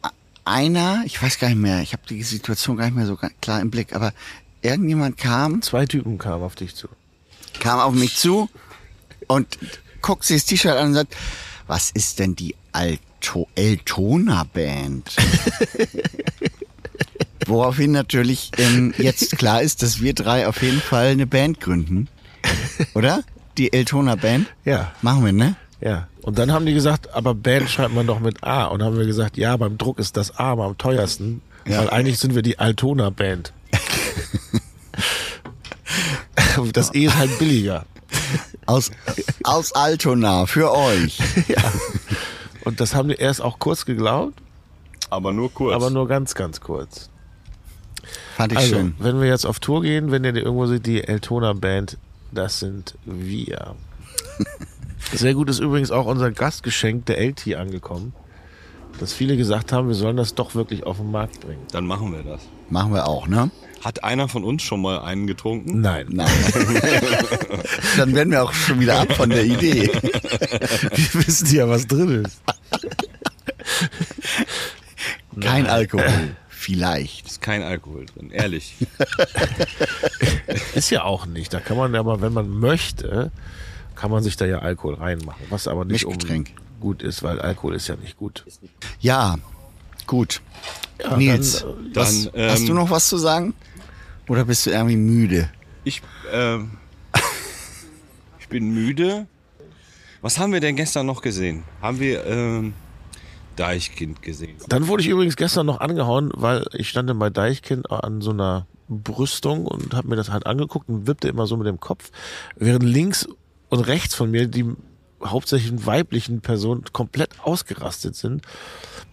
[SPEAKER 8] einer, ich weiß gar nicht mehr, ich habe die Situation gar nicht mehr so ga- klar im Blick, aber irgendjemand kam,
[SPEAKER 3] Zwei Typen kamen auf dich zu.
[SPEAKER 8] kam auf mich zu und guckt sich das T-Shirt an und sagt, was ist denn die Alto Eltona Band? Woraufhin natürlich ähm, jetzt klar ist, dass wir drei auf jeden Fall eine Band gründen. Oder? Die Eltona Band?
[SPEAKER 3] Ja.
[SPEAKER 8] Machen wir, ne?
[SPEAKER 3] Ja. Und dann haben die gesagt, aber Band schreibt man doch mit A. Und haben wir gesagt, ja, beim Druck ist das A aber am teuersten.
[SPEAKER 8] Ja.
[SPEAKER 3] Weil eigentlich sind wir die Altona Band. das E ist halt billiger.
[SPEAKER 8] Aus, aus Altona, für euch.
[SPEAKER 3] Und das haben die erst auch kurz geglaubt,
[SPEAKER 5] Aber nur kurz.
[SPEAKER 3] aber nur ganz, ganz kurz.
[SPEAKER 8] Fand ich
[SPEAKER 3] Also,
[SPEAKER 8] schön.
[SPEAKER 3] wenn wir jetzt auf Tour gehen, wenn ihr die irgendwo seht, die Eltona Band, das sind wir. Sehr gut ist übrigens auch unser Gastgeschenk der LT angekommen, dass viele gesagt haben, wir sollen das doch wirklich auf den Markt bringen.
[SPEAKER 5] Dann machen wir das.
[SPEAKER 8] Machen wir auch, ne?
[SPEAKER 5] Hat einer von uns schon mal einen getrunken?
[SPEAKER 3] Nein.
[SPEAKER 8] Nein. Dann werden wir auch schon wieder ab von der Idee.
[SPEAKER 3] Wir wissen ja, was drin ist.
[SPEAKER 8] Kein Alkohol. Vielleicht.
[SPEAKER 5] Ist kein Alkohol drin, ehrlich.
[SPEAKER 3] Ist ja auch nicht. Da kann man aber, wenn man möchte, kann man sich da ja Alkohol reinmachen. Was aber nicht
[SPEAKER 8] Mischgetränk.
[SPEAKER 3] um gut ist, weil Alkohol ist ja nicht gut.
[SPEAKER 8] Ja, gut.
[SPEAKER 3] Ja,
[SPEAKER 8] Nils,
[SPEAKER 3] dann, äh,
[SPEAKER 8] was,
[SPEAKER 5] dann, ähm,
[SPEAKER 8] hast du noch was zu sagen? Oder bist du irgendwie müde?
[SPEAKER 5] Ich, ähm, ich bin müde. Was haben wir denn gestern noch gesehen? Haben wir ähm, Deichkind gesehen.
[SPEAKER 3] Dann wurde ich übrigens gestern noch angehauen, weil ich stand dann bei Deichkind an so einer Brüstung und habe mir das halt angeguckt und wippte immer so mit dem Kopf, während links und rechts von mir die hauptsächlich weiblichen Personen komplett ausgerastet sind,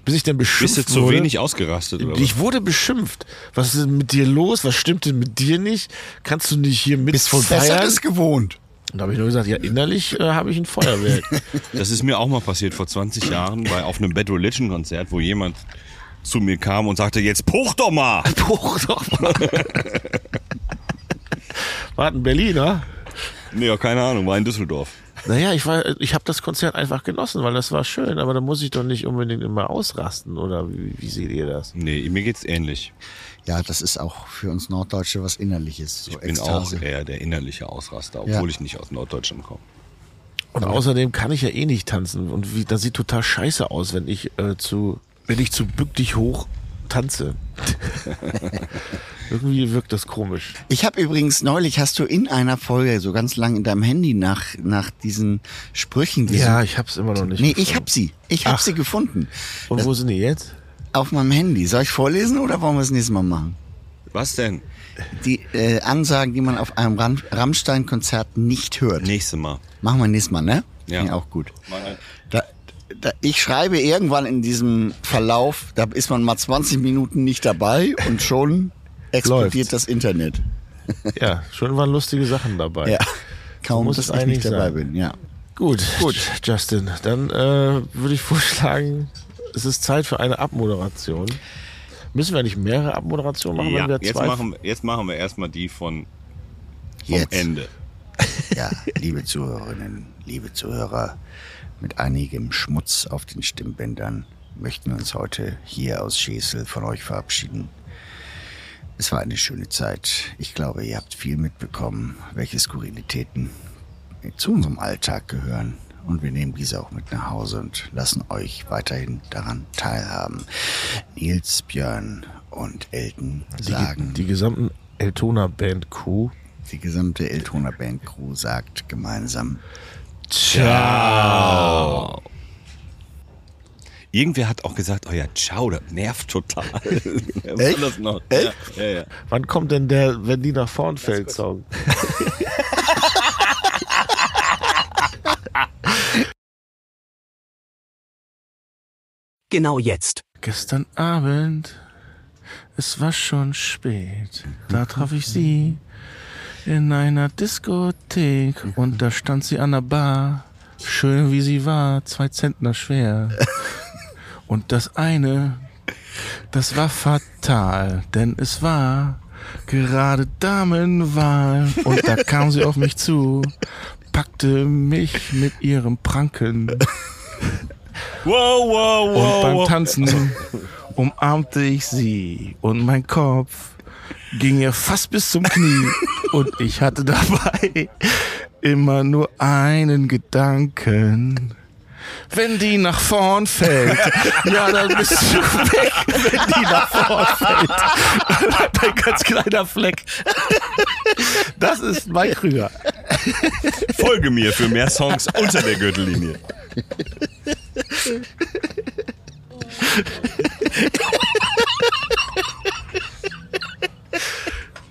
[SPEAKER 3] bis ich dann beschimpft
[SPEAKER 5] Bist du zu
[SPEAKER 3] wurde.
[SPEAKER 5] wenig ausgerastet oder
[SPEAKER 3] ich wurde beschimpft. Was ist denn mit dir los? Was stimmt denn mit dir nicht? Kannst du nicht hier mit
[SPEAKER 8] Bist Besseres gewohnt.
[SPEAKER 3] Und da habe ich nur gesagt, ja, innerlich äh, habe ich ein Feuerwerk.
[SPEAKER 5] Das ist mir auch mal passiert vor 20 Jahren bei auf einem Bad Religion Konzert, wo jemand zu mir kam und sagte, jetzt puch doch mal!
[SPEAKER 3] Puch doch mal! Warten, Berliner?
[SPEAKER 5] Nee, ja, keine Ahnung, war in Düsseldorf.
[SPEAKER 3] Naja, ich war, ich habe das Konzert einfach genossen, weil das war schön, aber da muss ich doch nicht unbedingt immer ausrasten, oder wie, wie seht ihr das?
[SPEAKER 5] Nee, mir geht's ähnlich.
[SPEAKER 8] Ja, das ist auch für uns Norddeutsche was Innerliches. So
[SPEAKER 5] Ich bin auch eher der innerliche Ausraster, obwohl
[SPEAKER 8] Ja.
[SPEAKER 5] ich nicht aus Norddeutschland komme.
[SPEAKER 3] Und außerdem kann ich ja eh nicht tanzen und wie, das sieht total scheiße aus, wenn ich äh, zu, wenn ich zu bück dich hoch tanze. Irgendwie wirkt das komisch.
[SPEAKER 8] Ich habe übrigens neulich, hast du in einer Folge so ganz lang in deinem Handy nach, nach diesen Sprüchen gesucht.
[SPEAKER 3] Ja, ich hab's immer noch nicht.
[SPEAKER 8] Nee,
[SPEAKER 3] gefunden.
[SPEAKER 8] ich hab sie. Ich hab
[SPEAKER 3] Ach.
[SPEAKER 8] sie gefunden.
[SPEAKER 3] Und wo sind die jetzt?
[SPEAKER 8] Auf meinem Handy. Soll ich vorlesen oder wollen wir es nächstes Mal machen?
[SPEAKER 5] Was denn?
[SPEAKER 8] Die äh, Ansagen, die man auf einem Ram Rammstein-Konzert nicht hört.
[SPEAKER 5] Nächstes Mal.
[SPEAKER 8] Machen wir nächstes Mal, ne?
[SPEAKER 5] Ja.
[SPEAKER 8] Finde ich auch gut.
[SPEAKER 5] Mal-
[SPEAKER 8] Da, da, ich schreibe irgendwann in diesem Verlauf, da ist man mal 20 Minuten nicht dabei und schon explodiert
[SPEAKER 3] Läuft.
[SPEAKER 8] das Internet.
[SPEAKER 3] Ja, schon waren lustige Sachen dabei.
[SPEAKER 8] Ja. Kaum,
[SPEAKER 3] muss
[SPEAKER 8] dass
[SPEAKER 3] es
[SPEAKER 8] ich
[SPEAKER 3] eigentlich
[SPEAKER 8] nicht dabei
[SPEAKER 3] sein.
[SPEAKER 8] bin, ja.
[SPEAKER 3] Gut, gut, Justin, dann äh, würde ich vorschlagen, es ist Zeit für eine Abmoderation. Müssen wir nicht mehrere Abmoderationen machen,
[SPEAKER 5] Ja,
[SPEAKER 3] wenn wir
[SPEAKER 5] jetzt
[SPEAKER 3] zwei
[SPEAKER 5] machen, jetzt machen wir erstmal die von vom
[SPEAKER 8] Jetzt.
[SPEAKER 5] Ende.
[SPEAKER 8] Ja, liebe Zuhörerinnen, liebe Zuhörer, mit einigem Schmutz auf den Stimmbändern möchten wir uns heute hier aus Schesel von euch verabschieden. Es war eine schöne Zeit. Ich glaube, ihr habt viel mitbekommen, welche Skurrilitäten zu unserem Alltag gehören. Und wir nehmen diese auch mit nach Hause und lassen euch weiterhin daran teilhaben. Nils, Björn und Elton sagen,
[SPEAKER 3] Die gesamten Eltona Band Crew.
[SPEAKER 8] die gesamte Eltoner Band Crew sagt gemeinsam,
[SPEAKER 5] Ciao! Irgendwer hat auch gesagt, oh ja, ciao, das nervt total. Wer war
[SPEAKER 8] Echt?
[SPEAKER 5] das noch?
[SPEAKER 8] Echt?
[SPEAKER 5] Ja, ja, ja.
[SPEAKER 3] Wann kommt denn der Wenn die nach vorn fällt Song?
[SPEAKER 7] Genau jetzt.
[SPEAKER 3] Gestern Abend, es war schon spät, da traf ich sie in einer Diskothek und da stand sie an der Bar, schön wie sie war, zwei Zentner schwer. Und das eine, das war fatal, denn es war gerade Damenwahl und da kam sie auf mich zu, packte mich mit ihrem Pranken.
[SPEAKER 5] Wow, wow, wow.
[SPEAKER 3] Und beim
[SPEAKER 5] wow.
[SPEAKER 3] Tanzen umarmte ich sie und mein Kopf ging ihr fast bis zum Knie und ich hatte dabei immer nur einen Gedanken. Wenn die nach vorn fällt, ja, dann bist du weg, wenn die nach vorn fällt. Dann hat ein ganz kleiner Fleck. Das ist Mike Krüger.
[SPEAKER 5] Folge mir für mehr Songs unter der Gürtellinie.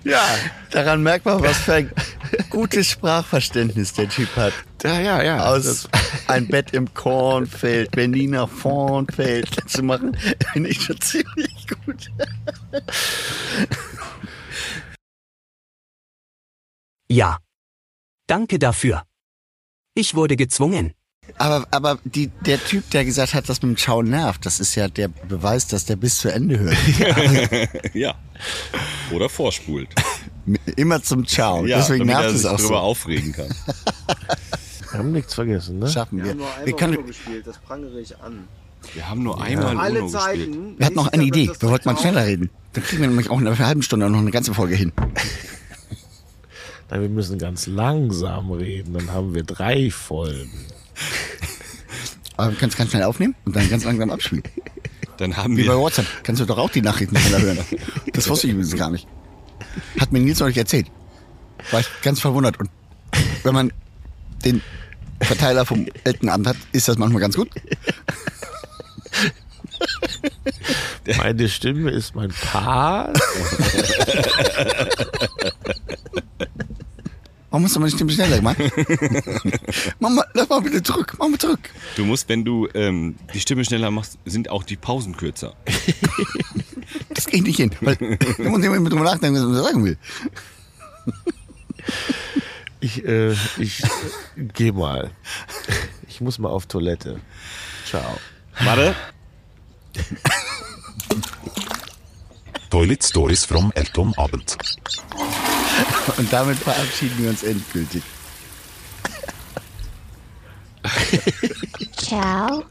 [SPEAKER 8] Ja, daran merkt man, was für ein gutes Sprachverständnis der Typ hat.
[SPEAKER 3] Ja, ja, ja.
[SPEAKER 8] Aus ein Bett im Kornfeld, wenn die nach vorn fällt, zu machen, finde ich schon ziemlich gut.
[SPEAKER 7] Ja. Danke dafür. Ich wurde gezwungen.
[SPEAKER 8] Aber, aber die, der Typ, der gesagt hat, dass mit dem Ciao nervt, das ist ja der Beweis, dass der bis zu Ende hört.
[SPEAKER 5] ja. Oder vorspult.
[SPEAKER 8] Immer zum Ciao.
[SPEAKER 5] Ja,
[SPEAKER 8] Deswegen
[SPEAKER 5] damit
[SPEAKER 8] nervt
[SPEAKER 5] er
[SPEAKER 8] es
[SPEAKER 5] sich
[SPEAKER 8] auch
[SPEAKER 5] drüber
[SPEAKER 8] so.
[SPEAKER 5] aufregen kann.
[SPEAKER 3] Wir haben nichts vergessen, ne?
[SPEAKER 8] Schaffen
[SPEAKER 13] Wir
[SPEAKER 8] wir.
[SPEAKER 13] haben nur einmal
[SPEAKER 8] Wir, können,
[SPEAKER 13] Uno gespielt, das prangere ich an.
[SPEAKER 5] Wir haben nur einmal
[SPEAKER 13] Alle
[SPEAKER 5] Uno gespielt.
[SPEAKER 13] Zeiten.
[SPEAKER 8] wir hatten noch eine
[SPEAKER 13] nächster
[SPEAKER 8] Idee.
[SPEAKER 13] wird das
[SPEAKER 8] Wir wollten mal
[SPEAKER 13] Vertrauen-
[SPEAKER 8] schneller reden. Dann kriegen wir nämlich auch in einer halben Stunde noch eine ganze Folge hin.
[SPEAKER 3] Nein, wir müssen ganz langsam reden, dann haben wir drei Folgen.
[SPEAKER 8] Aber wir können es ganz schnell aufnehmen und dann ganz langsam abspielen.
[SPEAKER 5] Dann haben
[SPEAKER 8] Wie bei
[SPEAKER 5] wir.
[SPEAKER 8] WhatsApp. Kannst du doch auch die Nachrichten schneller hören. Das wusste ich übrigens gar nicht. Hat mir Nils neulich erzählt. War ich ganz verwundert. Und wenn man den Verteiler vom Eltenamt hat, ist das manchmal ganz gut.
[SPEAKER 3] Meine Stimme ist mein Paar.
[SPEAKER 4] Warum hast du meine Stimme schneller gemacht? Mama, lass mal bitte zurück, mach mal zurück.
[SPEAKER 5] Du musst, wenn du ähm, die Stimme schneller machst, sind auch die Pausen kürzer.
[SPEAKER 4] Das geht nicht hin. Weil, da muss jemand mit drüber nachdenken, was man sagen will.
[SPEAKER 3] Ich, äh, ich geh mal. Ich muss mal auf Toilette. Ciao.
[SPEAKER 5] Warte.
[SPEAKER 14] Toilet Stories from Elton Abend.
[SPEAKER 4] Und damit verabschieden wir uns endgültig.
[SPEAKER 15] Ciao.